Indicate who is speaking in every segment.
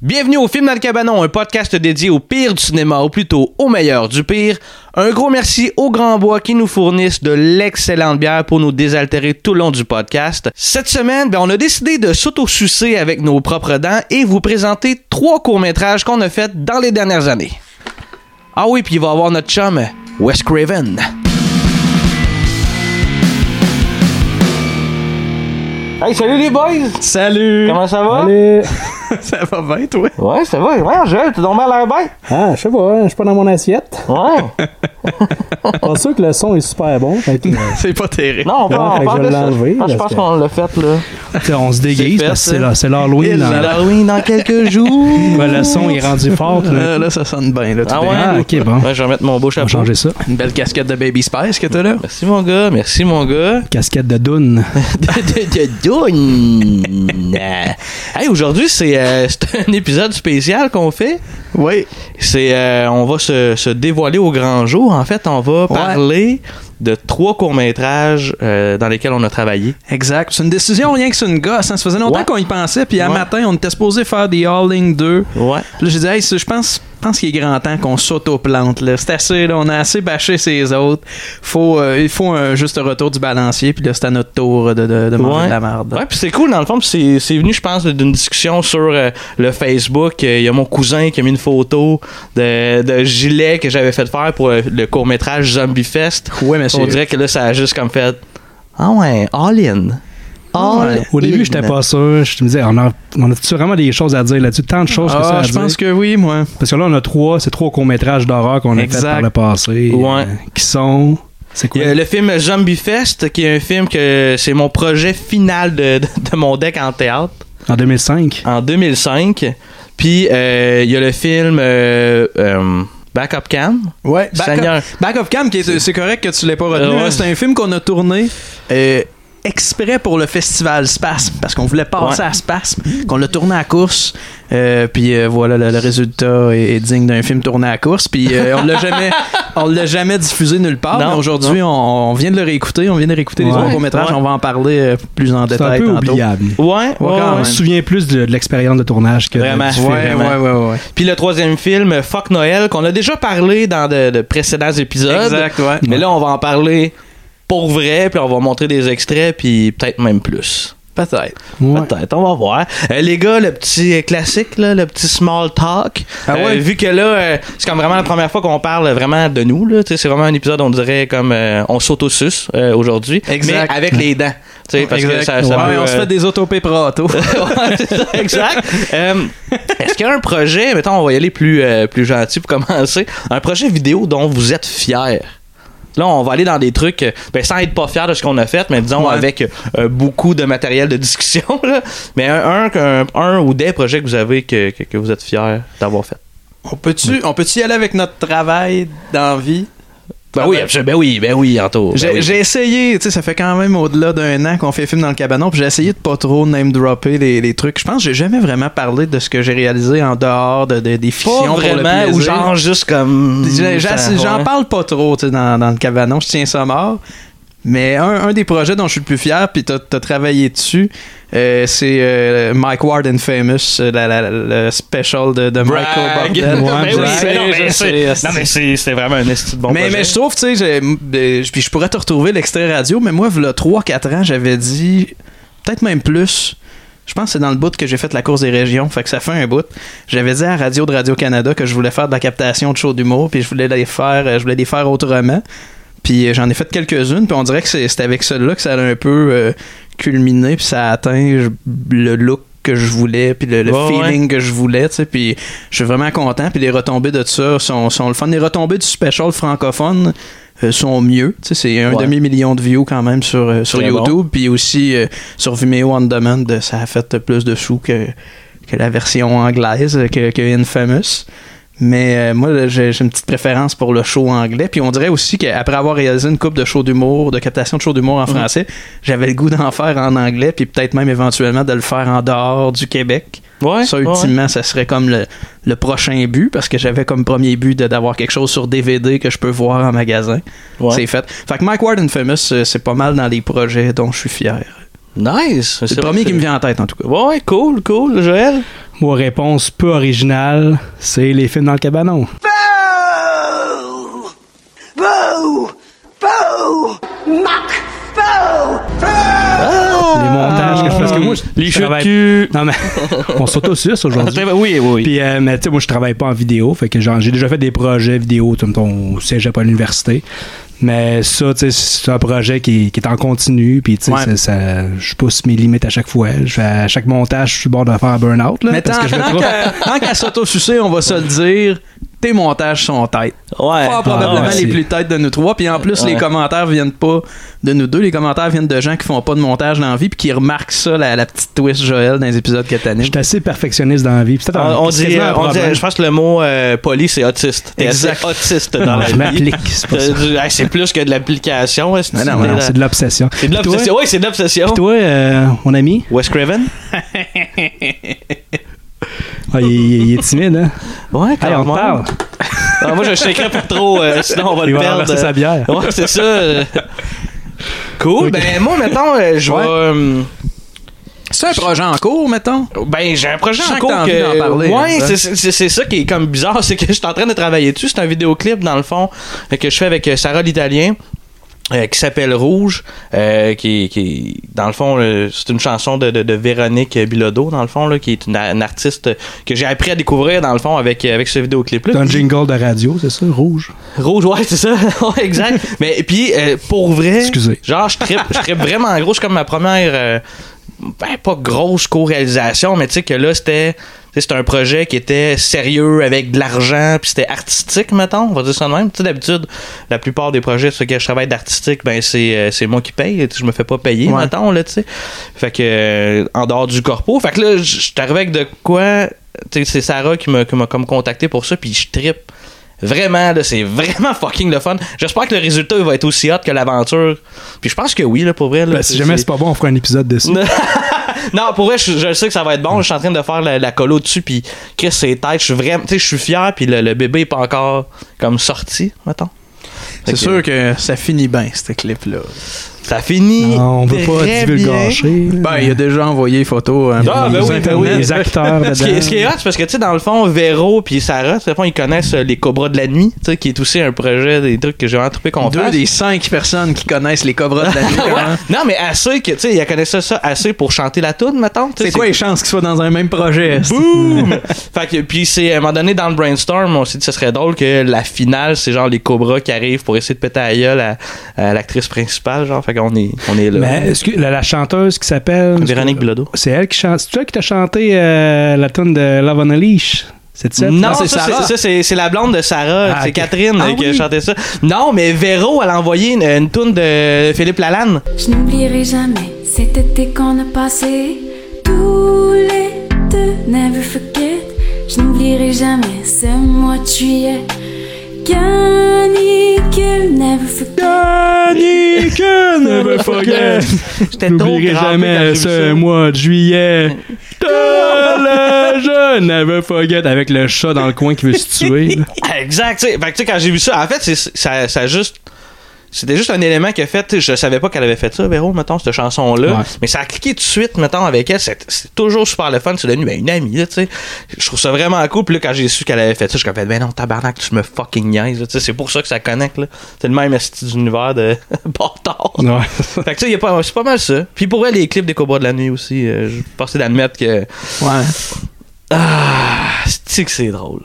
Speaker 1: Bienvenue au Film dans le Cabanon, un podcast dédié au pire du cinéma, ou plutôt au meilleur du pire. Un gros merci aux Grand Bois qui nous fournissent de l'excellente bière pour nous désaltérer tout le long du podcast. Cette semaine, ben, on a décidé de s'auto-sucer avec nos propres dents et vous présenter trois courts-métrages qu'on a faits dans les dernières années. Ah oui, puis il va y avoir notre chum, Wes Craven. Hey, salut les boys!
Speaker 2: Salut!
Speaker 1: Comment ça va?
Speaker 2: Allez.
Speaker 1: Ça va bien, toi?
Speaker 3: Ouais, ça va. Ouais, Joël, t'es dormi à l'air bête.
Speaker 2: Ah, je sais pas, je suis pas dans mon assiette.
Speaker 3: Ouais.
Speaker 2: Pas sûr que le son est super bon. Fait que, euh,
Speaker 1: C'est pas terrible.
Speaker 3: Non, on
Speaker 2: Ouais, fait
Speaker 3: parle, on
Speaker 2: que
Speaker 3: parle
Speaker 2: je
Speaker 3: de
Speaker 2: vais
Speaker 3: ça.
Speaker 2: l'enlever,
Speaker 3: Ah, je
Speaker 2: parce
Speaker 3: pense
Speaker 2: que-
Speaker 3: qu'on l'a fait, là.
Speaker 4: T'sais, on se déguise
Speaker 1: C'est fait,
Speaker 4: parce que
Speaker 1: ça.
Speaker 4: c'est la- c'est l'Halloween.
Speaker 1: Halloween
Speaker 4: Dans...
Speaker 1: dans quelques jours.
Speaker 4: Ben, le son est rendu fort. Là.
Speaker 1: Là, Euh, là, ça sonne bien. Là, tout
Speaker 3: Ah
Speaker 1: d'un
Speaker 3: ouais?
Speaker 1: coup.
Speaker 4: Ah, ok, bon.
Speaker 3: Ouais, je vais remettre mon beau
Speaker 4: On va
Speaker 3: chapeau.
Speaker 4: changer ça.
Speaker 1: Une belle casquette de Baby Spice que t'as là.
Speaker 3: Merci, mon gars. Merci, mon gars.
Speaker 4: Casquette de Dune.
Speaker 1: de Dune. hey, aujourd'hui, c'est euh, c'est un épisode spécial qu'on fait.
Speaker 4: Oui.
Speaker 1: C'est euh, On va se, se dévoiler au grand jour. En fait, on va parler de trois courts-métrages euh, dans lesquels on a travaillé.
Speaker 4: Exact. C'est une décision rien que c'est une gosse. hein. Ça faisait longtemps
Speaker 1: Ouais.
Speaker 4: qu'on y pensait. Puis un
Speaker 1: Ouais.
Speaker 4: matin, on était supposé faire des Halling 2.
Speaker 1: Ouais.
Speaker 4: Puis Là, j'ai dit, hey, c'est- je pense, je pense qu'il est grand temps qu'on s'auto-plante. là. C'est assez, là, on a assez bâché ces autres. Faut, euh, il faut un juste retour du balancier. Puis là, c'est à notre tour de, de, de manger
Speaker 1: Ouais.
Speaker 4: de la merde.
Speaker 1: Ouais, puis c'est cool dans le fond, puis c'est c'est venu je pense d'une discussion sur euh, le Facebook, Euh, il y a mon cousin qui a mis une photo de, de gilet que j'avais fait faire pour euh, le court-métrage Zombie Fest.
Speaker 4: Ouais, mais
Speaker 1: On dirait que là ça a juste comme fait Ah ouais, all in. All
Speaker 4: Ah Au début,
Speaker 1: in.
Speaker 4: j'étais pas sûr. Je me disais, on a, on a-tu vraiment des choses à dire là-dessus? Tant de choses que ça
Speaker 5: Ah,
Speaker 4: à
Speaker 5: je
Speaker 4: dire.
Speaker 5: pense que oui, moi.
Speaker 4: Parce que là, on a trois, c'est trois courts-métrages d'horreur qu'on a fait
Speaker 5: Exact.
Speaker 4: par le passé. Euh,
Speaker 1: Ouais.
Speaker 4: qui sont. C'est quoi
Speaker 1: Il y a le film Zombie Fest qui est un film que c'est mon projet final de, de- de mon deck en théâtre
Speaker 4: En 2005.
Speaker 1: en 2005. Puis euh, il y a le film euh, euh, Backup Cam.
Speaker 5: Ouais, Back,
Speaker 1: Seigneur.
Speaker 5: of, Back of Cam, qui est- c'est correct que tu l'aies pas retenu.
Speaker 1: Euh, ouais.
Speaker 5: hein, C'est un film qu'on a tourné euh, exprès pour le festival Spasme, parce qu'on voulait passer à Spasme, qu'on l'a tourné à course. euh, puis euh, voilà, le, le résultat est, est digne d'un film tourné à course. Puis euh, on l'a jamais, on l'a jamais diffusé nulle part.
Speaker 1: Non,
Speaker 5: mais aujourd'hui, on, on vient de le réécouter, on vient de réécouter les
Speaker 4: Ouais.
Speaker 5: autres courts métrages.
Speaker 1: Ouais.
Speaker 5: On va en parler euh, plus en
Speaker 4: C'est un
Speaker 5: détail
Speaker 4: peu
Speaker 5: tantôt.
Speaker 4: oubliable.
Speaker 1: Ouais,
Speaker 5: Ouais, quand
Speaker 4: On
Speaker 5: même.
Speaker 4: se souvient plus de, de l'expérience de tournage que de-
Speaker 1: Vraiment.
Speaker 4: du
Speaker 5: Ouais,
Speaker 4: film.
Speaker 5: ouais,
Speaker 1: Vraiment.
Speaker 5: ouais, ouais, ouais.
Speaker 1: Puis le troisième film, Fuck Noël, qu'on a déjà parlé dans de, de précédents épisodes.
Speaker 5: Exact, ouais.
Speaker 1: Mais là, on va en parler pour vrai, puis on va montrer des extraits, puis peut-être même plus. Peut-être.
Speaker 4: Ouais.
Speaker 1: Peut-être, on va voir. Euh, les gars, le petit euh, classique, là, le petit small talk.
Speaker 5: Ah
Speaker 1: Euh,
Speaker 5: ouais?
Speaker 1: vu que là, euh, c'est comme vraiment la première fois qu'on parle vraiment de nous. là. Tu sais, C'est vraiment un épisode, on dirait, comme euh, on s'autosuce euh, aujourd'hui.
Speaker 5: Exact.
Speaker 1: Mais avec les dents. Tu sais, Parce que ça,
Speaker 5: Exact.
Speaker 1: ça
Speaker 5: Ouais,
Speaker 1: peut,
Speaker 5: on se
Speaker 1: euh,
Speaker 5: fait des autopépratos.
Speaker 1: Ouais, c'est ça, exact. Euh, Est-ce qu'il y a un projet, mettons, on va y aller plus, euh, plus gentil pour commencer, un projet vidéo dont vous êtes fier? Là, on va aller dans des trucs, euh, ben, sans être pas fier de ce qu'on a fait, mais disons
Speaker 5: Ouais.
Speaker 1: avec euh, beaucoup de matériel de discussion, là. mais un, un, un- un ou des projets que vous avez que, que, que vous êtes fier d'avoir fait.
Speaker 5: On peut-tu on peut y aller avec notre travail d'envie?
Speaker 1: Ben
Speaker 5: Ah
Speaker 1: oui,
Speaker 5: ben-
Speaker 1: absolument. ben oui, ben oui, Anto. ben
Speaker 5: J'ai
Speaker 1: oui.
Speaker 5: j'ai essayé, tu sais, ça fait quand même au-delà d'un an qu'on fait film dans le cabanon, puis j'ai essayé de pas trop name-dropper les, les trucs. Je pense que j'ai jamais vraiment parlé de ce que j'ai réalisé en dehors de, de- des
Speaker 1: Pas
Speaker 5: fictions pour le
Speaker 1: vraiment, ou
Speaker 5: plaisir.
Speaker 1: genre juste comme.
Speaker 5: J'ai- j'ai-
Speaker 1: Ça,
Speaker 5: J'en
Speaker 1: ouais.
Speaker 5: parle pas trop tu sais, dans, dans le cabanon, je tiens ça mort. Mais un, un des projets dont je suis le plus fier, puis t'as as travaillé dessus, euh, c'est euh, Mike Ward and Famous, euh, la- la- la- le special de, de Michael
Speaker 1: Brag.
Speaker 5: Bordel.
Speaker 1: Ben
Speaker 4: Ouais,
Speaker 1: oui,
Speaker 4: je
Speaker 1: mais non, mais
Speaker 5: je sais,
Speaker 1: c'est- Non, mais c'est c'est vraiment un esti de bon
Speaker 5: mais,
Speaker 1: projet.
Speaker 5: mais je trouve, tu sais, j'ai- m- euh, puis je pourrais te retrouver l'extrait radio, mais moi, il y a 3-4 ans, j'avais dit, peut-être même plus, je pense que c'est dans le bout que j'ai fait la course des régions, fait que ça fait un bout. J'avais dit à la radio de Radio-Canada que je voulais faire de la captation de shows d'humour, puis je voulais les faire, euh, je voulais les faire autrement. Puis euh, j'en ai fait quelques-unes, puis on dirait que c'est c'est avec celle-là que ça a un peu euh, culminé, puis ça a atteint je- le look que je voulais, puis le, le
Speaker 1: Ouais, ouais.
Speaker 5: feeling que je voulais, tu sais, puis je suis vraiment content, puis les retombées de ça sont, sont le fun. Les retombées du special francophone euh, sont mieux, tu sais, c'est un
Speaker 1: Ouais.
Speaker 5: demi-million de views quand même sur, euh, sur
Speaker 1: Très
Speaker 5: YouTube, puis aussi euh, sur Vimeo On Demand, euh, ça a fait euh, plus de sous que, que la version anglaise, euh, que, que Infamous. Mais euh, moi, là, j'ai j'ai une petite préférence pour le show anglais. Puis on dirait aussi qu'après avoir réalisé une coupe de show d'humour, de captation de show d'humour en français, j'avais le goût d'en faire en anglais, puis peut-être même éventuellement de le faire en dehors du Québec.
Speaker 1: Ouais,
Speaker 5: ça,
Speaker 1: ouais.
Speaker 5: ultimement, ça serait comme le, le prochain but, parce que j'avais comme premier but de- d'avoir quelque chose sur DVD que je peux voir en magasin.
Speaker 1: Ouais.
Speaker 5: C'est fait. Fait que Mike Ward and Famous, euh, c'est pas mal dans les projets dont je suis fier.
Speaker 1: Nice.
Speaker 5: C'est le premier qui me vient en tête, en tout cas.
Speaker 1: Ouais, cool, cool, Joël.
Speaker 4: Moi, réponse peu originale, c'est les films dans le cabanon. Les montages que je fais. Parce que moi, je,
Speaker 1: Les
Speaker 4: je
Speaker 1: chutes
Speaker 4: travaille-
Speaker 1: cul.
Speaker 4: Non, mais on s'auto-suce aujourd'hui.
Speaker 1: Très bien, Ah, Oui, oui, oui.
Speaker 4: Puis, euh, mais tu sais, moi, je travaille pas en vidéo. Fait que genre, j'ai déjà fait des projets vidéo, tu sais, mettons, au cégep à l'université. Mais ça, tu sais, c'est un projet qui, qui est en continu. Puis, tu sais,
Speaker 5: Ouais.
Speaker 4: c'est- ça- je pousse mes limites à chaque fois. Je fais, à chaque montage, je suis bord de faire un burn-out, là.
Speaker 5: Mais tant
Speaker 4: parce que je me
Speaker 5: tant
Speaker 4: trouve.
Speaker 5: qu'à tant qu'à s'auto-sucer, on va se le dire, tes montages sont têtes.
Speaker 1: Ouais.
Speaker 5: Fort probablement
Speaker 4: Ah ouais,
Speaker 5: les
Speaker 4: c'est-
Speaker 5: plus têtes de nous trois. Puis en plus,
Speaker 1: Ouais.
Speaker 5: les commentaires viennent pas de nous deux. Les commentaires viennent de gens qui font pas de montage dans la vie puis qui remarquent ça, la, la petite twist Joël dans les épisodes que
Speaker 4: Je
Speaker 5: t'animes.
Speaker 4: suis assez perfectionniste dans la vie. Puis c'est
Speaker 1: On,
Speaker 4: peut-être un-
Speaker 1: on
Speaker 4: c'est
Speaker 1: dirait,
Speaker 4: quasiment un
Speaker 1: on dirait-
Speaker 4: problème.
Speaker 1: je pense que le mot euh, poli, c'est autiste. T'es assez
Speaker 5: Exact.
Speaker 1: autiste dans
Speaker 4: Non,
Speaker 1: la
Speaker 4: je
Speaker 1: vie.
Speaker 4: m'applique, c'est pas ça.
Speaker 1: T'as Euh, du- hey, C'est plus que de l'application. est-ce que
Speaker 5: Mais
Speaker 1: tu-
Speaker 5: non,
Speaker 1: t'es
Speaker 4: Non,
Speaker 1: dans-
Speaker 4: c'est de l'obsession.
Speaker 1: C'est de
Speaker 4: Puis toi-
Speaker 1: l'obsession. Oui, c'est de l'obsession.
Speaker 4: Puis toi, euh, mon ami,
Speaker 1: Wes Craven?
Speaker 4: Ah, il, il- il est timide, hein?
Speaker 1: Ouais,
Speaker 4: Hey, on te parle.
Speaker 1: Ah, moi, je chèquerai pas trop, euh, sinon on va
Speaker 4: Il
Speaker 1: le
Speaker 4: va
Speaker 1: perdre. euh.
Speaker 4: renverser sa bière.
Speaker 1: Ouais, c'est ça. euh. Cool.
Speaker 4: Ok.
Speaker 1: Ben, moi, mettons, euh, je vais.
Speaker 5: Ouais.
Speaker 1: euh,
Speaker 5: C'est un projet en cours, mettons.
Speaker 1: Ben, j'ai un projet
Speaker 5: Je
Speaker 1: en
Speaker 5: sens que
Speaker 1: cours
Speaker 5: t'as envie
Speaker 1: que...
Speaker 5: d'en parler,
Speaker 1: ouais,
Speaker 5: hein,
Speaker 1: c'est- c'est c'est ça qui est comme bizarre, c'est que je suis en train de travailler dessus. C'est un vidéoclip, dans le fond, euh, que je fais avec euh, Sarah l'Italien. euh, qui s'appelle Rouge, euh, qui, qui dans le fond, euh, c'est une chanson de, de, de Véronique Bilodeau, dans le fond, là, qui est une, a- une artiste que j'ai appris à découvrir, dans le fond, avec, euh, avec ce vidéoclip-là.
Speaker 4: Dans le jingle de radio, c'est ça, rouge.
Speaker 1: Rouge, ouais, c'est ça. ouais, exact. Mais puis euh, pour vrai,
Speaker 4: Excusez.
Speaker 1: genre je trippe, je trippe vraiment gros, c'est comme ma première euh, ben pas grosse co-réalisation, mais tu sais que là c'était tu sais, c'était un projet qui était sérieux avec de l'argent, puis c'était artistique, mettons, on va dire ça de même. Tu sais, d'habitude, la plupart des projets sur lesquels je travaille d'artistique, ben c'est euh, c'est moi qui paye, tu sais, je me fais pas payer,
Speaker 5: Ouais.
Speaker 1: mettons, là, tu sais. Fait que, euh, en dehors du corpo, fait que là, je je suis arrivé avec de quoi, tu sais, c'est Sarah qui m'a qui m'a comme contacté pour ça, puis je trippe Vraiment, là, c'est vraiment fucking le fun. J'espère que le résultat il va être aussi hot que l'aventure. Puis je pense que oui, là, pour vrai. Là,
Speaker 4: Ben, si jamais c'est pas bon, on fera un épisode dessus.
Speaker 1: Non, pour vrai, je, je sais que ça va être bon. Je suis en train de faire la, la colo dessus, puis Chris, c'est tête. Je suis vraiment, tu sais, je suis fier, puis le, le bébé est pas encore comme sorti, mettons. Fait
Speaker 5: C'est
Speaker 1: que,
Speaker 5: sûr que ça finit bien, ce clip-là.
Speaker 1: Ça finit.
Speaker 4: Non, on veut pas
Speaker 1: très
Speaker 4: divulgacher.
Speaker 5: Ben, il a déjà envoyé les photos. hein,
Speaker 1: Ah,
Speaker 5: pour
Speaker 1: ben
Speaker 5: les
Speaker 1: oui,
Speaker 5: internet.
Speaker 1: ben oui.
Speaker 4: les acteurs
Speaker 1: Ce qui, est- ce qui est hot, c'est parce que, tu sais, dans le fond, Véro puis Sarah, tu sais, dans le fond, ils connaissent euh, les Cobras de la nuit, tu sais, qui est aussi un projet, des trucs que j'ai vraiment trouvé qu'on
Speaker 5: Deux
Speaker 1: fasse.
Speaker 5: des cinq personnes qui connaissent les cobras de la nuit.
Speaker 1: Ouais.
Speaker 5: hein.
Speaker 1: Non, mais assez que, tu sais, ils connaissaient ça assez pour chanter la toune, mettons. tu sais,
Speaker 5: C'est quoi les chances qu'ils soient dans un même projet? c'est-
Speaker 1: Boum! fait que, puis c'est, à un moment donné, dans le brainstorm, on s'est dit que ce serait drôle que la finale, c'est genre les cobras qui arrivent pour essayer de péter à gueule à, à l'actrice principale, genre. Fait qu'on est, on est là.
Speaker 4: Mais est-ce que la, la chanteuse qui s'appelle.
Speaker 1: Véronique Bilodeau.
Speaker 4: C'est elle qui chante. C'est toi qui t'as chanté euh, la tune de Love on a Leash. C'est ça?
Speaker 1: Non,
Speaker 5: c'est
Speaker 1: ça, c'est,
Speaker 5: Sarah.
Speaker 1: ça, c'est, c'est la blonde de Sarah,
Speaker 4: Ah,
Speaker 1: c'est
Speaker 4: ok.
Speaker 1: Catherine
Speaker 4: Ah
Speaker 1: euh, qui a
Speaker 4: oui.
Speaker 1: chanté ça. Non, mais Véro, elle a envoyé une, une toune de Philippe Lalanne.
Speaker 6: Je n'oublierai jamais cet été qu'on a passé tous les deux. Never forget. Je n'oublierai jamais ce mois de juillet. Canicule, never forget.
Speaker 4: Never forget.
Speaker 1: J'étais
Speaker 4: N'oublierai
Speaker 1: grand quand j'ai
Speaker 4: jamais euh,
Speaker 1: vu
Speaker 4: ce
Speaker 1: ça.
Speaker 4: mois de juillet. De le jeu. Never forget. Avec le chat dans le coin qui veut se tuer. là.
Speaker 1: Exact. tu sais. Fait que, tu sais, quand j'ai vu ça, en fait, c'est- ça, ça a juste. C'était juste un élément qu'elle a fait. tu sais, Je savais pas qu'elle avait fait ça, Véro, mettons, cette chanson-là.
Speaker 4: Ouais.
Speaker 1: Mais ça a cliqué tout de suite, mettons, avec elle. C'est c'est toujours super le fun. C'est devenu ben, une amie, là, tu sais. Je trouve ça vraiment cool. Puis là, quand j'ai su qu'elle avait fait ça, je suis comme, ben non, tabarnak, tu me fucking niaises, là, tu sais. C'est pour ça que ça connecte, là. C'est le même esti d'univers de bâtard.
Speaker 4: Ouais.
Speaker 1: Fait que, tu sais, y a pas- c'est pas mal ça. Puis pour elle, les clips des Cobras de la nuit aussi, euh, je pensais d'admettre que.
Speaker 5: Ouais.
Speaker 1: Ah, c'est que c'est drôle.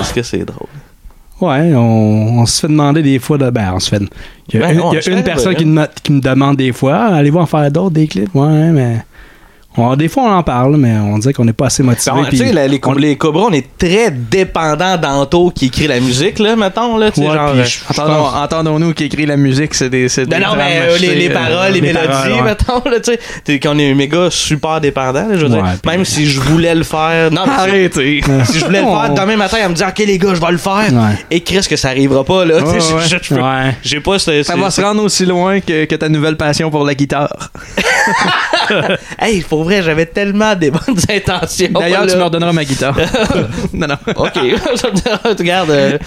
Speaker 1: Est-ce que c'est drôle?
Speaker 4: Ouais, on, on se fait demander des fois de. Ben, on se fait. Il y a
Speaker 1: Ben
Speaker 4: une,
Speaker 1: non,
Speaker 4: il y a
Speaker 1: on se
Speaker 4: une
Speaker 1: fait,
Speaker 4: personne
Speaker 1: ouais.
Speaker 4: qui, me- qui me demande des fois Ah, allez-vous en faire d'autres des clips Ouais, mais. On- des fois, on en parle, mais on dirait qu'on n'est pas assez motivé.
Speaker 1: Ben, Tu sais,
Speaker 4: puis-
Speaker 1: la- les, co-
Speaker 4: on-
Speaker 1: les Cobras, on est très dépendants d'Anto qui écrit la musique, là, mettons, là, tu sais,
Speaker 4: Ouais,
Speaker 1: genre...
Speaker 4: puis
Speaker 1: euh,
Speaker 4: je- je
Speaker 7: Entendons-
Speaker 4: pense-
Speaker 7: Entendons-nous qui écrit la musique, c'est des. c'est
Speaker 1: Non,
Speaker 7: des
Speaker 1: non,
Speaker 7: drames
Speaker 1: mais euh, les,
Speaker 7: achetés,
Speaker 1: les
Speaker 7: euh,
Speaker 1: paroles, les,
Speaker 4: les
Speaker 1: mélodies,
Speaker 4: paroles, ouais.
Speaker 1: mettons, là, tu sais, t'es- qu'on est méga super dépendant, là, je veux
Speaker 4: Ouais,
Speaker 1: dire.
Speaker 4: puis-
Speaker 1: Même si je voulais le faire. Non, mais c'est-
Speaker 7: Arrêtez!
Speaker 1: Si je voulais le faire demain matin, elle me dit OK les gars, je vais le faire.
Speaker 4: Ouais.
Speaker 1: Et Chris que ça arrivera pas là, Tu sais,
Speaker 7: Ouais, ouais.
Speaker 1: je- je- je peux-
Speaker 4: Ouais.
Speaker 1: J'ai pas ce,
Speaker 7: Ça
Speaker 1: ce-
Speaker 7: va se rendre aussi loin que, que ta nouvelle passion pour la guitare.
Speaker 1: Hey, pour vrai, j'avais tellement des bonnes intentions.
Speaker 7: D'ailleurs,
Speaker 1: là.
Speaker 7: tu me redonneras ma guitare. non, non.
Speaker 1: OK, Ça me dit, regarde. euh,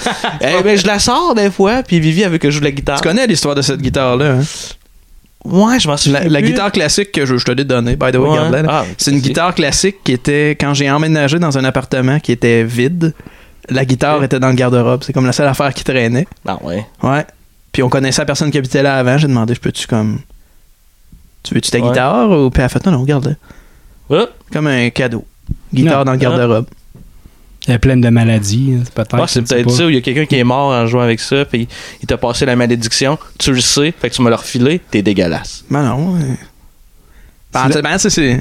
Speaker 1: hey, mais je la sors des fois, puis Vivi elle veut que je joue de la guitare.
Speaker 7: Tu connais l'histoire de cette guitare-là. hein?
Speaker 1: Ouais, je m'en souviens.
Speaker 7: La, Euh, la
Speaker 1: plus.
Speaker 7: guitare classique que je, je te l'ai donnée, by the way,
Speaker 1: Ouais.
Speaker 7: regarde-la, là.
Speaker 1: Ah,
Speaker 7: C'est une
Speaker 1: ok.
Speaker 7: guitare classique qui était, quand j'ai emménagé dans un appartement qui était vide, la guitare était dans le garde-robe. C'est comme la seule affaire qui traînait.
Speaker 1: Non, Ah ouais.
Speaker 7: Ouais. Puis on connaissait la personne qui habitait là avant. J'ai demandé, je peux-tu comme. Tu veux-tu ta
Speaker 1: Ouais.
Speaker 7: guitare ou. Puis elle a fait, non, non, regarde
Speaker 1: Hop.
Speaker 7: Comme un cadeau. Guitare
Speaker 4: Non.
Speaker 7: dans le garde-robe.
Speaker 4: Elle est pleine de maladies, hein, peut-être.
Speaker 1: Ouais, c'est
Speaker 4: je sais
Speaker 1: peut-être
Speaker 4: pas.
Speaker 1: ça, où il y a quelqu'un qui est mort en jouant avec ça, puis il t'a passé la malédiction, tu le sais, fait que tu me l'as refilé, t'es dégueulasse.
Speaker 7: Ben non. euh. Ben, c'est- ben, c'est- c'est.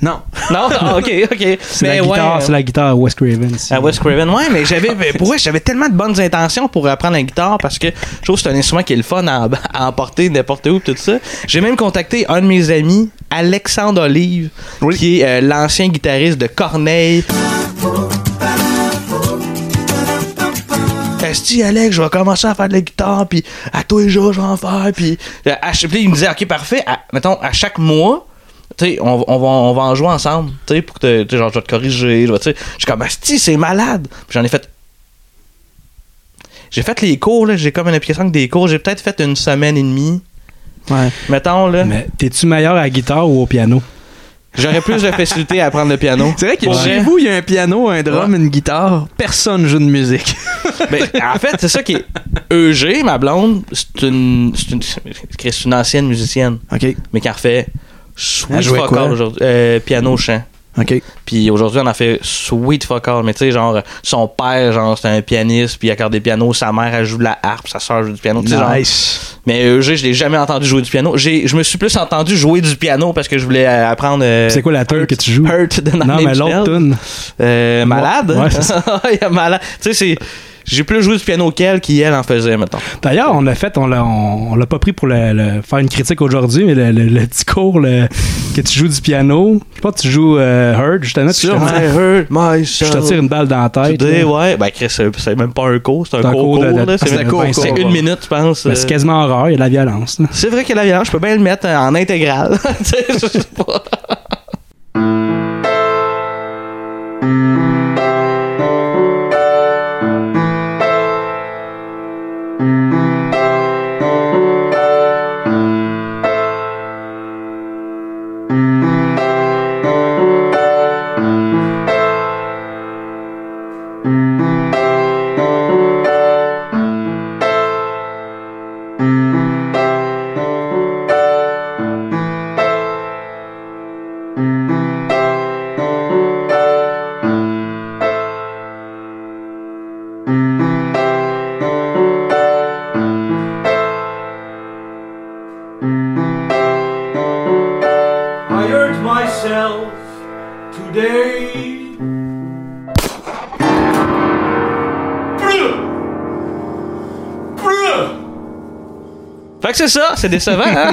Speaker 7: Non.
Speaker 1: Non, Ah, ok, ok.
Speaker 4: C'est la, guitare, c'est la guitare à Wes Craven. si-
Speaker 1: euh, À Wes Craven, ouais, mais j'avais, mais pour vrai, j'avais tellement de bonnes intentions pour apprendre la guitare parce que je trouve que c'est un instrument qui est le fun à, à emporter n'importe où, tout ça. J'ai même contacté un de mes amis, Alexandre Olive, qui est euh, l'ancien guitariste de Corneille. Esti, Alex, je vais commencer à faire de la guitare, puis à tous les jours, je vais en faire, puis euh, à chaque- puis il me disait, ok, parfait, à- mettons, à chaque mois, tu sais, on, on va, on va en jouer ensemble, tu sais, pour que, te- tu sais, genre, je vais te corriger, je vais, tu sais, je suis comme, Asti, c'est malade, puis j'en ai fait, j'ai fait les cours, là, j'ai comme une application avec des cours, j'ai peut-être fait une semaine et demie,
Speaker 7: Ouais.
Speaker 1: mettons, là,
Speaker 4: Mais t'es-tu meilleur à la guitare ou au piano?
Speaker 1: j'aurais plus de facilité à apprendre le piano.
Speaker 7: C'est vrai que
Speaker 1: Pour
Speaker 7: chez vous, il y a un piano, un drum, une guitare. Personne joue de musique.
Speaker 1: Ben, en fait, c'est ça qui est. EG, ma blonde, c'est une, c'est une, c'est une ancienne musicienne,
Speaker 7: OK.
Speaker 1: mais qui en fait
Speaker 7: Elle
Speaker 1: sweet
Speaker 7: jouait
Speaker 1: fuck
Speaker 7: quoi?
Speaker 1: all aujourd'hui. Euh, piano chant.
Speaker 7: OK.
Speaker 1: Puis aujourd'hui, on a fait sweet fuck all. Mais tu sais, genre, son père, genre, c'était un pianiste, puis il accorde des pianos. Sa mère, elle joue de la harpe, sa soeur joue du piano. tu sais, genre.
Speaker 7: Nice.
Speaker 1: Mais EG, je l'ai jamais entendu jouer du piano. J'ai- Je me suis plus entendu jouer du piano parce que je voulais euh, apprendre. euh,
Speaker 4: C'est quoi la tune que tu joues?
Speaker 1: Hurt de
Speaker 4: non,
Speaker 1: Nanny
Speaker 4: mais l'autre
Speaker 1: Mitchell.
Speaker 4: tune.
Speaker 1: Euh, malade.
Speaker 4: Ouais, c'est
Speaker 1: Il y a malade. Tu sais, c'est. J'ai plus joué du piano qu'elle qui, elle, en faisait, mettons.
Speaker 4: D'ailleurs, on l'a fait, on l'a, on, on l'a pas pris pour le, le- faire une critique aujourd'hui, mais le, le- le petit cours le- que tu joues du piano, je pense que tu joues euh, Hurt, justement. puis je, te,
Speaker 1: hurt
Speaker 4: je te tire une balle dans la tête.
Speaker 1: Today,
Speaker 4: là.
Speaker 1: ouais. Ben, Chris, c'est c'est même pas un cours, c'est un cours
Speaker 4: de-
Speaker 1: court,
Speaker 4: de-
Speaker 1: là. C'est
Speaker 4: de
Speaker 1: même-
Speaker 4: Vincent.
Speaker 1: c'est une minute, je pense.
Speaker 4: Mais c'est
Speaker 1: Euh,
Speaker 4: quasiment rare, il y a de la violence. là.
Speaker 1: C'est vrai qu'il y a la violence, je peux bien le mettre euh, en intégrale. Tu sais, je sais pas.
Speaker 8: I hurt myself today. Brr. Brr.
Speaker 1: Fait que c'est ça, c'est décevant, hein?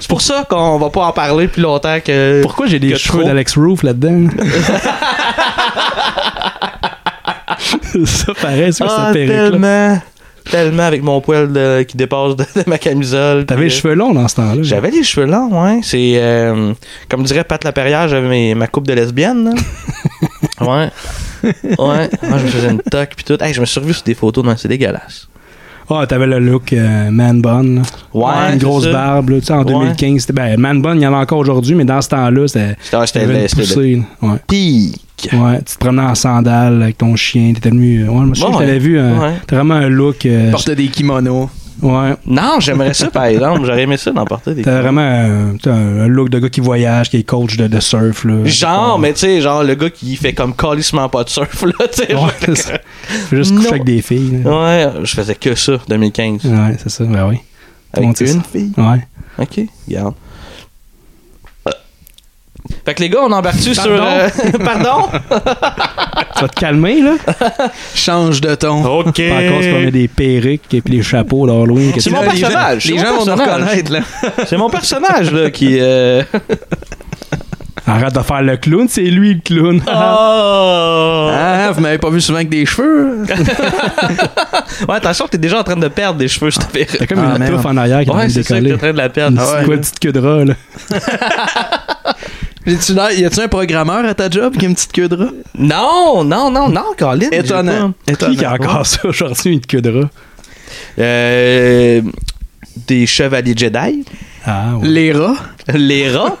Speaker 1: c'est pour ça qu'on va pas en parler plus longtemps que.
Speaker 4: Pourquoi j'ai des
Speaker 1: que
Speaker 4: cheveux
Speaker 1: trop.
Speaker 4: d'Alex Roof là-dedans? ça paraît, c'est quoi
Speaker 1: Ah,
Speaker 4: cette perruque-là?
Speaker 1: tellement. Tellement avec mon poil de- qui dépasse de, de ma camisole.
Speaker 4: T'avais
Speaker 1: puis,
Speaker 4: les
Speaker 1: euh,
Speaker 4: cheveux longs dans ce temps-là.
Speaker 1: J'avais les cheveux longs, ouais. C'est. euh, comme dirait Pat Laperrière, j'avais mes- ma coupe de lesbienne, là. ouais. Ouais. Moi, je me faisais une toque, puis tout. Hey, je me suis revu sur des photos, non, c'est dégueulasse.
Speaker 4: Ah, t'avais le look euh, man bun. là.
Speaker 1: Ouais,
Speaker 4: une
Speaker 1: c'est
Speaker 4: grosse
Speaker 1: ça.
Speaker 4: barbe, là, tu sais, en
Speaker 1: Ouais.
Speaker 4: 2015. c'était- Ben, man bun, il y en a encore aujourd'hui, mais dans ce temps-là, c'était.
Speaker 1: C'était c'était
Speaker 4: avait une
Speaker 1: le- Ah, c'était le
Speaker 4: poussée, là. Ouais.
Speaker 1: pic.
Speaker 4: Ouais, tu te promenais en sandales avec ton chien, t'étais venu. Ouais, moi, je sais que je
Speaker 1: Ouais.
Speaker 4: t'avais vu. un-
Speaker 1: Ouais.
Speaker 4: t'as vraiment un look. euh,
Speaker 7: Porte des kimonos.
Speaker 4: ouais,
Speaker 1: Non, j'aimerais ça, par exemple. J'aurais aimé ça d'emporter des.
Speaker 4: t'avais vraiment un, t'as un look de gars qui voyage, qui est coach de, de surf. Là,
Speaker 1: Genre, mais tu sais, genre le gars qui fait comme calissement pas de surf, là, tu sais.
Speaker 4: Ouais, c'est ça. Juste coucher
Speaker 1: Non.
Speaker 4: avec des filles. là.
Speaker 1: Ouais, je faisais que ça, 2015.
Speaker 4: Ouais, c'est ça, ben oui. Tout le
Speaker 1: Avec
Speaker 4: monde sait
Speaker 1: une
Speaker 4: ça.
Speaker 1: fille.
Speaker 4: Ouais.
Speaker 1: Ok, regarde. Fait que les gars, on embarque-tu sur.
Speaker 4: Pardon?
Speaker 1: euh, Pardon?
Speaker 4: Tu vas te calmer, là?
Speaker 5: Change de ton.
Speaker 9: OK.
Speaker 4: Pas à cause qu'on met des perruques et puis les chapeaux d'Halloween. que
Speaker 1: C'est
Speaker 4: tu-
Speaker 1: mon
Speaker 5: les gens-
Speaker 1: personnage.
Speaker 5: les
Speaker 1: c'est
Speaker 5: gens
Speaker 1: mon
Speaker 5: vont nous
Speaker 1: personnage.
Speaker 5: reconnaître, là.
Speaker 1: C'est mon personnage, là, qui. euh,
Speaker 4: Arrête de faire le clown, c'est lui le clown.
Speaker 1: Ah. Oh!
Speaker 5: Ah, vous m'avez pas vu souvent avec des cheveux.
Speaker 1: Ouais, attention, t'es déjà en train de perdre des cheveux, je te perds.
Speaker 4: T'as comme
Speaker 5: Ah,
Speaker 4: une
Speaker 5: merde.
Speaker 4: touffe en arrière qui est en train
Speaker 1: Ouais,
Speaker 4: de
Speaker 1: c'est ça, t'es
Speaker 4: décoller.
Speaker 1: en train de la
Speaker 4: Une
Speaker 1: perdre.
Speaker 4: petite,
Speaker 1: Ah ouais.
Speaker 4: quoi, une petite queue de rat, là.
Speaker 5: J'ai-tu l'air- Y a-tu un programmeur à ta job qui a une petite queue de rat?
Speaker 1: Non, non, non, non, Colin. j'ai
Speaker 5: Étonnant.
Speaker 4: Qui qui a encore ça aujourd'hui, une queue de rat?
Speaker 1: pas- Euh, Des chevaliers Jedi.
Speaker 4: Ah, ouais.
Speaker 5: Les rats?
Speaker 1: Les rats.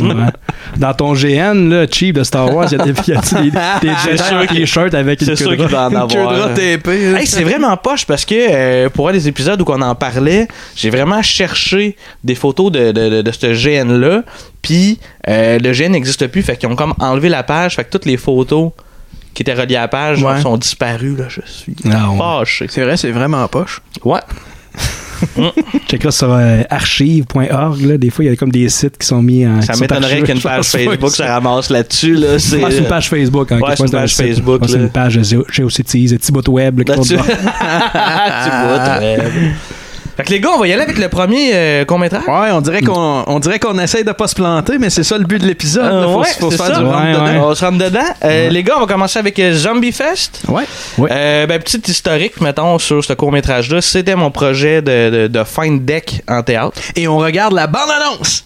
Speaker 4: Ouais. Dans ton GN, là, cheap de Star Wars, il y a des, y a des, des Jedi en t-shirt avec une
Speaker 1: C'est
Speaker 4: queue
Speaker 1: sûr
Speaker 4: de
Speaker 1: qu'il
Speaker 4: rat.
Speaker 1: va en
Speaker 5: Une queue de hein.
Speaker 1: avoir.
Speaker 5: rat
Speaker 1: euh.
Speaker 5: TP.
Speaker 1: Hey, c'est vraiment poche parce que euh, pour un des épisodes où on en parlait, j'ai vraiment cherché des photos de, de, de, de ce GN-là. Puis euh, le GN n'existe plus, fait qu'ils ont comme enlevé la page, fait que toutes les photos qui étaient reliées à la page
Speaker 5: Ouais.
Speaker 1: sont disparues. Là, je suis
Speaker 4: Ah, ouais.
Speaker 1: fâché.
Speaker 5: C'est vrai, c'est vraiment poche.
Speaker 1: Ouais.
Speaker 4: Checkera sur euh, archive.org, là. Des fois, il y a comme des sites qui sont mis en.
Speaker 1: Ça
Speaker 4: qui sont
Speaker 1: m'étonnerait
Speaker 4: archivés.
Speaker 1: qu'une
Speaker 4: Je
Speaker 1: page
Speaker 4: pense pas que
Speaker 1: Facebook se
Speaker 4: ça-
Speaker 1: ramasse là-dessus. Là, c'est
Speaker 4: Ah, c'est une page Facebook. hein,
Speaker 1: Ouais,
Speaker 4: qui est
Speaker 1: c'est une
Speaker 4: pas
Speaker 1: page
Speaker 4: un site.
Speaker 1: Facebook,
Speaker 4: Ouais, C'est
Speaker 1: là.
Speaker 4: une page Géo- GeoCities, Thibaut Web. là, qui
Speaker 1: Là-dessus.
Speaker 4: tourne-
Speaker 1: Ah, Tu vois, très bien. Fait que les gars, on va y aller avec le premier euh, court-métrage.
Speaker 5: Ouais, on dirait qu'on on dirait qu'on essaye de pas se planter, mais c'est ça le but de l'épisode. là.
Speaker 1: Euh,
Speaker 5: faut
Speaker 1: ouais,
Speaker 5: se- faut se
Speaker 1: c'est
Speaker 5: faire
Speaker 1: ça.
Speaker 5: du rentre
Speaker 4: Ouais,
Speaker 5: dedans.
Speaker 4: ouais.
Speaker 1: On se rentre dedans. Euh, Les gars, on va commencer avec euh, Zombie Fest.
Speaker 5: Ouais.
Speaker 4: Ouais.
Speaker 1: Euh, ben, petit historique, mettons, sur ce court-métrage-là. C'était mon projet de, de, de fin de deck en théâtre.
Speaker 5: Et on regarde la bande-annonce.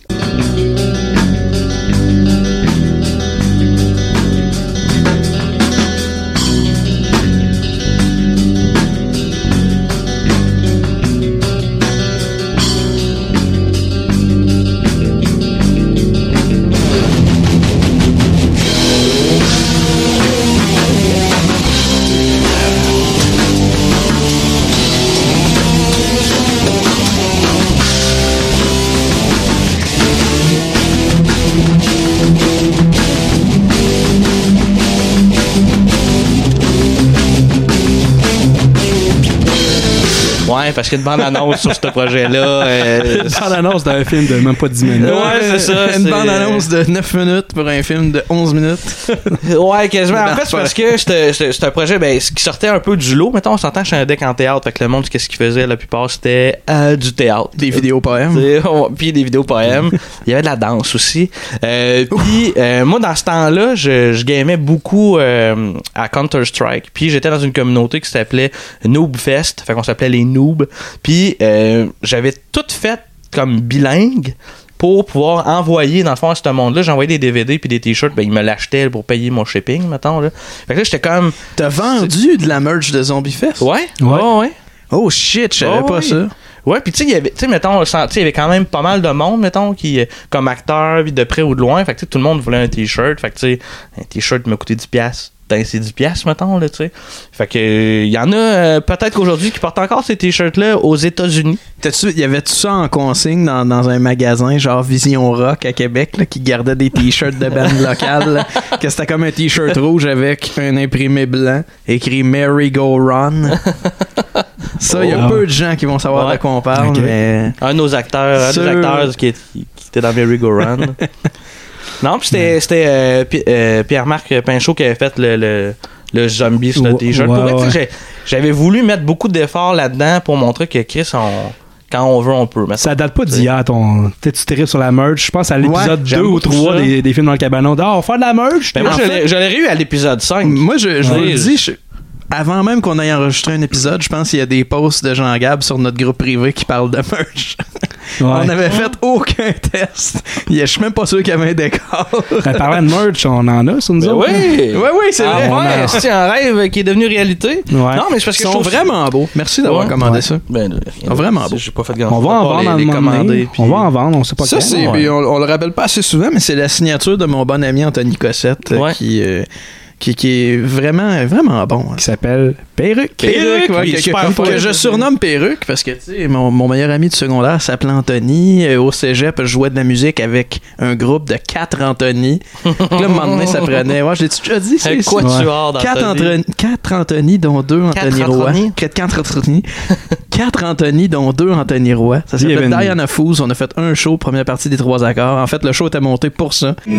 Speaker 1: Ouais, parce qu'il y a une bande-annonce sur ce projet-là. euh,
Speaker 4: Dans l'annonce d'un film de même pas 10 minutes.
Speaker 1: Ouais, c'est ça,
Speaker 5: Une
Speaker 1: c'est-
Speaker 5: bande-annonce de 9 minutes pour un film de 11 minutes.
Speaker 1: Ouais, quasiment. En
Speaker 5: Non,
Speaker 1: fait,
Speaker 5: c'est
Speaker 1: c'est
Speaker 5: pas
Speaker 1: parce que c'était- c'était c'était un projet ben, ce qui sortait un peu du lot. Mettons, on s'entend chez un deck en théâtre. Fait que le monde, qu'est-ce qu'il faisait la plupart, c'était euh, du théâtre.
Speaker 5: Des vidéos poèmes.
Speaker 1: T'sais, on- Puis des vidéos poèmes. Il y avait de la danse aussi. Euh, puis euh, moi, dans ce temps-là, je, je gamais beaucoup euh, à Counter-Strike. Puis j'étais dans une communauté qui s'appelait Noob Fest. Fait qu'on s'appelait les Noobs. Puis euh, j'avais tout fait comme bilingue pour pouvoir envoyer, dans le fond, à ce monde-là, j'envoyais des DVD puis des t-shirts, ben, ils me l'achetaient pour payer mon shipping, mettons, là. Fait que là, j'étais comme,
Speaker 5: T'as vendu de la merch de Zombie Fest?
Speaker 1: ouais, ouais,
Speaker 4: Ouais.
Speaker 1: ouais.
Speaker 5: Oh shit, je savais
Speaker 1: Oh,
Speaker 5: pas
Speaker 1: oui.
Speaker 5: ça.
Speaker 1: Ouais, puis tu sais, il y avait, tu sais, mettons, on sent- tu sais, il y avait quand même pas mal de monde, mettons, qui, euh, comme acteur, puis de près ou de loin, fait que tu sais, tout le monde voulait un t-shirt, fait que tu sais, un t-shirt m'a coûté 10 piastres. Ben, c'est 10 piastres, mettons, là, tu sais. Fait que, euh, il y en a, euh, peut-être qu'aujourd'hui, qui portent encore ces t-shirts-là aux États-Unis.
Speaker 5: T'as-tu, y avait-tu ça en consigne dans, dans un magasin, genre Vision Rock à Québec, là, qui gardait des t-shirts de bandes locales, là, que c'était comme un t-shirt rouge avec un imprimé blanc écrit Merry Go Run. Ça, il y a
Speaker 4: Oh.
Speaker 5: peu de gens qui vont savoir
Speaker 1: Ouais.
Speaker 5: de quoi on parle,
Speaker 4: Ok.
Speaker 5: mais
Speaker 1: Un de nos acteurs, un
Speaker 5: Sûr.
Speaker 1: des acteurs qui, est- qui était dans Merry Go Round. non, puis c'était, c'était, euh, Pi- euh, Pierre-Marc Pinchot qui avait fait le, le, le zombie sur le
Speaker 4: Ouais,
Speaker 1: t-shirt. Pour vrai,
Speaker 4: ouais,
Speaker 1: tu sais, j'ai- J'avais voulu mettre beaucoup d'efforts là-dedans pour montrer que Chris, on- quand on veut, on peut. Mais
Speaker 4: Ça date pas d'hier, ton. Tu sais, tu t'es sur la merch. Je pense à l'épisode
Speaker 1: Ouais,
Speaker 4: 2
Speaker 1: j'aime
Speaker 4: ou
Speaker 1: beaucoup
Speaker 4: 3
Speaker 1: ça.
Speaker 4: des, des films dans le cabanon. Ah, on va faire de la merch.
Speaker 1: Ben, moi,
Speaker 4: En
Speaker 1: je
Speaker 4: fait,
Speaker 1: l'ai- je l'aurais eu à l'épisode 5.
Speaker 5: moi, je, je vous
Speaker 1: Ouais.
Speaker 5: le dis, je- avant même qu'on aille enregistrer un épisode, je pense qu'il y a des posts de Jean Gab sur notre groupe privé qui parlent de merch.
Speaker 4: ouais.
Speaker 5: On n'avait fait aucun test. Il y a- Je suis même pas sûr qu'il y avait un décor.
Speaker 4: Ben, parlant de merch, on en a sur nous
Speaker 1: Ben
Speaker 4: autres. hein?
Speaker 1: oui!
Speaker 5: Ouais, oui, c'est
Speaker 1: Ah,
Speaker 5: vrai.
Speaker 1: ouais, c'est un rêve qui est devenu réalité.
Speaker 4: Ouais.
Speaker 1: Non, mais c'est parce
Speaker 5: Ils
Speaker 1: que je
Speaker 5: sont
Speaker 1: trouve
Speaker 5: vraiment beaux. Merci d'avoir
Speaker 1: Ouais,
Speaker 5: commandé ça.
Speaker 1: Ben, euh,
Speaker 5: Ah, vraiment beau.
Speaker 1: J'ai pas fait
Speaker 4: On va en
Speaker 1: grand-chose à part
Speaker 4: vendre à
Speaker 1: les-
Speaker 4: un
Speaker 1: les
Speaker 4: moment donné.
Speaker 1: commander, puis-
Speaker 4: On va en vendre, on sait pas
Speaker 5: Ça,
Speaker 4: quand.
Speaker 5: c'est,
Speaker 1: ouais.
Speaker 5: puis on, on le rappelle pas assez souvent, mais c'est la signature de mon bon ami Anthony Cossette euh,
Speaker 1: Ouais.
Speaker 5: qui, euh, qui, qui est vraiment, vraiment bon. hein.
Speaker 4: Qui s'appelle Perruque.
Speaker 1: Perruque,
Speaker 5: ouais,
Speaker 1: oui,
Speaker 5: que,
Speaker 1: super
Speaker 5: que-
Speaker 1: fort.
Speaker 5: que je surnomme Perruque parce que tu sais, mon, mon meilleur ami du secondaire s'appelait Anthony. Euh, Au cégep, je jouais de la musique avec un groupe de quatre Anthony. Donc là, un moment donné, ça prenait. Ouais, je l'ai déjà dit.
Speaker 1: Un
Speaker 5: C'est, ça?
Speaker 1: quatuor dans ta
Speaker 5: Quatre
Speaker 1: vie.
Speaker 5: Anthony, quatre Anthony, dont deux
Speaker 1: Quatre
Speaker 5: Anthony Roy.
Speaker 1: Anthony.
Speaker 5: Quatre, quatre Anthony. quatre Anthony, dont deux Anthony Roy. Ça s'appelle
Speaker 4: Bienvenue.
Speaker 5: Diana Foos. On a fait un show, première partie des trois accords. En fait, le show était monté pour ça.
Speaker 1: Ah,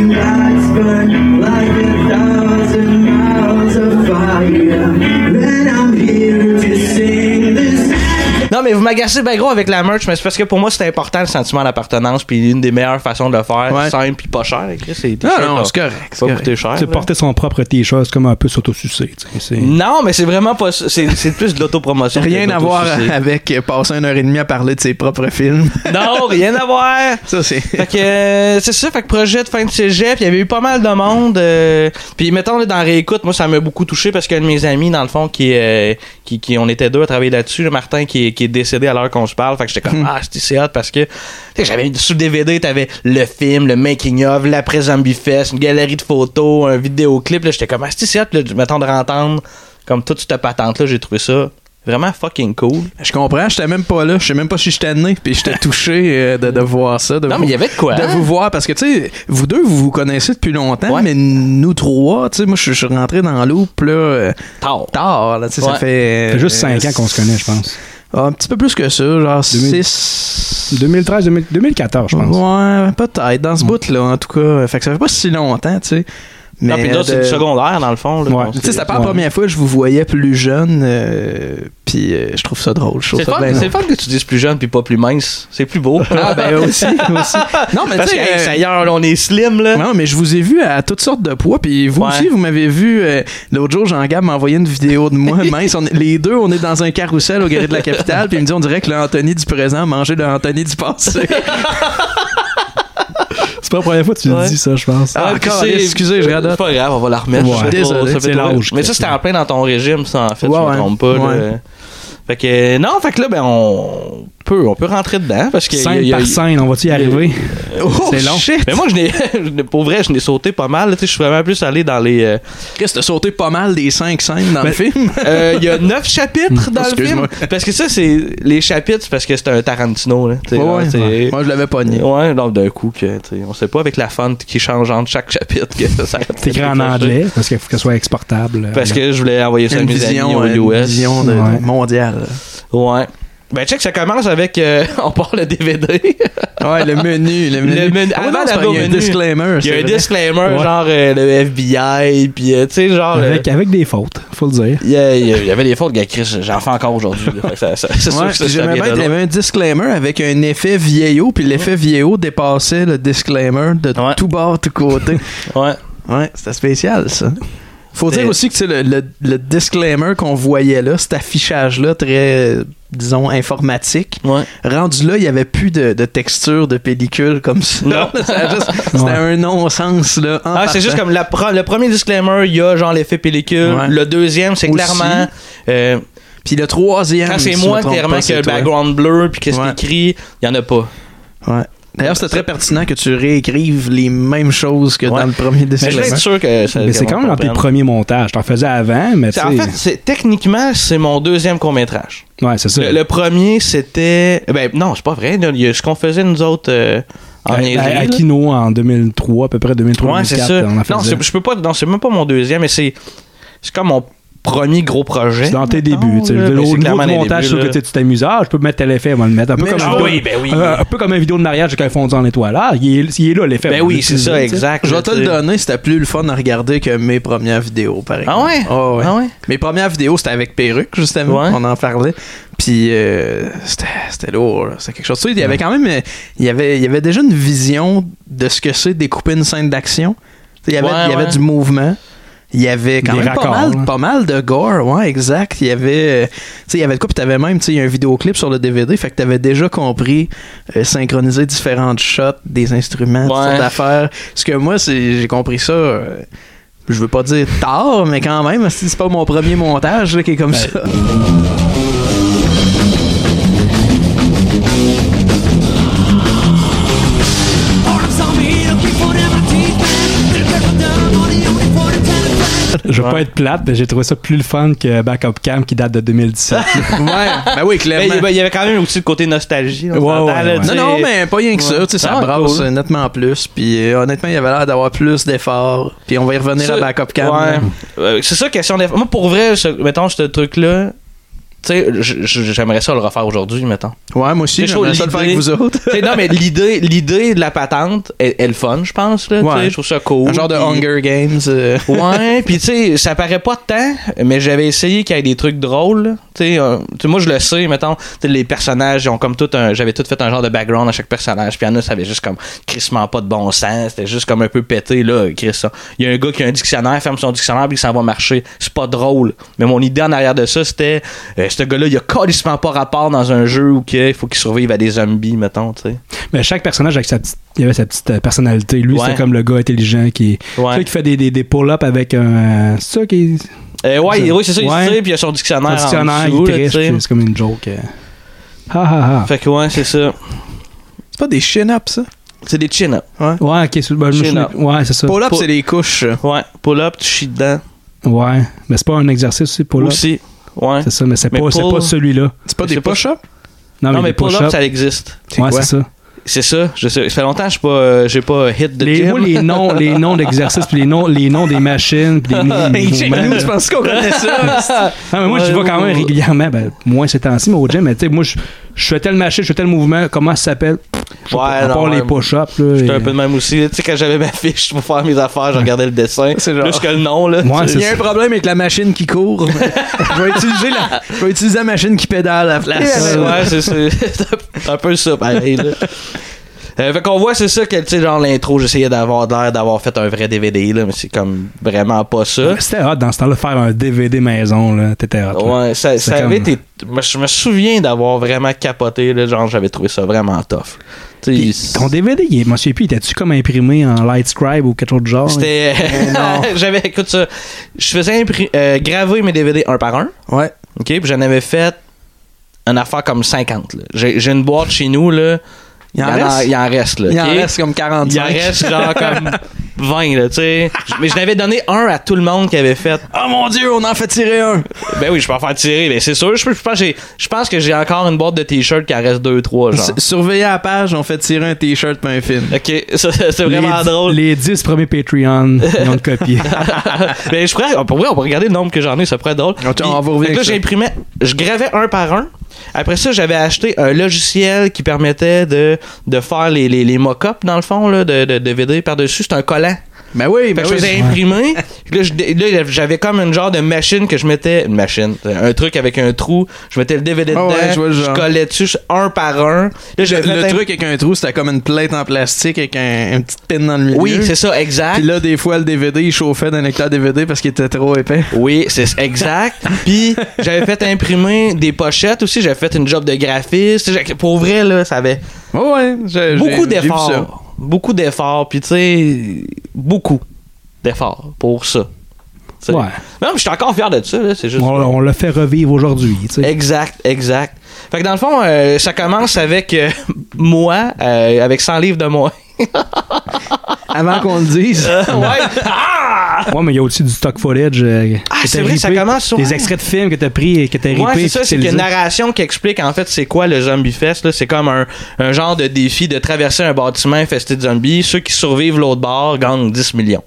Speaker 1: Non, mais vous m'agacez bien gros avec la merch, mais c'est parce que pour moi, c'est important le sentiment d'appartenance, puis une des meilleures façons de le faire,
Speaker 5: Ouais.
Speaker 1: simple puis pas cher. Chris, c'est
Speaker 5: Non, non, c'est correct, c'est
Speaker 1: Ça va
Speaker 5: correct.
Speaker 1: coûter cher.
Speaker 4: C'est
Speaker 1: là. Mm.
Speaker 4: porter son propre t-shirt, c'est comme un peu s'autosucer. tu sais, c'est-
Speaker 1: Non, mais c'est vraiment pas. ça. C'est c'est plus de l'autopromotion. que
Speaker 5: Rien
Speaker 1: de
Speaker 5: à voir
Speaker 1: l'autosuicide.
Speaker 5: avec euh, passer une heure et demie à parler de ses propres films.
Speaker 1: Non, rien à voir.
Speaker 5: Ça, c'est.
Speaker 1: Fait que euh, c'est ça, fait que projet de fin de cégep, il y avait eu pas mal de monde. euh, puis mettons là, dans réécoute, moi ça m'a beaucoup touché parce qu'un de mes amis dans le fond qui euh, qui, qui on était deux à travailler là-dessus, le Martin qui, est- qui est décédé à l'heure qu'on se parle, fait que j'étais comme ah c'est- c'est hot parce que tu sais, j'avais sous le DVD, t'avais le film, le making of, l'après Zombie Fest, une galerie de photos, un vidéoclip, là j'étais comme ah c'est- c'est hot, là, mettons de rentendre comme toute cette patente là, j'ai trouvé ça vraiment fucking cool.
Speaker 5: Je comprends, j'étais même pas là. Je sais même pas si j'étais né, puis j'étais touché euh, de, de voir ça. De
Speaker 1: Non
Speaker 5: vous-
Speaker 1: mais il y avait de quoi.
Speaker 5: de
Speaker 1: hein?
Speaker 5: vous voir parce que tu sais vous deux vous vous connaissez depuis longtemps
Speaker 1: Ouais.
Speaker 5: mais nous trois tu sais moi je je suis rentré dans l'eau là euh,
Speaker 1: Tard.
Speaker 5: tard là tu sais ça
Speaker 1: Ouais.
Speaker 5: fait Ah,
Speaker 4: Ça fait juste 5 ans qu'on se connaît, je pense.
Speaker 5: un petit peu plus que ça genre
Speaker 4: 2000.
Speaker 5: 6
Speaker 4: 2013, 2000 2014, je pense.
Speaker 5: ouais peut-être dans ce bout là en tout cas fait que ça fait pas si longtemps tu sais mais
Speaker 1: Non, Ah, puis là, c'est
Speaker 5: de-
Speaker 1: du secondaire, dans le fond. là.
Speaker 4: Ouais.
Speaker 1: Donc,
Speaker 5: tu sais, c'est pas
Speaker 4: Ouais.
Speaker 5: la première fois que je vous voyais plus jeune, euh, puis euh, je trouve ça drôle. je trouve
Speaker 1: C'est ben le fun,
Speaker 5: ça bien
Speaker 1: c'est le fun que tu dises plus jeune puis pas plus mince. C'est plus beau.
Speaker 5: drôle. Ah, ben aussi, aussi. Non, mais
Speaker 1: Parce
Speaker 5: tu
Speaker 1: que,
Speaker 5: sais,
Speaker 1: hey,
Speaker 5: euh,
Speaker 1: ça y est, on est slim, là.
Speaker 5: Non, mais je vous ai vu à toutes sortes de poids, puis vous
Speaker 1: Ouais.
Speaker 5: aussi, vous m'avez vu. euh, L'autre jour, Jean-Gab m'a envoyé une vidéo de moi. Mince, on est- les deux, on est dans un carrousel au Galerie de la Capitale, puis il me dit on dirait que l'Anthony du présent mangeait le Anthony du passé.
Speaker 4: C'est pas la première fois que tu
Speaker 1: Ouais.
Speaker 4: dis ça, je pense.
Speaker 5: Ah,
Speaker 1: puis
Speaker 5: calme,
Speaker 1: c'est-
Speaker 5: excusez, je radote.
Speaker 1: C'est pas grave, on va la remettre.
Speaker 4: Ouais.
Speaker 1: Je sais pas,
Speaker 5: Désolé,
Speaker 1: ça fait
Speaker 4: c'est
Speaker 1: trop-
Speaker 4: l'âge,
Speaker 1: Mais ça, c'était en plein dans ton régime, ça, en fait,
Speaker 5: Ouais,
Speaker 1: je me
Speaker 5: ouais.
Speaker 1: trompe pas. là.
Speaker 5: Ouais.
Speaker 1: Fait que, euh, non, fait que là, ben, on peut, on peut rentrer dedans, parce que... il
Speaker 4: Scène
Speaker 1: y a-
Speaker 4: par scène, on va-tu y arriver?
Speaker 1: Oh,
Speaker 4: c'est long.
Speaker 1: shit! Mais moi, je n'ai, je n'ai- pour vrai, je n'ai sauté pas mal. là, tu sais, Je suis vraiment plus allé dans les... euh,
Speaker 5: Chris, t'as sauté pas mal des cinq scènes dans le film.
Speaker 1: euh, Il y a neuf chapitres dans le film.
Speaker 5: Excuse-moi.
Speaker 1: Parce que ça, c'est les chapitres, c'est parce que c'est un Tarantino. Là, tu sais, genre, c'est-
Speaker 5: Moi, je l'avais pogné.
Speaker 1: Ouais, donc d'un coup, que, tu sais, on sait pas avec la fente qui change entre chaque chapitre que ça s'arrête.
Speaker 4: C'est écrit en anglais, parce qu'il faut que ce soit exportable. euh,
Speaker 1: Parce que je voulais envoyer ça à
Speaker 5: Une
Speaker 1: mes
Speaker 5: vision,
Speaker 1: amis
Speaker 5: euh,
Speaker 1: au
Speaker 5: une
Speaker 1: US.
Speaker 5: vision de- de-
Speaker 4: Ouais.
Speaker 5: mondiale.
Speaker 1: Ouais. Ben, check, ça commence avec. euh, on part le DVD.
Speaker 5: Ouais, le menu. Le menu.
Speaker 1: Le menu-
Speaker 5: Ah ouais,
Speaker 1: avant
Speaker 5: non, c'est
Speaker 1: d'avoir
Speaker 5: pas- il y a
Speaker 1: au
Speaker 5: un
Speaker 1: menu,
Speaker 5: disclaimer.
Speaker 1: Il y a
Speaker 5: c'est
Speaker 1: un
Speaker 5: vrai.
Speaker 1: disclaimer,
Speaker 4: Ouais.
Speaker 1: genre euh, le FBI, puis euh, tu sais, genre. euh,
Speaker 4: Avec, avec des fautes, faut le dire.
Speaker 1: Il y, a- il y a- il y avait des fautes, gars, Chris, j'en fais encore aujourd'hui. là. Fait que ça- ça- C'est sûr
Speaker 5: Ouais,
Speaker 1: que ça,
Speaker 5: puis
Speaker 1: ça
Speaker 5: j'aimais
Speaker 1: vient
Speaker 5: bien
Speaker 1: de
Speaker 5: qu'il y
Speaker 1: là.
Speaker 5: avait un disclaimer avec un effet vieillot, puis l'effet vieillot dépassait le disclaimer de
Speaker 1: Ouais.
Speaker 5: tout bord, tout côté.
Speaker 1: Ouais.
Speaker 5: ouais, c'était spécial, ça. Faut
Speaker 1: C'était-
Speaker 5: dire aussi que tu sais, le, le- le disclaimer qu'on voyait là, cet affichage-là très, euh, disons, informatique,
Speaker 1: Ouais.
Speaker 5: rendu là, il n'y avait plus de, de texture de pellicule comme ça.
Speaker 1: Non.
Speaker 5: Ça a juste- C'était
Speaker 4: Ouais.
Speaker 5: un non-sens, là. en
Speaker 1: Ah, c'est
Speaker 5: partant.
Speaker 1: juste comme la pro- le premier disclaimer, il y a genre l'effet pellicule.
Speaker 5: Ouais.
Speaker 1: Le deuxième, c'est
Speaker 5: Aussi.
Speaker 1: clairement. euh,
Speaker 5: Puis le troisième.
Speaker 1: quand Ah, c'est
Speaker 5: si je
Speaker 1: moi
Speaker 5: me trompe
Speaker 1: clairement
Speaker 5: pas,
Speaker 1: qui a
Speaker 5: c'est
Speaker 1: le
Speaker 5: toi.
Speaker 1: background bleu puis qu'est-ce
Speaker 5: Ouais.
Speaker 1: qu'il écrit, il y en a pas.
Speaker 5: Ouais. D'ailleurs, c'était très pertinent que tu réécrives les mêmes choses que
Speaker 1: Ouais.
Speaker 5: dans le premier
Speaker 1: Mais je vais
Speaker 5: disclaimer.
Speaker 1: être sûr que ça-
Speaker 4: Mais
Speaker 1: que
Speaker 4: c'est
Speaker 1: mon
Speaker 4: quand même dans tes
Speaker 1: comprenne.
Speaker 4: premiers montages. T'en faisais avant, mais tu
Speaker 1: C'est- En fait,
Speaker 4: sais.
Speaker 1: c'est- techniquement, c'est mon deuxième court-métrage.
Speaker 4: Ouais, c'est ça.
Speaker 1: Le, le premier, c'était. Ben non, c'est pas vrai. là, il y a ce qu'on faisait nous autres euh, en
Speaker 4: À-
Speaker 1: niaiserie,
Speaker 4: à,
Speaker 1: là.
Speaker 4: à Kino en 2003, à peu près 2003
Speaker 1: Ouais, c'est ça.
Speaker 4: 2004, on en
Speaker 1: Non,
Speaker 4: faisait.
Speaker 1: c'est- je peux pas. Non, c'est même pas mon deuxième, mais c'est. C'est comme mon premier gros projet.
Speaker 4: C'est dans tes
Speaker 1: mettons,
Speaker 4: débuts. tu sais.
Speaker 1: Ben là.
Speaker 4: Je veux dire,
Speaker 1: Mais
Speaker 4: Au
Speaker 1: c'est
Speaker 4: niveau
Speaker 1: clairement
Speaker 4: du
Speaker 1: les
Speaker 4: montage,
Speaker 1: débuts,
Speaker 4: sur que
Speaker 1: là.
Speaker 4: tu sais, tu t'amuses. Ah, je peux mettre tel effet, on va le mettre. Un peu,
Speaker 5: Mais
Speaker 4: comme,
Speaker 5: je
Speaker 4: un,
Speaker 1: Ah
Speaker 5: veux-
Speaker 1: oui, ben oui.
Speaker 4: un- un peu comme une vidéo de mariage quand ils font dans l'étoilage. Ah, Il, est- il est là, l'effet.
Speaker 1: Ben
Speaker 4: On
Speaker 1: oui, c'est
Speaker 4: l'utilise,
Speaker 1: ça,
Speaker 4: tu sais.
Speaker 1: exact.
Speaker 5: Je vais
Speaker 1: là,
Speaker 5: te le
Speaker 1: tu sais.
Speaker 5: donner, c'était plus le fun à regarder que mes premières vidéos, par exemple.
Speaker 1: Ah ouais?
Speaker 5: Ah ouais.
Speaker 1: Ah ouais?
Speaker 5: Mes premières vidéos, c'était avec perruque, justement.
Speaker 1: Ouais.
Speaker 5: On en parlait. Puis, euh, c'était c'était lourd. là. C'était quelque chose. Tu sais, il y avait quand même. euh, Il y avait, il y avait déjà une vision de ce que c'est découper une scène d'action. Tu sais, Il y avait,
Speaker 1: Ouais,
Speaker 5: il y avait
Speaker 1: ouais.
Speaker 5: du mouvement. Il y avait quand
Speaker 4: Des
Speaker 5: même
Speaker 4: raccords,
Speaker 5: pas, mal,
Speaker 4: ouais.
Speaker 5: pas mal de gore, ouais, exact. Il y avait, euh, tu sais, il y avait de quoi, puis t'avais même, tu sais, il y a un vidéoclip sur le DVD, fait que t'avais déjà compris euh, synchroniser différentes shots, des instruments, toutes
Speaker 1: Ouais.
Speaker 5: sortes d'affaires. Ce que moi, c'est, j'ai compris ça. euh, je veux pas dire tard, mais quand même, si c'est pas mon premier montage là, qui est comme ça.
Speaker 4: Je veux pas être plate, mais j'ai trouvé ça plus le fun que Backup Cam qui date de 2017.
Speaker 5: ouais, ben oui,
Speaker 1: Ben,
Speaker 5: clairement.
Speaker 1: il y- ben, il y avait quand même aussi le côté nostalgie. on
Speaker 4: Ouais,
Speaker 1: s'entend,
Speaker 4: ouais,
Speaker 1: là,
Speaker 4: ouais.
Speaker 1: tu sais.
Speaker 5: non, non, mais pas rien que ça, tu sais, ça
Speaker 1: Ah,
Speaker 5: brasse euh,
Speaker 1: cool.
Speaker 5: nettement plus. Puis euh, honnêtement, il avait l'air d'avoir plus d'efforts. Puis on va y revenir
Speaker 1: Ça-
Speaker 5: à Backup Cam.
Speaker 1: Ouais.
Speaker 5: là.
Speaker 1: Euh, c'est ça, question d'effort. Moi, pour vrai, ce- mettons, ce truc-là, tu sais, j- j- j'aimerais ça le refaire aujourd'hui, mettons.
Speaker 5: Ouais, moi aussi,
Speaker 1: C'est chaud,
Speaker 5: j'aimerais ça le faire avec
Speaker 1: l'idée.
Speaker 5: vous autres.
Speaker 1: Tu sais, non, mais l'idée, l'idée de la patente est, est le fun, je pense. Là, tu sais,
Speaker 5: Ouais.
Speaker 1: Je trouve ça cool.
Speaker 5: Un genre de
Speaker 1: Puis-
Speaker 5: Hunger Games. euh.
Speaker 1: ouais, puis tu sais, ça paraît pas de temps, mais j'avais essayé qu'il y ait des trucs drôles. là. Tu sais, euh, tu sais, moi je le sais, mettons, tu sais, les personnages, ils ont comme tout un. J'avais tout fait un genre de background à chaque personnage, puis il y en a, ça avait juste comme crissement pas de bon sens, c'était juste comme un peu pété, là, Chris. ça. Il y a un gars qui a un dictionnaire, ferme son dictionnaire, puis il s'en va marcher. C'est pas drôle. Mais mon idée en arrière de ça, c'était, euh, ce gars-là, il a carrément pas rapport dans un jeu où qu'il faut qu'il survive à des zombies, mettons, tu sais.
Speaker 4: Mais chaque personnage avec sa petite, il avait sa petite euh, personnalité. Lui,
Speaker 1: Ouais.
Speaker 4: c'était comme le gars intelligent qui,
Speaker 1: Ouais.
Speaker 4: celui qui fait des, des, des pull-ups avec un. C'est ça qui.
Speaker 1: Euh, ouais,
Speaker 4: C'est-
Speaker 1: oui, c'est ça, il
Speaker 4: ouais.
Speaker 1: se tire, puis il a son
Speaker 4: Son
Speaker 1: dictionnaire. en
Speaker 4: dictionnaire,
Speaker 1: dessous,
Speaker 4: il
Speaker 1: là, tu
Speaker 4: triche,
Speaker 1: sais.
Speaker 4: puis c'est comme une joke. euh. Ha ha ha.
Speaker 1: Fait que ouais, c'est ça.
Speaker 5: C'est pas des chin-ups, ça.
Speaker 1: C'est des chin-ups.
Speaker 4: Ouais, ok, c'est ben, je me
Speaker 1: Chin-up.
Speaker 4: souviens- Ouais, c'est ça.
Speaker 5: Pull-up,
Speaker 1: Pull-
Speaker 5: c'est des couches.
Speaker 1: Ouais, pull-up, tu chies dedans.
Speaker 4: Ouais. Mais c'est pas un exercice aussi, pull-up.
Speaker 1: Aussi. Ouais.
Speaker 4: C'est ça, mais c'est
Speaker 1: Mais
Speaker 4: pas, c'est
Speaker 1: pull-
Speaker 4: pas celui-là.
Speaker 5: C'est pas
Speaker 1: Je
Speaker 5: des
Speaker 1: sais pas.
Speaker 5: push-ups?
Speaker 1: Non,
Speaker 4: Non, Ah, mais
Speaker 1: mais
Speaker 4: des push-ups.
Speaker 1: pull-up, ça existe.
Speaker 4: ouais, c'est ça.
Speaker 1: C'est ça. Je sais. Ça fait longtemps que je suis pas, euh, j'ai pas hit de
Speaker 4: Les,
Speaker 1: gym.
Speaker 4: moi, les noms, les noms d'exercices, puis les noms, les noms des machines, puis des
Speaker 5: Hey,
Speaker 4: mouvements,
Speaker 5: chez nous,
Speaker 4: là.
Speaker 5: je pense qu'on connaît ça.
Speaker 4: Ah, mais moi,
Speaker 1: Ouais,
Speaker 4: j'y vais quand
Speaker 1: ouais,
Speaker 4: même
Speaker 1: ouais.
Speaker 4: régulièrement. Ben, moins ces temps-ci, mais au gym, mais tu sais, moi, je je fais tel machin, je fais tel mouvement, comment ça s'appelle Je sais
Speaker 1: Ouais,
Speaker 4: pas, à
Speaker 1: non,
Speaker 4: part les
Speaker 1: ouais.
Speaker 4: push-ups. là,
Speaker 1: J'étais
Speaker 4: et-
Speaker 1: un peu de même aussi. Tu sais, quand j'avais ma fiche pour faire mes affaires, je regardais le dessin.
Speaker 5: C'est genre-
Speaker 1: Plus que le nom, là.
Speaker 4: Ouais,
Speaker 5: Il y
Speaker 4: c'est
Speaker 5: a un
Speaker 4: ça.
Speaker 5: problème avec la machine qui court. je, vais utiliser la, je vais utiliser la machine qui pédale à la place.
Speaker 1: Ouais, c'est c'est- c'est un peu ça, pareil, là. Euh, fait qu'on voit, c'est ça que, tu sais, genre l'intro, j'essayais d'avoir l'air d'avoir fait un vrai DVD, là, mais c'est comme vraiment pas ça.
Speaker 4: C'était hot dans ce temps-là, faire un DVD maison, là. T'étais hot. là.
Speaker 1: Ouais, ça,
Speaker 4: C'est
Speaker 1: ça
Speaker 4: comme-
Speaker 1: avait été. moi, Je me souviens d'avoir vraiment capoté, là, genre j'avais trouvé ça vraiment tough. Tu sais,
Speaker 4: Puis,
Speaker 1: c'est-
Speaker 4: ton DVD, il est, monsieur P, était-tu comme imprimé en Light Scribe ou quelque chose de genre?
Speaker 1: C'était. j'avais, écoute ça, je faisais impri- euh, graver mes DVD un par un.
Speaker 5: Ouais.
Speaker 1: OK, puis j'en avais fait une affaire comme 50. là. J'ai, j'ai une boîte chez nous, là.
Speaker 5: Il en reste?
Speaker 1: il en reste, là.
Speaker 5: Il en
Speaker 1: OK?
Speaker 5: reste comme
Speaker 1: Il en
Speaker 5: 45.
Speaker 1: reste genre comme 20, là, tu sais. Mais je n'avais donné un à tout le monde qui avait fait.
Speaker 5: Oh mon dieu, on en fait tirer un.
Speaker 1: Ben oui, je peux en faire tirer, mais c'est sûr. Je, peux- je pense, que j'ai, je pense que j'ai encore une boîte de t-shirts qui en reste 2-3, genre.
Speaker 5: S- Surveillez à la page, on fait tirer un t-shirt pas un film.
Speaker 1: Ok, ça, ça, c'est vraiment
Speaker 4: les,
Speaker 1: drôle.
Speaker 4: Les 10 premiers Patreon, ils ont copié.
Speaker 1: Mais je pourrais, on pourrait, on pourrait regarder le nombre que j'en ai, ça pourrait être drôle.
Speaker 5: On- on va
Speaker 1: Fait
Speaker 5: revenir
Speaker 1: que
Speaker 5: avec
Speaker 1: là,
Speaker 5: ça.
Speaker 1: j'imprimais, je gravais un par un. Après ça, j'avais acheté un logiciel qui permettait de, de faire les, les, les mock-ups, dans le fond, là, de, de DVD par-dessus. C'est un collant.
Speaker 5: Ben oui,
Speaker 1: Fait
Speaker 5: ben
Speaker 1: que je
Speaker 5: oui.
Speaker 1: faisais imprimer. Là, je- là, j'avais comme une genre de machine que je mettais. Une machine. Un truc avec un trou. Je mettais le DVD
Speaker 5: Ah
Speaker 1: dedans.
Speaker 5: ouais, je vois le
Speaker 1: je
Speaker 5: genre.
Speaker 1: collais dessus je- un par un. Là, je
Speaker 5: Le, le
Speaker 1: mettais-
Speaker 5: truc avec un trou, c'était comme une plate en plastique avec un, une petite pin dans le milieu.
Speaker 1: Oui, c'est ça, exact.
Speaker 5: Puis là, des fois, le DVD, il chauffait d'un lecteur DVD parce qu'il était trop épais.
Speaker 1: Oui, c'est exact. Puis j'avais fait imprimer des pochettes aussi, j'avais fait une job de graphiste. J'ai- Pour vrai là, ça avait
Speaker 5: Ouais, ouais. j'ai- j'ai-
Speaker 1: beaucoup
Speaker 5: j'ai vu ça.
Speaker 1: d'efforts, beaucoup d'efforts, puis tu sais beaucoup d'efforts pour ça. Tu sais.
Speaker 4: ouais.
Speaker 1: Non, mais je suis encore fier de ça là, c'est juste
Speaker 4: On, on le fait revivre aujourd'hui, tu sais.
Speaker 1: Exact, exact. Fait que dans le fond, euh, ça commence avec euh, moi, euh, avec 100 livres de moi.
Speaker 5: Avant qu'on le dise.
Speaker 1: ouais. Ah!
Speaker 4: Ouais, mais il y a aussi du stock footage. euh,
Speaker 1: Ah,
Speaker 4: que
Speaker 1: c'est
Speaker 4: t'as
Speaker 1: vrai, ça
Speaker 4: rippé,
Speaker 1: commence sur- Hein.
Speaker 4: Des extraits de films que t'as pris et que t'as
Speaker 1: Ouais,
Speaker 4: ripé.
Speaker 1: c'est ça, c'est qu'il y a une narration qui explique en fait c'est quoi le Zombie Fest. là. C'est comme un, un genre de défi de traverser un bâtiment infesté de zombies. Ceux qui survivent l'autre bord gagnent 10 millions.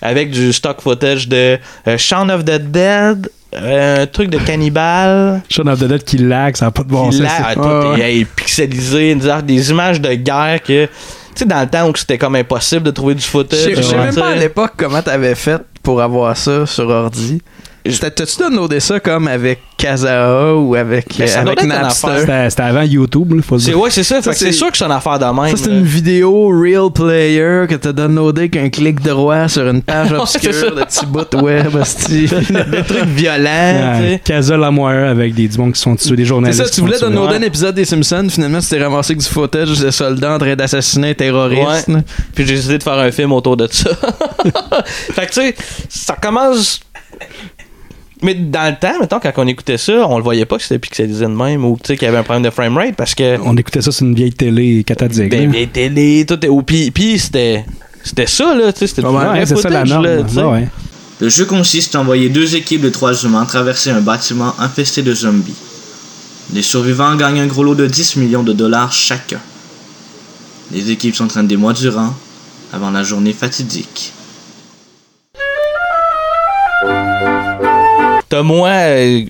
Speaker 1: Avec du stock footage de euh, Shaun of the Dead, euh, un truc de cannibale.
Speaker 4: Shaun of the Dead qui lag, ça n'a pas de bon
Speaker 1: qui
Speaker 4: sens.
Speaker 1: l'a-
Speaker 4: ça.
Speaker 1: ah, tout
Speaker 4: Ouais, ouais.
Speaker 1: est hey, pixelisé, des, des images de guerre que. Tu sais, dans le temps où c'était comme impossible de trouver du
Speaker 5: Je
Speaker 1: footage.
Speaker 5: sais- je sais
Speaker 1: Ouais.
Speaker 5: même pas à l'époque comment t'avais fait pour avoir ça sur ordi.
Speaker 1: Je-
Speaker 5: C'était- T'as-tu downloadé ça comme avec Kazaa ou avec,
Speaker 1: Mais ça
Speaker 5: euh,
Speaker 1: doit
Speaker 5: avec
Speaker 1: être une affaire.
Speaker 5: Napster?
Speaker 4: C'était c'était avant YouTube, là, faut le
Speaker 1: C'est
Speaker 4: dire.
Speaker 1: ouais, c'est ça.
Speaker 5: Ça,
Speaker 1: Fait que c'est
Speaker 5: c'est-
Speaker 1: sûr que c'est une affaire de
Speaker 5: Ça,
Speaker 1: même.
Speaker 5: c'est
Speaker 1: là.
Speaker 5: une vidéo Real Player que t'as downloadé avec un clic droit sur une page
Speaker 1: c'est ça.
Speaker 5: obscure de petits bouts web, hostie. des trucs violents. tu sais.
Speaker 4: Ouais, Casa Lamoire avec des démons qui sont tués, des
Speaker 5: C'est
Speaker 4: journalistes.
Speaker 5: ça,
Speaker 4: qui
Speaker 5: tu
Speaker 4: sont
Speaker 5: voulais
Speaker 4: tués.
Speaker 5: downloader un épisode des Simpsons, finalement, c'était ramassé avec du footage de soldats en train d'assassiner un terroriste.
Speaker 1: Ouais.
Speaker 5: là.
Speaker 1: Puis j'ai décidé de faire un film autour de ça. fait que tu sais, ça commence. Mais dans le temps, mettons, quand on écoutait ça, on le voyait pas que c'était pixelisé de même ou tu sais qu'il y avait un problème de framerate parce que.
Speaker 4: On écoutait ça sur une vieille télé catadique.
Speaker 1: Ben,
Speaker 4: là.
Speaker 1: les télé, tout est. ou Puis, puis c'était. C'était ça, là, tu sais, c'était du
Speaker 4: Ouais,
Speaker 1: vrai
Speaker 4: c'est ça la
Speaker 1: footage,
Speaker 4: norme.
Speaker 1: là, tu sais.
Speaker 4: ouais, ouais.
Speaker 10: Le jeu consiste à envoyer deux équipes de trois humains traverser un bâtiment infesté de zombies. Les survivants gagnent un gros lot de 10 millions de dollars chacun. Les équipes s'entraînent des mois durant, avant la journée fatidique.
Speaker 1: T'as moi euh,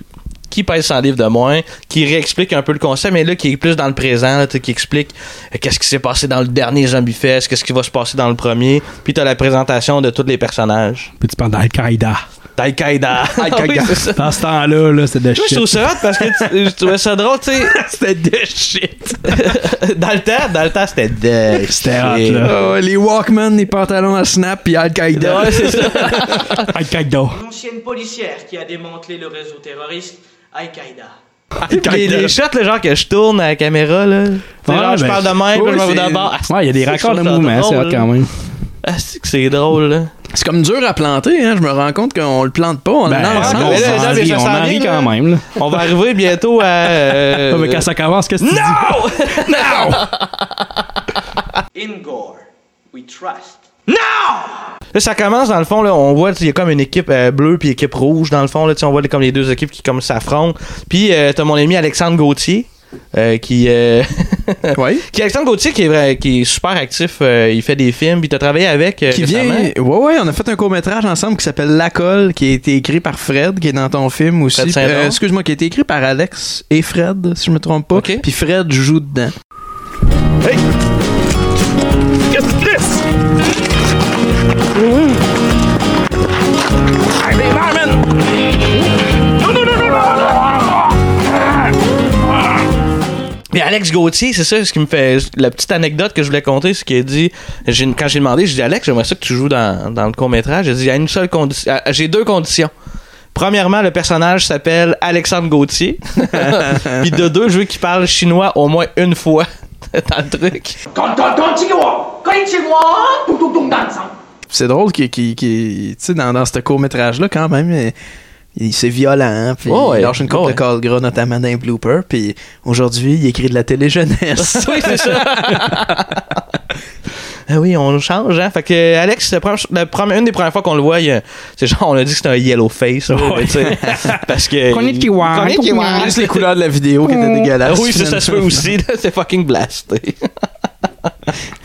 Speaker 1: qui pèse 100 livres de moins, qui réexplique un peu le concept, mais là, qui est plus dans le présent, là, tu sais, qui explique euh, qu'est-ce qui s'est passé dans le dernier Zombie Fest, qu'est-ce qui va se passer dans le premier, puis t'as la présentation de tous les personnages.
Speaker 4: Puis tu parles d'Al-Qaïda.
Speaker 1: Al-Qaïda.
Speaker 4: Al-Qaïda.
Speaker 1: Ah oui, c'est ça.
Speaker 4: Dans ce temps-là, là, c'est de
Speaker 1: Toi, je
Speaker 4: shit.
Speaker 1: trouve ça hot parce que tu- je trouvais ça drôle, tu sais.
Speaker 5: C'était de shit.
Speaker 1: dans le temps, dans le temps, c'était de
Speaker 4: C'était hot, là.
Speaker 5: Ah ouais, les Walkman, les pantalons à snap, puis Al-Qaïda.
Speaker 1: Ouais, c'est ça.
Speaker 4: Al-Qaïda.
Speaker 10: L'ancienne policière qui a démantelé le réseau terroriste Al-Qaïda.
Speaker 1: Les, les shots, le genre que je tourne à la caméra, là. Tu sais,
Speaker 4: Ouais,
Speaker 1: genre, je
Speaker 4: ben,
Speaker 1: parle de même, puis je
Speaker 5: oui,
Speaker 1: me vois
Speaker 5: c'est-
Speaker 1: d'abord. Ah,
Speaker 4: Ouais, il y a des
Speaker 1: c'est-
Speaker 4: raccords
Speaker 1: je
Speaker 4: de
Speaker 1: trouve ça
Speaker 4: mouvement, c'est
Speaker 1: drôle,
Speaker 4: hot
Speaker 1: là.
Speaker 4: quand même.
Speaker 1: Ah, c'est que c'est drôle, là.
Speaker 5: C'est comme dur à planter, hein. Je me rends compte qu'on le plante pas. On
Speaker 4: Ben,
Speaker 5: le lance.
Speaker 4: on
Speaker 1: Ah, non,
Speaker 5: hein.
Speaker 1: mais là,
Speaker 4: en
Speaker 1: là, mais
Speaker 4: rit,
Speaker 1: ça
Speaker 4: on
Speaker 1: s'en
Speaker 4: en
Speaker 1: vient,
Speaker 4: rit
Speaker 1: là.
Speaker 4: quand même, là.
Speaker 1: On va arriver bientôt à. euh,
Speaker 4: Ah, mais quand ça commence, qu'est-ce que tu dis?
Speaker 1: Non!
Speaker 10: In gore, we trust.
Speaker 1: Là, ça commence dans le fond là, on voit tu sais, il y a comme une équipe euh, bleue puis équipe rouge dans le fond là, tu sais, on voit comme les deux équipes qui comme s'affrontent. Puis euh, t'as mon ami Alexandre Gauthier euh, qui euh,
Speaker 5: Ouais.
Speaker 1: qui Alexandre Gauthier qui est vrai- qui est super actif, euh, il fait des films, puis t'as travaillé avec euh,
Speaker 5: Qui vient.
Speaker 1: récemment.
Speaker 5: Ouais, ouais, on a fait un court-métrage ensemble qui s'appelle La Colle, qui a été écrit par Fred, qui est dans ton film aussi.
Speaker 1: Fred Saint-Don.
Speaker 5: Euh, Excuse-moi, qui a été écrit par Alex et Fred, si je me trompe pas.
Speaker 1: Ok.
Speaker 5: Puis Fred joue dedans.
Speaker 1: Mais Alex Gauthier, c'est ça ce qui me fait la petite anecdote que je voulais conter, c'est qu'il a dit j'ai quand j'ai demandé, j'ai dit Alex, j'aimerais ça que tu joues dans, dans le court-métrage, il a dit il y a une seule condition ah, j'ai deux conditions. Premièrement, le personnage s'appelle Alexandre Gauthier. Puis de deux, je veux qu'il parle chinois au moins une fois dans le truc.
Speaker 5: C'est drôle qu'il, qu'il- qu'il- tu sais, dans, dans ce court-métrage-là, quand même, euh, il, c'est violent, hein, puis
Speaker 1: Ouais,
Speaker 5: il lâche une coupe
Speaker 1: ouais.
Speaker 5: de call gras, notamment dans les bloopers, puis aujourd'hui, il écrit de la télé-jeunesse.
Speaker 1: oui, c'est ça. Ah oui, on change, hein. Fait que euh, Alex, la première- la première- une des premières fois qu'on le voit, il y a- c'est genre, on a dit que c'était un yellow face, là, mais tu sais, parce que.
Speaker 4: Konnichiwa.
Speaker 1: Konnichiwa.
Speaker 5: Juste les couleurs de la vidéo qui étaient
Speaker 1: Ah
Speaker 5: dégueulasses.
Speaker 1: oui, ça, ça se peut aussi. là, C'est fucking blasté.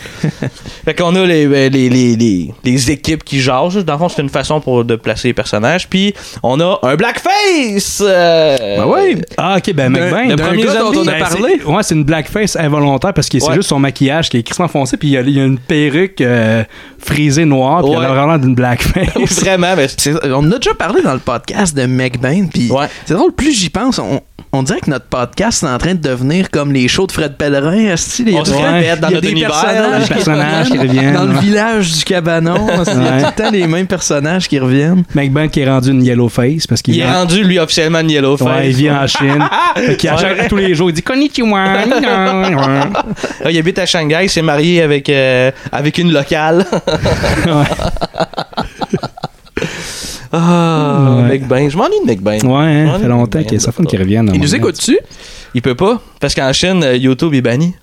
Speaker 1: fait qu'on a les, ben, les, les, les, les équipes qui jasent. Dans le fond, c'est une façon pour, de placer les personnages. Puis, on a un blackface! euh,
Speaker 5: Ben oui.
Speaker 4: Ah, ok, ben McBain.
Speaker 5: d'un
Speaker 1: premier
Speaker 5: gars
Speaker 1: zombie.
Speaker 5: dont on a
Speaker 4: Ben,
Speaker 5: parlé.
Speaker 4: c'est- Ouais, c'est une blackface involontaire parce que c'est
Speaker 1: Ouais.
Speaker 4: juste son maquillage qui est crissement foncé, puis il y a, il y a une perruque euh, frisée noire, puis
Speaker 1: Ouais.
Speaker 4: elle a vraiment d'une blackface.
Speaker 1: Vraiment, ben, mais c'est-
Speaker 5: C'est- euh, on en a déjà parlé dans le podcast de McBain, puis
Speaker 1: Ouais.
Speaker 5: c'est drôle, plus j'y pense, on, on dirait que notre podcast est en train de devenir comme les shows de Fred Pellerin, esti, les
Speaker 1: On se
Speaker 5: trucs.
Speaker 1: répète dans
Speaker 5: Il y a
Speaker 1: notre
Speaker 5: des
Speaker 1: univers,
Speaker 5: personnages,
Speaker 4: les
Speaker 5: qui
Speaker 4: personnages qui
Speaker 5: reviennent.
Speaker 4: reviennent,
Speaker 5: Dans le
Speaker 4: ouais.
Speaker 5: village du cabanon, il y a
Speaker 4: Ouais.
Speaker 5: tout le temps les mêmes personnages qui reviennent.
Speaker 4: McBain qui est rendu une yellow face parce qu'il
Speaker 1: il est
Speaker 4: vient-
Speaker 1: rendu, lui, officiellement de yellow face.
Speaker 4: Ouais, il vit en Chine. Fait qu'il, à chaque- tous les jours, il dit Konnichiwa. Nina.
Speaker 1: Là, Ah, il habite à Shanghai, il s'est marié avec, euh, avec une locale.
Speaker 4: ouais.
Speaker 1: Ah,
Speaker 4: Ouais.
Speaker 1: Mec Ben. Je m'ennuie de Mec Ben.
Speaker 4: Ouais, hein, ça fait longtemps
Speaker 1: Ouais,
Speaker 4: qu'il ça
Speaker 1: ben,
Speaker 4: fun qu'il revienne.
Speaker 5: Ils nous écoutent dessus?
Speaker 1: Il peut pas, parce qu'en Chine, euh, YouTube est banni.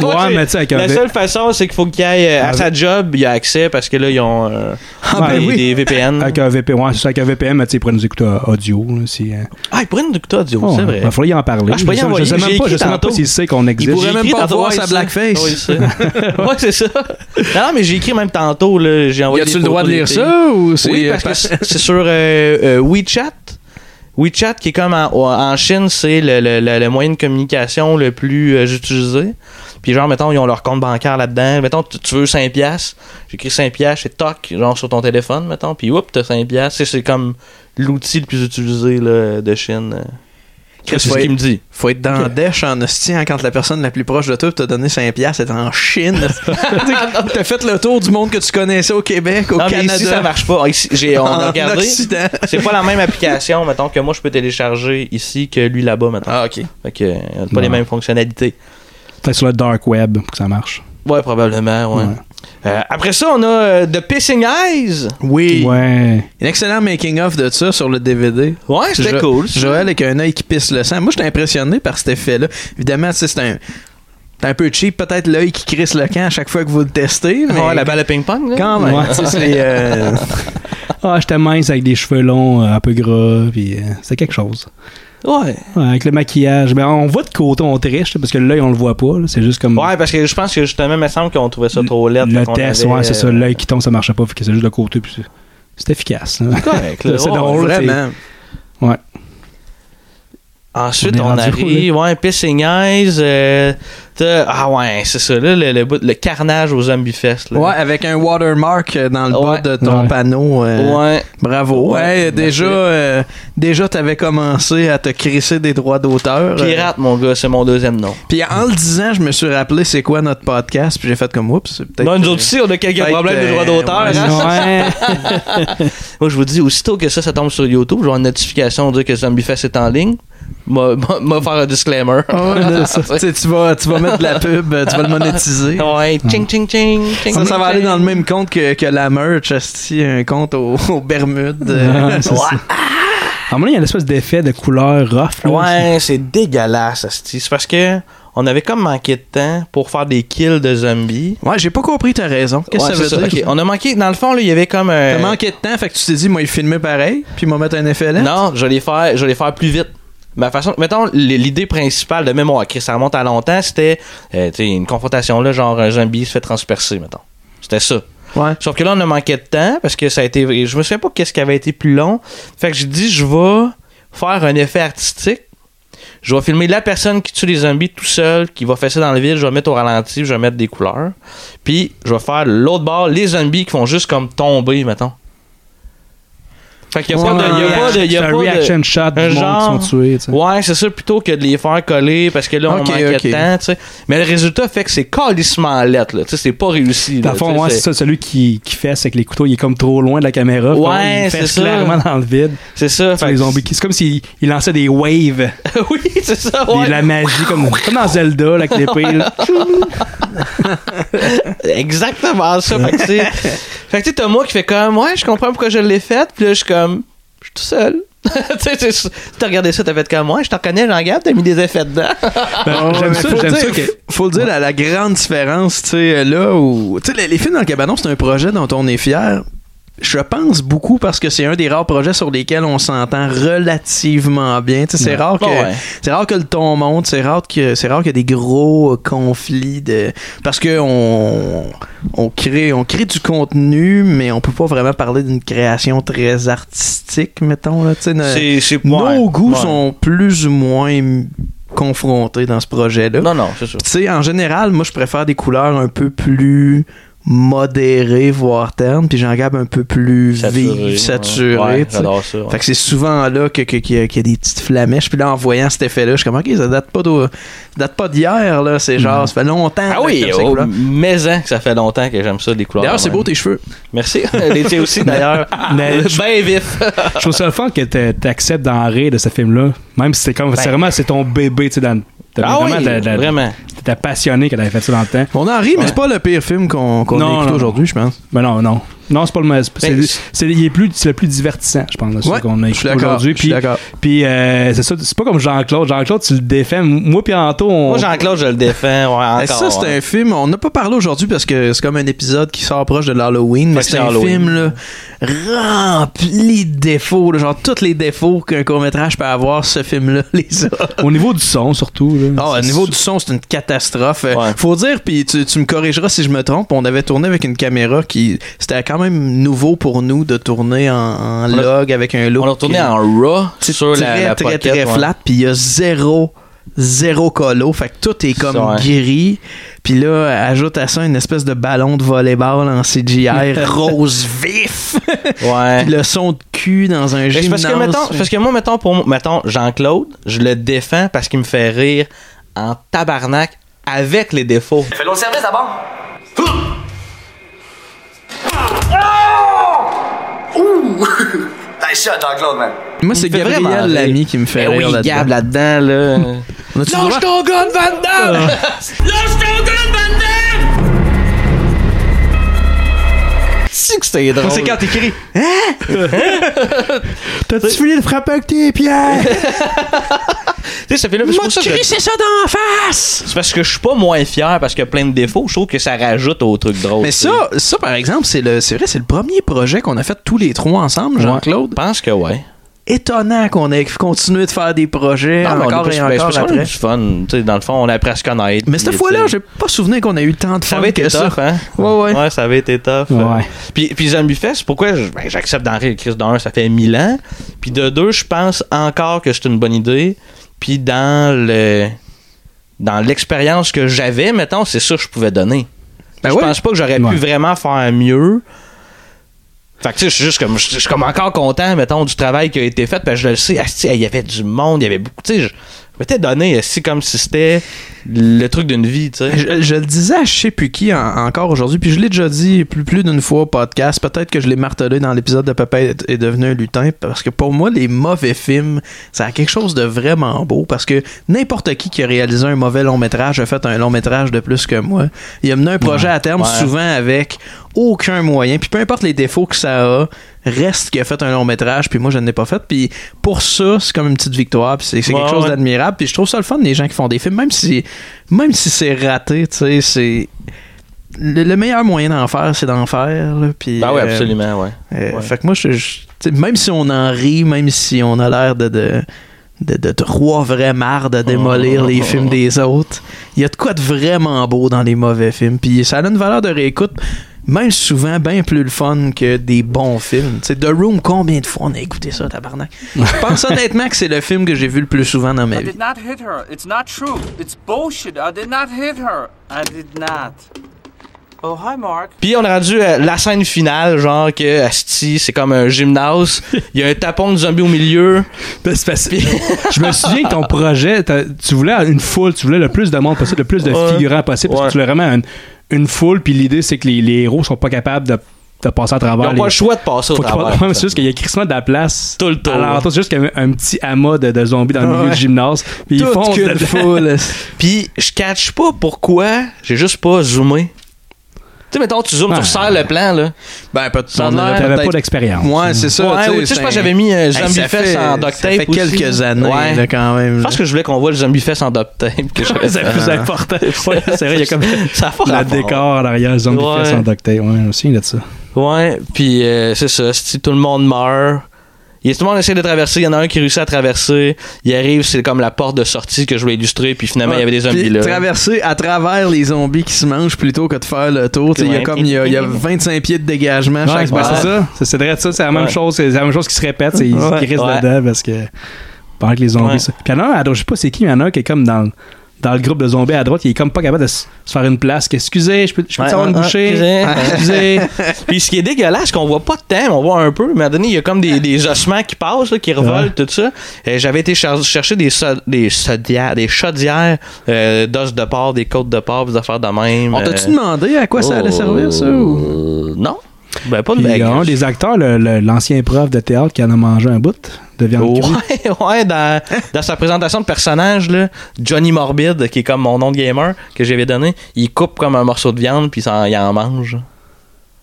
Speaker 4: Ouais, mais tu sais, avec un
Speaker 1: La seule façon, c'est qu'il faut qu'il aille euh, à
Speaker 4: Avec-
Speaker 1: sa job, il a accès parce que là, ils ont euh,
Speaker 4: Ah, ben
Speaker 1: des,
Speaker 4: oui.
Speaker 1: des VPN.
Speaker 4: Avec un VPN, ouais, c'est ça, avec un VPN, mais tu sais, ils pourraient nous écouter euh, audio. là, si, euh,
Speaker 1: Ah, ils pourraient nous écouter audio,
Speaker 4: oh,
Speaker 1: c'est vrai.
Speaker 4: Il faudrait y en parler.
Speaker 1: Ah, je peux y
Speaker 4: sais-
Speaker 1: envoyer,
Speaker 4: sais
Speaker 1: j'ai
Speaker 4: même pas,
Speaker 1: écrit
Speaker 4: je sais même
Speaker 1: tantôt.
Speaker 4: pas s'il sait qu'on
Speaker 1: Il
Speaker 4: existe.
Speaker 1: pourrait
Speaker 5: J'ai
Speaker 1: même
Speaker 5: écrit
Speaker 1: pas
Speaker 5: tantôt,
Speaker 1: voir
Speaker 5: ouais,
Speaker 1: sa
Speaker 5: ça.
Speaker 1: blackface.
Speaker 5: Ouais,
Speaker 1: ça. ouais, c'est ça. Non, non, mais j'ai écrit même tantôt. Là, j'ai
Speaker 5: Y
Speaker 1: envoyé
Speaker 5: a-tu
Speaker 1: des
Speaker 5: le droit de
Speaker 1: photos
Speaker 5: lire
Speaker 1: des
Speaker 5: ça? Ou
Speaker 1: filles.
Speaker 5: c'est,
Speaker 1: Oui, parce que c'est c'est sur euh, euh, WeChat. WeChat, qui est comme en, en Chine, c'est le, le- le- le moyen de communication le plus euh, utilisé. Puis genre, mettons, ils ont leur compte bancaire là-dedans. Mettons, tu, tu veux 5 piastres. J'écris 5 piastres, c'est toc, genre sur ton téléphone, mettons. Puis oups, t'as 5 piastres. C'est- C'est comme l'outil le plus utilisé là, de Chine. euh. C'est
Speaker 5: Chris,
Speaker 1: ce
Speaker 5: ouais.
Speaker 1: qu'il me dit.
Speaker 5: Faut être dans la dèche en hostie hein, quand la personne la plus proche de toi t'a donné 5 piastres, est en Chine. T'as fait le tour du monde que tu connaissais au Québec, au
Speaker 1: non,
Speaker 5: Canada.
Speaker 1: mais ici, ça marche pas. Ici, j'ai, on a
Speaker 5: en
Speaker 1: regardé.
Speaker 5: Occident.
Speaker 1: C'est pas la même application, mettons, que moi je peux télécharger ici que lui là-bas, maintenant.
Speaker 5: Ah, ok.
Speaker 1: Fait que, euh, pas les
Speaker 4: Ouais.
Speaker 1: mêmes fonctionnalités.
Speaker 4: Fait sur le dark web pour que ça marche.
Speaker 1: Ouais, probablement, ouais.
Speaker 4: Ouais.
Speaker 1: Euh, après ça, on a euh, The Pissing Eyes.
Speaker 5: Oui.
Speaker 4: Ouais.
Speaker 5: Un excellent making-of de ça sur le DVD.
Speaker 1: Ouais, c'était
Speaker 5: Jo-
Speaker 1: cool. ça.
Speaker 5: Joël avec un œil qui pisse le sang. Moi, j'étais impressionné par cet effet-là. Évidemment, tu sais, c'est un. C'est un peu cheap, peut-être l'œil qui crisse le camp à chaque fois que vous le testez, mais
Speaker 1: Ouais, Ah, la balle à ping-pong. là.
Speaker 5: quand même.
Speaker 4: Ouais.
Speaker 5: tu sais, c'est, euh,
Speaker 4: Ah, j'étais mince avec des cheveux longs, euh, un peu gras, puis euh, c'était quelque chose.
Speaker 1: Ouais.
Speaker 4: Ouais, avec le maquillage. Mais on voit de côté, on triche, là, parce que l'œil, on le voit pas. là, C'est juste comme.
Speaker 1: Ouais, parce que je pense que justement, il me semble qu'on trouvait ça trop laid.
Speaker 4: le
Speaker 1: qu'on
Speaker 4: test,
Speaker 1: avait,
Speaker 4: ouais, c'est ça.
Speaker 1: euh,
Speaker 4: L'œil qui tombe, ça marchait pas, fait que c'est juste le côté, puis c'est- c'est efficace. là.
Speaker 1: Correct, là.
Speaker 4: C'est
Speaker 1: Ouais,
Speaker 4: drôle,
Speaker 5: vraiment.
Speaker 4: Ouais.
Speaker 1: Ensuite,
Speaker 4: On est
Speaker 1: on,
Speaker 4: rendu
Speaker 1: arrive, ouais, pissing eyes, euh, t'as- ah ouais, c'est ça, là, le, le, bout- le carnage aux Zombie Fest, là.
Speaker 5: Ouais, avec un watermark euh, dans le
Speaker 1: Ouais.
Speaker 5: bas de ton
Speaker 4: Ouais.
Speaker 5: panneau. euh,
Speaker 1: Ouais.
Speaker 5: Bravo.
Speaker 1: Ouais,
Speaker 5: Ouais,
Speaker 1: merci.
Speaker 5: déjà, euh, déjà t'avais commencé à te crisser des droits d'auteur. euh,
Speaker 1: Pirate, mon gars, c'est mon deuxième nom.
Speaker 5: Puis en le disant, je me suis rappelé c'est quoi notre podcast, puis j'ai fait comme oups, c'est peut-être.
Speaker 1: Bon, Bah, nous autres aussi, on a quelques
Speaker 5: peut-être,
Speaker 1: problèmes de droits d'auteur.
Speaker 5: euh,
Speaker 1: hein.
Speaker 4: Ouais.
Speaker 1: Moi, je vous dis, aussitôt que ça, ça tombe sur YouTube, j'aurai une notification dire que Zombie Fest est en ligne. M'a m'a- m'a faire un disclaimer. Ah
Speaker 5: Ouais, c'est ça. Tu sais, tu vas, tu vas mettre de la pub, euh, tu vas le monétiser.
Speaker 1: Ouais, ching, ching, ching, ching,
Speaker 5: Ça, ça va
Speaker 1: ching.
Speaker 5: aller dans le même compte que, que la merch, asti, un compte aux au Bermudes. euh.
Speaker 4: Ouais, c'est ça. À un moment donné, il y a une espèce d'effet de couleur rough. là,
Speaker 1: Ouais, c'est dégueulasse, asti. C'est parce que on avait comme manqué de temps pour faire des kills de zombies.
Speaker 5: Ouais, j'ai pas compris ta raison. Qu'est-ce que
Speaker 1: Ouais,
Speaker 5: ça veut
Speaker 1: c'est
Speaker 5: dire?
Speaker 1: Ok, On a manqué, dans le fond, là, il y avait comme un.
Speaker 5: T'as manqué de temps, fait que tu t'es dit, moi, il filmait pareil, puis il m'a mettre un effet là.
Speaker 1: Non, je vais les faire, je vais les faire plus vite. Ma façon, mettons, l- l'idée principale de mémoire, Chris, ça remonte à longtemps, c'était euh, tu sais, une confrontation là, genre un zombie se fait transpercer, mettons. C'était ça.
Speaker 5: Ouais.
Speaker 1: Sauf que là, on a manqué de temps parce que ça a été. Je me souviens pas qu'est-ce qui avait été plus long. Fait que j'ai dit, je vais faire un effet artistique. Je vais filmer la personne qui tue les zombies tout seul, qui va faire ça dans la ville. Je vais mettre au ralenti, je vais mettre des couleurs. Puis, je vais faire l'autre bord, les zombies qui font juste comme tomber, mettons. Fait qu'il y a pas de. il y a pas de- il y a
Speaker 4: C'est un
Speaker 1: pas de-
Speaker 4: reaction shot du
Speaker 1: un
Speaker 4: monde
Speaker 1: genre-
Speaker 4: qui sont tués. tu sais.
Speaker 1: Ouais, c'est ça, plutôt que de les faire coller parce que là, on
Speaker 5: Ok,
Speaker 1: manquait
Speaker 5: ok.
Speaker 1: de temps, tu sais. Mais le résultat fait que c'est calissement lettre, là. Tu sais, c'est pas réussi.
Speaker 4: Dans
Speaker 1: là,
Speaker 4: le
Speaker 1: tu
Speaker 4: fond,
Speaker 1: sais,
Speaker 4: ouais, c'est ça. Celui qui, qui fait, c'est que les couteaux, il est comme trop loin de la caméra.
Speaker 1: Ouais,
Speaker 4: fait, il
Speaker 1: c'est
Speaker 4: pèse
Speaker 1: ça.
Speaker 4: clairement dans le vide.
Speaker 1: C'est ça.
Speaker 4: C'est
Speaker 1: fait
Speaker 4: les
Speaker 1: que-
Speaker 4: zombies qui- C'est comme s'il il lançait des waves.
Speaker 1: oui, c'est ça,
Speaker 4: des-
Speaker 1: ouais.
Speaker 4: la magie, comme, comme dans Zelda, là, avec l'épée. là.
Speaker 1: Exactement ça. fait que, tu sais- fait que tu sais, t'as moi qui fait comme, ouais, je comprends pourquoi je l'ai faite. Puis là, je suis comme, je suis tout seul. tu sais, c'est- si t'as regardé ça, t'as fait comme, ouais, je t'en connais, j'en garde, t'as mis des effets dedans.
Speaker 4: Ben,
Speaker 5: Ouais,
Speaker 4: J'aime
Speaker 5: mais
Speaker 4: ça,
Speaker 5: faut le
Speaker 4: j'aime ça
Speaker 5: dire,
Speaker 4: que.
Speaker 5: Faut le dire, la, la grande différence, tu sais, euh, là où. Tu sais, les, les films dans le cabanon, c'est un projet dont on est fier. Je pense beaucoup parce que c'est un des rares projets sur lesquels on s'entend relativement bien. Tu sais, c'est rare que
Speaker 1: Ouais.
Speaker 5: c'est rare que le ton monte, c'est rare que c'est rare qu'il y a des gros euh, conflits de parce que on on crée on crée du contenu mais on peut pas vraiment parler d'une création très artistique mettons là, tu sais, ne-
Speaker 1: C'est, c'est
Speaker 5: nos
Speaker 1: ouais,
Speaker 5: goûts
Speaker 1: ouais.
Speaker 5: sont plus ou moins m- confrontés dans ce projet-là.
Speaker 1: Non, non, c'est ça.
Speaker 5: Tu sais, en général, moi, je préfère des couleurs un peu plus modérées, voire ternes, puis j'en garde un peu plus vives, saturées.
Speaker 1: Ouais,
Speaker 5: tu sais.
Speaker 1: j'adore ça. ouais.
Speaker 5: Fait que c'est souvent là que- que- qu'il y, a- qu'il y a des petites flamèches. Puis là, en voyant cet effet-là, je suis comme, OK, ça date pas d'au- ça date pas d'hier, là. C'est genre, ça fait longtemps.
Speaker 1: Ah
Speaker 5: là, que
Speaker 1: oui,
Speaker 5: j'aime ces
Speaker 1: oh,
Speaker 5: couleurs.
Speaker 1: mais hein, que ça fait longtemps que j'aime ça, les couleurs.
Speaker 5: D'ailleurs, c'est
Speaker 1: même.
Speaker 5: beau tes cheveux.
Speaker 1: Merci. les tiens aussi, d'ailleurs.
Speaker 4: Mais-
Speaker 1: ben vif.
Speaker 4: Je trouve ça le fun que t'a- t'acceptes d'en rire de ce film-là. Même si c'est
Speaker 5: Ben.
Speaker 4: comme. c'est vraiment, c'est ton bébé, tu sais, dans. t'as
Speaker 1: Ah oui,
Speaker 4: vraiment, t'as- t'as-
Speaker 1: vraiment.
Speaker 4: T'étais passionné quand t'avais fait ça dans le temps.
Speaker 5: On en rit, mais c'est pas le pire film qu'on qu'on
Speaker 4: Non,
Speaker 5: écoute
Speaker 4: non.
Speaker 5: aujourd'hui, je pense.
Speaker 4: Mais non, non. Non, c'est pas le même. c'est-
Speaker 1: Ben,
Speaker 4: c'est- C'est il est plus- c'est le plus divertissant, je pense, de
Speaker 5: Ouais,
Speaker 4: ce qu'on a
Speaker 5: je suis
Speaker 4: écouté
Speaker 5: d'accord,
Speaker 4: aujourd'hui.
Speaker 5: je suis
Speaker 4: Puis,
Speaker 5: d'accord.
Speaker 4: puis euh, c'est ça, c'est pas comme Jean-Claude. Jean-Claude, tu le défais. Moi, puis Anto, on.
Speaker 1: Moi, Jean-Claude, je le défends. Ouais, encore.
Speaker 5: Ben, ça, c'est
Speaker 1: ouais.
Speaker 5: un film, on n'a pas parlé aujourd'hui parce que c'est comme un épisode qui sort proche de l'Halloween, mais
Speaker 1: que
Speaker 5: c'est
Speaker 1: c'est
Speaker 5: un
Speaker 1: Halloween.
Speaker 5: film là, rempli de défauts, là, genre tous les défauts qu'un court-métrage peut avoir, ce film-là les a.
Speaker 4: Au niveau du son, surtout. Là,
Speaker 5: Ah, au
Speaker 4: C'est-
Speaker 5: niveau du son, c'est une catastrophe. Euh,
Speaker 1: Ouais.
Speaker 5: Faut dire, puis tu, tu me corrigeras si je me trompe, on avait tourné avec une caméra qui. C'était quand même nouveau pour nous de tourner en, en
Speaker 1: a-
Speaker 5: log avec un look.
Speaker 1: On l'a retourné
Speaker 5: qui-
Speaker 1: en raw
Speaker 5: c'est
Speaker 1: sur
Speaker 5: très,
Speaker 1: la, la
Speaker 5: très,
Speaker 1: pocket,
Speaker 5: très
Speaker 1: ouais.
Speaker 5: flat, puis il y a zéro, zéro colo. Fait que tout est comme
Speaker 1: Ça, ouais.
Speaker 5: gris. Puis là, ajoute à ça une espèce de ballon de volleyball en CGI rose vif.
Speaker 1: Ouais.
Speaker 5: Puis le son de cul dans un
Speaker 1: Mais c'est
Speaker 5: gymnase.
Speaker 1: parce que, mettons, c'est parce que moi, mettons, pour, moi- mettons, Jean-Claude, je le défends parce qu'il me fait rire en tabarnak avec les défauts.
Speaker 8: Fais l'autre service d'abord. Ah! Ouh! Nice shot, Jean-Claude, man.
Speaker 5: Moi, c'est
Speaker 1: Il me fait
Speaker 5: Gabriel
Speaker 1: vraiment rire.
Speaker 5: l'ami qui me fait
Speaker 1: Ben
Speaker 5: rire
Speaker 1: oui, Gab
Speaker 5: là-dedans.
Speaker 1: là-dedans, là.
Speaker 5: On a-tu le droit?
Speaker 1: ton Ah. gun, Van Damme!
Speaker 8: Lâche ton gun, Van Damme!
Speaker 1: C'est que c'était drôle.
Speaker 4: C'est quand t'écris. Hein? T'as-tu fini de frapper avec tes pieds?
Speaker 1: Tu sais, ça fait là. c'est pour ça que je-
Speaker 5: c'est ça d'en face!
Speaker 1: C'est parce que je suis pas moins fier parce qu'il y a plein de défauts. Je trouve que ça rajoute au truc drôle.
Speaker 5: Mais
Speaker 1: tu sais.
Speaker 5: ça, ça par exemple, c'est le, c'est vrai, c'est le premier projet qu'on a fait tous les trois ensemble, Jean-Claude.
Speaker 1: Je pense que ouais.
Speaker 5: étonnant qu'on ait continué de faire des projets
Speaker 1: Non, mais on
Speaker 5: encore
Speaker 1: a
Speaker 5: et
Speaker 1: pas- ben, c'est
Speaker 5: encore
Speaker 1: parce qu'on a eu
Speaker 5: après.
Speaker 1: du fun. Tu sais, dans le fond, on a appris à se connaître.
Speaker 5: Mais cette
Speaker 1: puis,
Speaker 5: fois-là,
Speaker 1: tu sais,
Speaker 5: j'ai pas souvenir qu'on a eu tant de
Speaker 1: ça
Speaker 5: fun
Speaker 1: avait été
Speaker 5: que ça.
Speaker 1: tough, hein?
Speaker 5: Ouais, ouais.
Speaker 1: ça avait été tough. euh.
Speaker 4: Ouais.
Speaker 1: Puis, puis Zombie Fest, pourquoi je- ben, j'accepte d'en rire, Chris, de un, ça fait 1000 ans. Puis de deux, je pense encore que c'est une bonne idée. Puis dans le dans l'expérience que j'avais, mettons, c'est ça que je pouvais donner.
Speaker 5: Ben
Speaker 1: je
Speaker 5: oui.
Speaker 1: pense pas que j'aurais
Speaker 4: Ouais.
Speaker 1: pu vraiment faire mieux. Fait que tu sais, je suis juste comme, je je suis comme encore content, mettons, du travail qui a été fait, parce que je le sais, asti, il y avait du monde, il y avait beaucoup, tu sais, je, je m'étais donné, asti, comme si c'était le truc d'une vie, tu sais.
Speaker 5: Je, je le disais à je sais plus qui en- encore aujourd'hui, puis je l'ai déjà dit plus, plus d'une fois au podcast. Peut-être que je l'ai martelé dans l'épisode de Papa est, est devenu un lutin, parce que pour moi, les mauvais films, ça a quelque chose de vraiment beau, parce que n'importe qui qui a réalisé un mauvais long métrage a fait un long métrage de plus que moi. Il a mené un projet à terme
Speaker 1: Ouais.
Speaker 5: souvent avec aucun moyen, puis peu importe les défauts que ça a, reste qu'il a fait un long métrage, puis moi je ne l'ai pas fait, puis pour ça, c'est comme une petite victoire, puis c'est c'est
Speaker 1: Ouais,
Speaker 5: quelque chose
Speaker 1: ouais.
Speaker 5: d'admirable, puis je trouve ça le fun des gens qui font des films, même si, même si c'est raté, tu sais, c'est. Le, le meilleur moyen d'en faire, c'est d'en faire. Là, puis,
Speaker 1: Ben oui,
Speaker 5: euh,
Speaker 1: absolument, ouais.
Speaker 5: euh,
Speaker 1: Ouais.
Speaker 5: Fait que moi, je, je- tu sais, même si on en rit, même si on a l'air de, de, de, de trois vrais mardes à démolir
Speaker 1: Oh.
Speaker 5: les films des autres, il y a de quoi de vraiment beau dans les mauvais films. Puis ça a une valeur de réécoute, même souvent bien plus le fun que des bons films. Tu sais, The Room, combien de fois on a écouté ça, tabarnak? Je pense honnêtement que c'est le film que j'ai vu le plus souvent dans ma
Speaker 11: I
Speaker 5: vie.
Speaker 11: did not hit her. It's not true. It's bullshit. I did not hit her. I did not. Oh, hi, Mark.
Speaker 1: Puis on est rendu à la scène finale, genre que Asti, c'est comme un gymnase. Il y a un tapon de zombie au milieu.
Speaker 4: Ben, c'est facile. je me souviens que ton projet, t'as- tu voulais une foule, tu voulais le plus de monde possible, le plus de
Speaker 1: Ouais.
Speaker 4: figurants possible, parce
Speaker 1: Ouais.
Speaker 4: que tu voulais vraiment une, une foule, puis l'idée, c'est que les, les héros sont pas capables de, de passer à
Speaker 1: Ils
Speaker 4: travers.
Speaker 1: n'ont
Speaker 4: les-
Speaker 1: pas le choix de passer au
Speaker 4: Faut qu'il
Speaker 1: travers.
Speaker 4: fasse- ouais, mais c'est juste qu'il y a crissement de la place.
Speaker 1: Tout le tour.
Speaker 4: Alors, c'est juste qu'il y a un, un petit amas de, de zombies dans le milieu
Speaker 5: Ouais.
Speaker 4: du gymnase. Puis ils
Speaker 5: Toute
Speaker 4: font
Speaker 5: qu'une foule.
Speaker 1: Puis je catch pas pourquoi, j'ai juste pas zoomé. Tu sais, mettons, tu zoomes,
Speaker 4: Ouais.
Speaker 1: tu resserres le plan, là.
Speaker 5: Ben, peut-
Speaker 1: Ça a l'air
Speaker 4: T'avais pas
Speaker 5: peut-être-
Speaker 4: d'expérience.
Speaker 5: Ouais, c'est ça.
Speaker 1: ouais,
Speaker 5: tu sais,
Speaker 1: ou tu sais, je
Speaker 5: c'est
Speaker 1: pense que
Speaker 5: un-
Speaker 1: j'avais mis un
Speaker 5: Hey,
Speaker 1: zombie
Speaker 5: ça
Speaker 1: fest
Speaker 5: fait-
Speaker 1: en duct tape.
Speaker 5: Ça fait
Speaker 1: aussi.
Speaker 5: quelques années,
Speaker 1: Ouais.
Speaker 5: là, quand même.
Speaker 1: Je
Speaker 5: là.
Speaker 1: pense que je voulais qu'on voit le zombie fest en duct tape. Que j'avais
Speaker 4: C'est
Speaker 1: fait.
Speaker 4: plus important. Ouais, c'est vrai, il y a comme
Speaker 1: ça a Euh, pas
Speaker 4: le
Speaker 1: rapport.
Speaker 4: décor à l'arrière, zombie
Speaker 1: Ouais.
Speaker 4: fest en docteur. Ouais, je me souviens de ça.
Speaker 1: Ouais, puis euh, c'est ça. Si tout le monde meurt, il y a- tout le monde essaie de traverser. Il y en a un qui réussit à traverser. Il arrive, c'est comme la porte de sortie que je voulais illustrer. Puis finalement, Ah, il y avait des zombies
Speaker 5: Puis
Speaker 1: là.
Speaker 5: Traverser à travers les zombies qui se mangent plutôt que de faire le tour. tu sais, Il y a
Speaker 1: Ouais.
Speaker 5: comme il y a, il y a 25 pieds de dégagement
Speaker 4: Ouais,
Speaker 5: chaque
Speaker 4: ben,
Speaker 5: bord.
Speaker 4: c'est ça. C'est- C'est vrai, ça. C'est la même
Speaker 1: Ouais.
Speaker 4: chose. C'est la même chose qui se répète. C'est ils
Speaker 1: Ouais.
Speaker 4: ils risent
Speaker 1: Ouais.
Speaker 4: dedans parce que. Pendant que les zombies.
Speaker 1: Ouais.
Speaker 4: ça. Puis il y en a un, à droite, je sais pas c'est qui, mais il y en a un qui est comme dans, le- dans le groupe de zombies à droite, il est comme pas capable de se se faire une place. que, excusez, je peux, je peux
Speaker 1: Ouais,
Speaker 4: te avoir une
Speaker 1: ouais,
Speaker 4: bouchée.
Speaker 1: ouais, excusez. excusez. Puis ce qui est dégueulasse, qu'on voit pas de temps, mais on voit un peu. Mais à un moment donné, il y a comme des, des ossements qui passent, là, qui revolent, tout ça. Et J'avais été char- chercher des, so- des, sodières- des chaudières euh, d'os de porc, des côtes de porc, des affaires de même.
Speaker 5: On
Speaker 1: euh,
Speaker 5: t'a-tu demandé à quoi ça allait
Speaker 1: oh,
Speaker 5: servir, ça? ou-
Speaker 1: euh, Non. Ben, pas de
Speaker 4: Puis il y a
Speaker 1: baguette.
Speaker 4: un des acteurs, le- le- l'ancien prof de théâtre qui en a mangé un bout de viande
Speaker 1: Oh.
Speaker 4: crue.
Speaker 1: Ouais, ouais, dans, dans sa présentation de personnage, là, Johnny Morbid, qui est comme mon nom de gamer que j'avais donné, il coupe comme un morceau de viande puis il s'en- il en mange.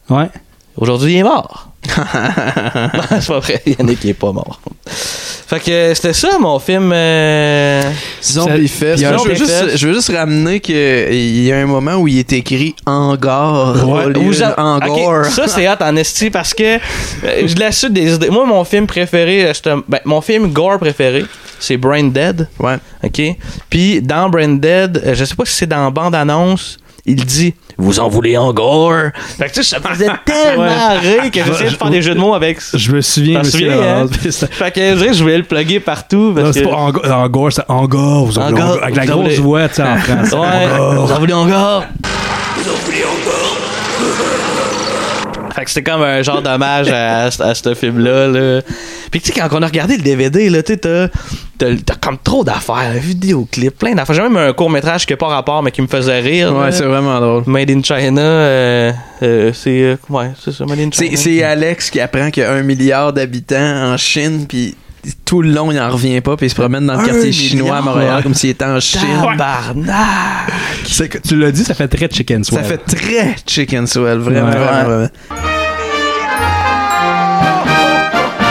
Speaker 4: Ouais.
Speaker 1: Aujourd'hui, il est mort. non, c'est pas vrai. Il y en a qui est pas mort. Fait que euh, c'était ça, mon film. euh,
Speaker 5: Zombie
Speaker 4: Ça-
Speaker 5: Fest.
Speaker 4: puis il y a
Speaker 5: Non,
Speaker 1: un
Speaker 5: Je veux
Speaker 1: Zombie
Speaker 5: juste-
Speaker 1: Fest.
Speaker 5: je veux juste ramener qu'il y a un moment où il est écrit Angor. au lieu
Speaker 1: où
Speaker 5: de
Speaker 1: j'a-
Speaker 5: Angor.
Speaker 1: Ok, ça, c'est hot en esti parce que euh, je la suite des idées. Moi, mon film préféré, euh, c'est un- ben, mon film gore préféré, c'est Brain Dead.
Speaker 5: Ouais.
Speaker 1: OK? Puis dans Brain Dead, euh, je sais pas si c'est dans bande-annonce, il dit Vous en voulez encore? Fait que tu sais, ça me faisait tellement rire que j'essayais de faire des jeux de mots avec ça.
Speaker 4: Je me souviens,
Speaker 1: T'en
Speaker 4: je me souviens.
Speaker 1: souviens,
Speaker 4: la-
Speaker 1: hein? Fait que je dirais que je voulais le plugger partout. Parce
Speaker 4: Non, c'est
Speaker 1: que...
Speaker 4: pas Angor, Angor, c'est Angor, vous en voulez
Speaker 1: Angor,
Speaker 4: Angor, avec la
Speaker 1: vous en
Speaker 4: grosse
Speaker 1: voulez.
Speaker 4: voix, tu sais, en France.
Speaker 1: Ouais, vous en voulez encore? Fait que c'était comme un genre d'hommage à, à, à ce film-là. là. Puis tu sais, quand on a regardé le DVD, là, tu sais, t'as, t'as- t'as comme trop d'affaires, un vidéoclip, plein d'affaires. J'ai même un court-métrage qui n'a pas rapport, mais qui me faisait rire. là.
Speaker 5: Ouais, c'est vraiment drôle.
Speaker 1: Made in China, euh, euh, c'est... euh, ouais, c'est ça, Made in China.
Speaker 5: C'est c'est Alex qui apprend qu'il y a un milliard d'habitants en Chine, puis tout le long, il en revient pas, puis il se promène dans le
Speaker 1: Un
Speaker 5: quartier chinois à
Speaker 1: milliard.
Speaker 5: Montréal comme s'il était en Chine.
Speaker 1: Tabarnak!
Speaker 4: C'est que- tu l'as dit, ça fait très chicken
Speaker 5: Ça
Speaker 4: swell.
Speaker 5: fait très Chicken Swell, vraiment.
Speaker 4: Ouais.
Speaker 5: vraiment, vraiment.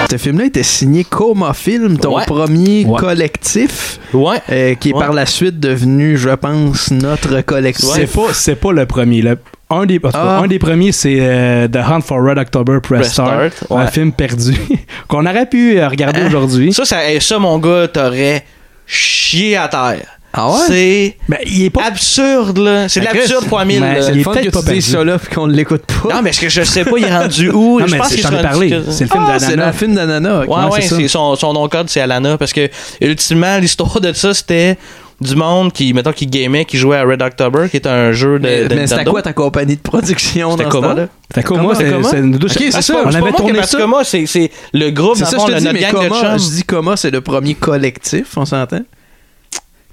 Speaker 5: Ce film-là était signé Coma Film, ton
Speaker 1: Ouais.
Speaker 5: premier
Speaker 4: Ouais.
Speaker 5: collectif,
Speaker 1: Ouais.
Speaker 5: euh, qui est
Speaker 1: Ouais.
Speaker 5: par la suite devenu, je pense, notre collectif.
Speaker 4: C'est pas, c'est pas le premier. Le- un, des, en tout cas,
Speaker 5: Ah.
Speaker 4: un des premiers, c'est euh, The Hunt for Red October Press,
Speaker 1: Press
Speaker 4: Start,
Speaker 1: Start, ouais.
Speaker 4: un film perdu qu'on aurait pu euh, regarder
Speaker 5: Ah.
Speaker 4: aujourd'hui.
Speaker 1: Ça, ça, hey, ça, mon gars, t'aurais chié à terre.
Speaker 5: Ah ouais?
Speaker 1: C'est
Speaker 4: Ben, il est pas.
Speaker 1: absurde, là. C'est de
Speaker 5: Ben, Chris,
Speaker 1: l'absurde fois mille.
Speaker 4: ben,
Speaker 1: là.
Speaker 4: c'est
Speaker 5: Il
Speaker 4: Il
Speaker 5: est
Speaker 4: est
Speaker 5: fun
Speaker 4: peut-être
Speaker 5: que
Speaker 4: pas
Speaker 5: tu dises
Speaker 4: perdu.
Speaker 5: ça là puis qu'on l'écoute pas.
Speaker 1: Non, mais ce que je sais pas, il est rendu où?
Speaker 4: Non,
Speaker 1: je
Speaker 4: mais
Speaker 1: pense
Speaker 4: c'est-
Speaker 1: qu'il
Speaker 4: j'en
Speaker 1: se
Speaker 4: ai
Speaker 1: rendu-
Speaker 4: parlé. C'est le film
Speaker 5: Ah, c'est
Speaker 4: d'Anana.
Speaker 5: le film d'Anana. ok,
Speaker 1: Ouais, ouais,
Speaker 5: c'est ça.
Speaker 1: c'est son, son nom code, c'est Alana. Parce que, ultimement, l'histoire de ça, c'était du monde qui, mettons, qui gamait, qui jouait à Red October, qui est un jeu de.
Speaker 5: Mais,
Speaker 1: de
Speaker 5: mais c'était
Speaker 1: Nintendo.
Speaker 5: quoi ta compagnie de production
Speaker 1: C'était
Speaker 5: dans
Speaker 1: comment?
Speaker 5: ce temps-là?
Speaker 4: Fait que moi, c'est
Speaker 5: Comment?
Speaker 4: c'est une douce.
Speaker 5: Ok, c'est
Speaker 4: Ah,
Speaker 5: ça.
Speaker 4: On
Speaker 1: C'est
Speaker 4: avait
Speaker 1: pas moi qui-
Speaker 4: tourné
Speaker 1: parce
Speaker 4: ça.
Speaker 1: que moi, c'est c'est le groupe,
Speaker 5: C'est
Speaker 1: dans le
Speaker 5: ça,
Speaker 1: fond,
Speaker 5: je te
Speaker 1: de
Speaker 5: dis,
Speaker 1: notre
Speaker 5: mais
Speaker 1: gang de
Speaker 5: Coma,
Speaker 1: chums.
Speaker 5: je dis Coma, c'est le premier collectif, on s'entend?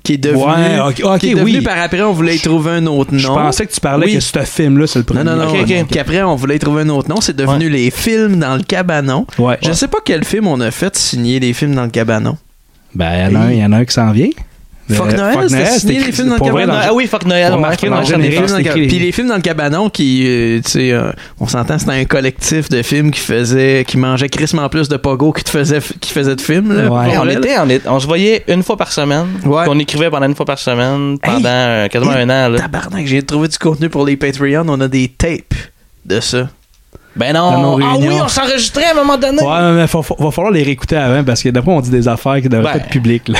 Speaker 5: Qui est devenu...
Speaker 4: Ouais, ok, ok,
Speaker 5: qui est devenu
Speaker 4: oui.
Speaker 5: par après, on voulait y trouver un autre nom.
Speaker 4: Je pensais que tu parlais
Speaker 1: Oui.
Speaker 4: que ce film-là, c'est le premier.
Speaker 5: Non, non, non.
Speaker 1: Ok, ok.
Speaker 5: Puis après, on voulait y trouver un autre nom. C'est devenu les films dans le cabanon.
Speaker 4: Ouais.
Speaker 5: Je sais pas quel film on a fait signer les films dans le cabanon.
Speaker 4: Ben, il y en a un- il y en a un qui s'en vient.
Speaker 5: Fuck
Speaker 4: Euh,
Speaker 5: Noël, c'était signé
Speaker 4: c'était-
Speaker 5: les films dans le
Speaker 4: pour vrai,
Speaker 5: cabanon.
Speaker 4: dans-
Speaker 1: Ah oui, fuck Noël,
Speaker 4: Pour
Speaker 1: ouais,
Speaker 4: marquer
Speaker 1: ouais,
Speaker 4: dans le
Speaker 1: ouais, j'en ai
Speaker 4: générique.
Speaker 1: fait.
Speaker 5: Films dans le
Speaker 4: c'était
Speaker 5: cab-
Speaker 4: écrit-
Speaker 5: Puis les films dans le cabanon qui, euh, tu sais, euh, on s'entend, c'était un collectif de films qui faisait, qui mangeait crissement plus de pogo qui te faisait, qui faisait de films. Là,
Speaker 4: Ouais.
Speaker 5: pour
Speaker 1: on,
Speaker 5: vrai, là.
Speaker 1: était, on, est- on se voyait une fois par semaine.
Speaker 5: Ouais.
Speaker 1: On écrivait pendant une fois par semaine pendant
Speaker 5: Hey!
Speaker 1: euh, quasiment
Speaker 5: Hey,
Speaker 1: un an. là.
Speaker 5: Tabarnak, j'ai trouvé du contenu pour les Patreons. On a des tapes de ça.
Speaker 1: Ben
Speaker 4: Dans
Speaker 1: non.
Speaker 4: nos
Speaker 1: Ah oui,
Speaker 4: réunions.
Speaker 1: on s'enregistrait à un moment donné.
Speaker 4: Ouais, mais faut- faut- va falloir les réécouter avant parce que d'après, on dit des affaires qui devraient
Speaker 1: Ben.
Speaker 4: pas être publiques. là.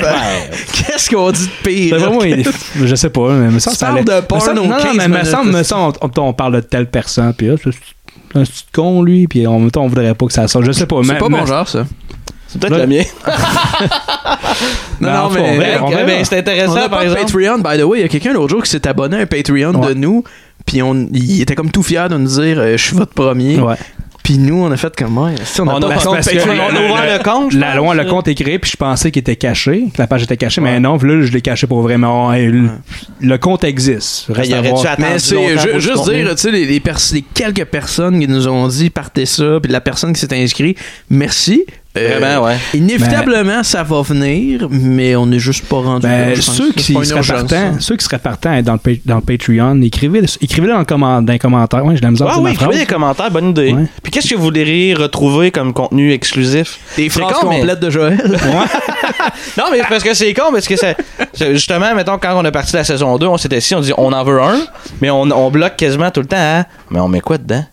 Speaker 5: Ben, Qu'est-ce qu'on dit de pire?
Speaker 4: C'est vraiment, il- je sais pas, mais me semble
Speaker 5: Tu
Speaker 4: ça
Speaker 5: parles
Speaker 4: allait-
Speaker 5: de
Speaker 4: me
Speaker 5: porn
Speaker 4: semble-
Speaker 5: aux
Speaker 4: Non, non,
Speaker 5: 15
Speaker 4: mais me
Speaker 5: minutes,
Speaker 4: semble, me
Speaker 5: est-ce
Speaker 4: semble, on, on parle de telle personne, puis là, c'est c'est un petit con, lui, puis en même temps, on voudrait pas que ça sorte. Je sais pas, mais.
Speaker 5: C'est pas
Speaker 4: mais-
Speaker 5: mon genre, ça.
Speaker 1: C'est peut-être
Speaker 4: Là-
Speaker 1: le mien.
Speaker 4: mais
Speaker 5: Non,
Speaker 4: en tout
Speaker 5: non,
Speaker 4: cas, on
Speaker 5: mais-
Speaker 4: verra, on
Speaker 1: Eh
Speaker 4: verra.
Speaker 1: ben, c'est
Speaker 5: On
Speaker 1: intéressant,
Speaker 5: a
Speaker 1: par
Speaker 5: pas de
Speaker 1: exemple.
Speaker 5: Patreon, by the way. Il y a quelqu'un l'autre jour qui s'est abonné à un Patreon de
Speaker 4: Ouais.
Speaker 5: nous. Puis on, il était comme tout fier de nous dire euh, Je suis votre premier.
Speaker 4: Ouais.
Speaker 5: Puis nous, on a fait comme moi. on a
Speaker 1: On
Speaker 5: pas
Speaker 1: a
Speaker 5: de compte
Speaker 4: parce que-
Speaker 5: Patreon.
Speaker 1: on a
Speaker 4: le-
Speaker 1: ouvert le compte. je
Speaker 4: La loi,
Speaker 1: pense.
Speaker 4: le compte est créé, puis je pensais qu'il était caché, que la page était cachée, mais non, là, je l'ai caché pour vraiment. hey, le, le compte existe. Reste
Speaker 1: Il
Speaker 4: à
Speaker 1: aurait
Speaker 4: voir.
Speaker 1: dû attendre
Speaker 5: Mais c'est
Speaker 1: longtemps
Speaker 5: ju-
Speaker 1: pour le
Speaker 5: juste
Speaker 1: contenu.
Speaker 5: dire, tu sais, les, les pers- les quelques personnes qui nous ont dit partez ça, puis la personne qui s'est inscrite, merci. Euh,
Speaker 1: Vraiment, ouais.
Speaker 5: Inévitablement, ça va venir, mais on n'est juste pas rendu là,
Speaker 4: Ben,
Speaker 5: je pense.
Speaker 4: ceux, qui
Speaker 5: C'est pas une
Speaker 4: seraient
Speaker 5: urgence, hein.
Speaker 4: partants,
Speaker 5: ça.
Speaker 4: ceux qui seraient partants à être dans le, pa- dans le Patreon, écrivez-le écrivez-le en comment- dans les commentaires. Ouais, j'ai de la misère à
Speaker 1: Ah
Speaker 4: dire ma
Speaker 1: oui, écrivez
Speaker 4: phrase.
Speaker 1: des commentaires, bonne idée.
Speaker 4: Ouais.
Speaker 1: Puis qu'est-ce que vous voudriez retrouver comme contenu exclusif?
Speaker 5: Des
Speaker 1: C'est
Speaker 5: phrases
Speaker 1: con, mais-
Speaker 5: complètes de Joël.
Speaker 1: Non, mais parce que c'est con, parce que ça, c'est- justement, mettons, quand on est parti de la saison 2, on s'était assis, on dit on en veut un, mais on, on bloque quasiment tout le temps à, mais on met quoi dedans?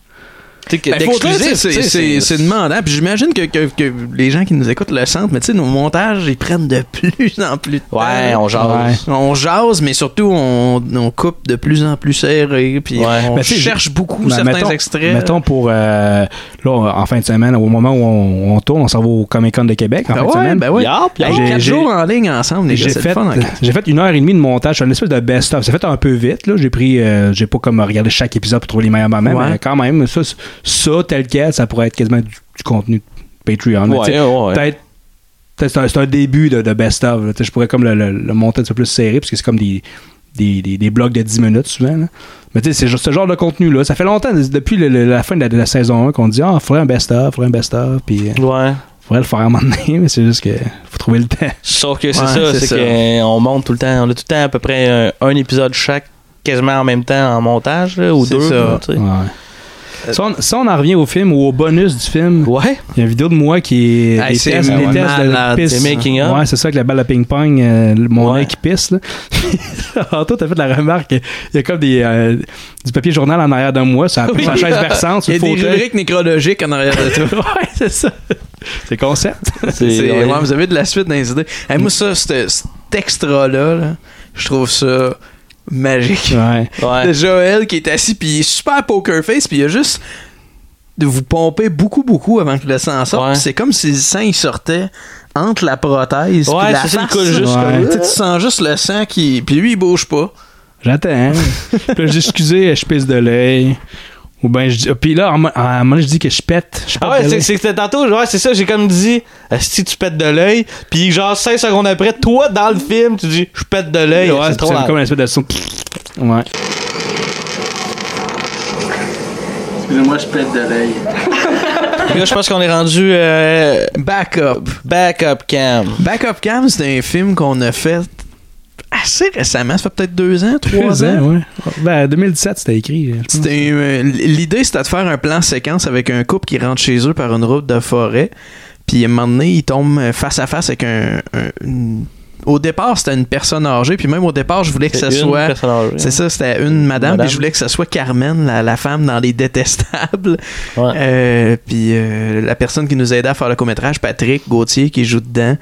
Speaker 1: Tu sais, que-
Speaker 5: Ben, faut le dire,
Speaker 1: d'exclusif,
Speaker 5: c'est-
Speaker 1: tu sais,
Speaker 5: c'est- C'est demandant. Puis j'imagine que, que- que les gens qui nous écoutent le sentent, mais tu sais, nos montages, ils prennent de plus en plus de temps.
Speaker 1: Ouais, on
Speaker 4: Ouais.
Speaker 1: jase.
Speaker 5: On jase, mais surtout, on, on coupe de plus en plus serré. Puis
Speaker 1: Ouais.
Speaker 5: on
Speaker 4: Ben, tu sais,
Speaker 5: cherche beaucoup
Speaker 4: Ben,
Speaker 5: certains
Speaker 4: mettons,
Speaker 5: extraits.
Speaker 4: Mettons pour. euh, là, en fin de semaine, au moment où on, on tourne, on s'en va au Comic Con de Québec. En
Speaker 5: Ben
Speaker 4: fin de
Speaker 5: ouais,
Speaker 4: semaine.
Speaker 5: ben ouais.
Speaker 1: Yup,
Speaker 5: Hey,
Speaker 1: yup.
Speaker 4: J'ai-
Speaker 5: quatre
Speaker 4: j'ai-
Speaker 5: jours en ligne ensemble, les gars,
Speaker 4: J'ai
Speaker 5: c'est le
Speaker 4: fait,
Speaker 5: fun. hein.
Speaker 4: j'ai fait une heure et demie de montage, une espèce de best-of. Ça fait un peu vite, là. J'ai pris, euh, j'ai pas comme regardé chaque épisode pour trouver les meilleurs moments,
Speaker 5: Ouais.
Speaker 4: mais quand même, ça, c- ça, tel quel, ça pourrait être quasiment du, du contenu de Patreon. là.
Speaker 1: Ouais,
Speaker 4: Tu sais,
Speaker 1: ouais.
Speaker 4: Peut-être, peut-être c'est un, c'est un début de, de best-of. là. Tu sais, Je pourrais comme le, le- le monter un petit peu plus serré, parce que c'est comme des, des, des, des blocs de 10 minutes souvent, là. Mais tu sais, c'est juste ce genre de contenu-là. Ça fait longtemps, depuis le- le- la fin de la, de la saison 1, qu'on dit, ah, faudrait un best-of, faudrait un best-of, puis euh,
Speaker 1: Ouais.
Speaker 4: faudrait le faire à un moment donné, mais c'est juste que faut trouver le temps.
Speaker 1: Sauf que c'est
Speaker 5: Ouais,
Speaker 1: ça,
Speaker 5: c'est
Speaker 1: c'est
Speaker 5: ça.
Speaker 1: qu'on monte tout le temps. On a tout le temps à peu près un, un épisode chaque, quasiment en même temps en montage, là, ou
Speaker 5: C'est
Speaker 1: deux.
Speaker 5: ça.
Speaker 1: là, tu sais.
Speaker 4: Ouais. Si, on, si on en revient au film ou au bonus du film,
Speaker 1: Ouais.
Speaker 4: il y a une vidéo de moi qui est
Speaker 5: Hey,
Speaker 4: des
Speaker 5: Ah, c'est
Speaker 4: tests, des tests
Speaker 5: malade,
Speaker 4: de piste.
Speaker 1: c'est making up.
Speaker 4: Ouais, c'est ça avec la balle à ping-pong, euh, le- mon
Speaker 1: Ouais.
Speaker 4: nez qui pisse. Là. Anto, t'as fait la remarque, il y a comme des, euh, du papier journal en arrière de moi, sur la-
Speaker 1: Oui.
Speaker 4: sur la chaise versante, sur
Speaker 5: Il y
Speaker 4: le
Speaker 5: a des
Speaker 4: fauteuil.
Speaker 5: rubriques nécrologiques en arrière de toi.
Speaker 4: ouais, c'est ça. C'est concept.
Speaker 5: C'est-
Speaker 1: ouais.
Speaker 5: ouais, vous avez de la suite dans les idées. Hey, moi, ça, c'était- cet extra-là, là, je trouve ça magique.
Speaker 4: Ouais.
Speaker 1: Ouais.
Speaker 5: De Joël qui est assis, puis il est super poker face, puis il a juste de vous pomper beaucoup, beaucoup avant que le sang sorte.
Speaker 1: Ouais.
Speaker 5: Puis C'est comme si le sang il sortait entre la prothèse.
Speaker 1: Ouais,
Speaker 5: puis la
Speaker 1: c'est ça, il
Speaker 5: face.
Speaker 1: coule juste
Speaker 5: Ouais.
Speaker 4: comme là.
Speaker 5: Tu sais, tu sens juste le sang qui. Puis lui, il bouge pas.
Speaker 4: J'attends. hein. puis là, j'ai excusé, je pisse de l'œil. Ou ben, je dis. Puis là, en mo- à un moment, je dis que je pète. Je
Speaker 1: Ah
Speaker 4: pète
Speaker 1: ouais,
Speaker 4: de
Speaker 1: c'est-
Speaker 4: l'œil.
Speaker 1: c'est c'est tantôt, ouais, c'est ça, j'ai comme dit, si tu pètes de l'œil, puis genre 5 secondes après, toi dans le film, tu dis, je pète de l'œil,
Speaker 4: Ouais,
Speaker 1: c'est trop
Speaker 4: comme
Speaker 1: large.
Speaker 4: une espèce de son. Ouais.
Speaker 10: Excusez-moi, je pète de l'œil.
Speaker 1: Là, je pense qu'on est rendu euh,
Speaker 5: Backup.
Speaker 1: backup cam.
Speaker 5: Backup Cam, c'est un film qu'on a fait. Ah, assez récemment, ça fait peut-être deux ans, trois ans.
Speaker 4: ouais. Ben, 2017, c'était écrit. je pense.
Speaker 5: C'était,
Speaker 1: Mhm.
Speaker 5: euh, L'idée, c'était de faire un plan séquence avec un couple qui rentre chez eux par une route de forêt. Puis à un moment donné, ils tombent euh, face à face avec un. un- une- Au départ, c'était une personne âgée. Puis même au départ, je voulais que ça
Speaker 1: C'est une
Speaker 5: soit.
Speaker 1: personne âgée,
Speaker 5: C'est
Speaker 1: hein.
Speaker 5: ça, c'était une madame,
Speaker 1: Madame.
Speaker 5: Puis je voulais que ça soit Carmen, la, la femme dans Les Détestables.
Speaker 1: Ouais.
Speaker 5: Euh, puis euh, la personne qui nous aidait à faire le court-métrage, Patrick Gauthier, qui joue dedans.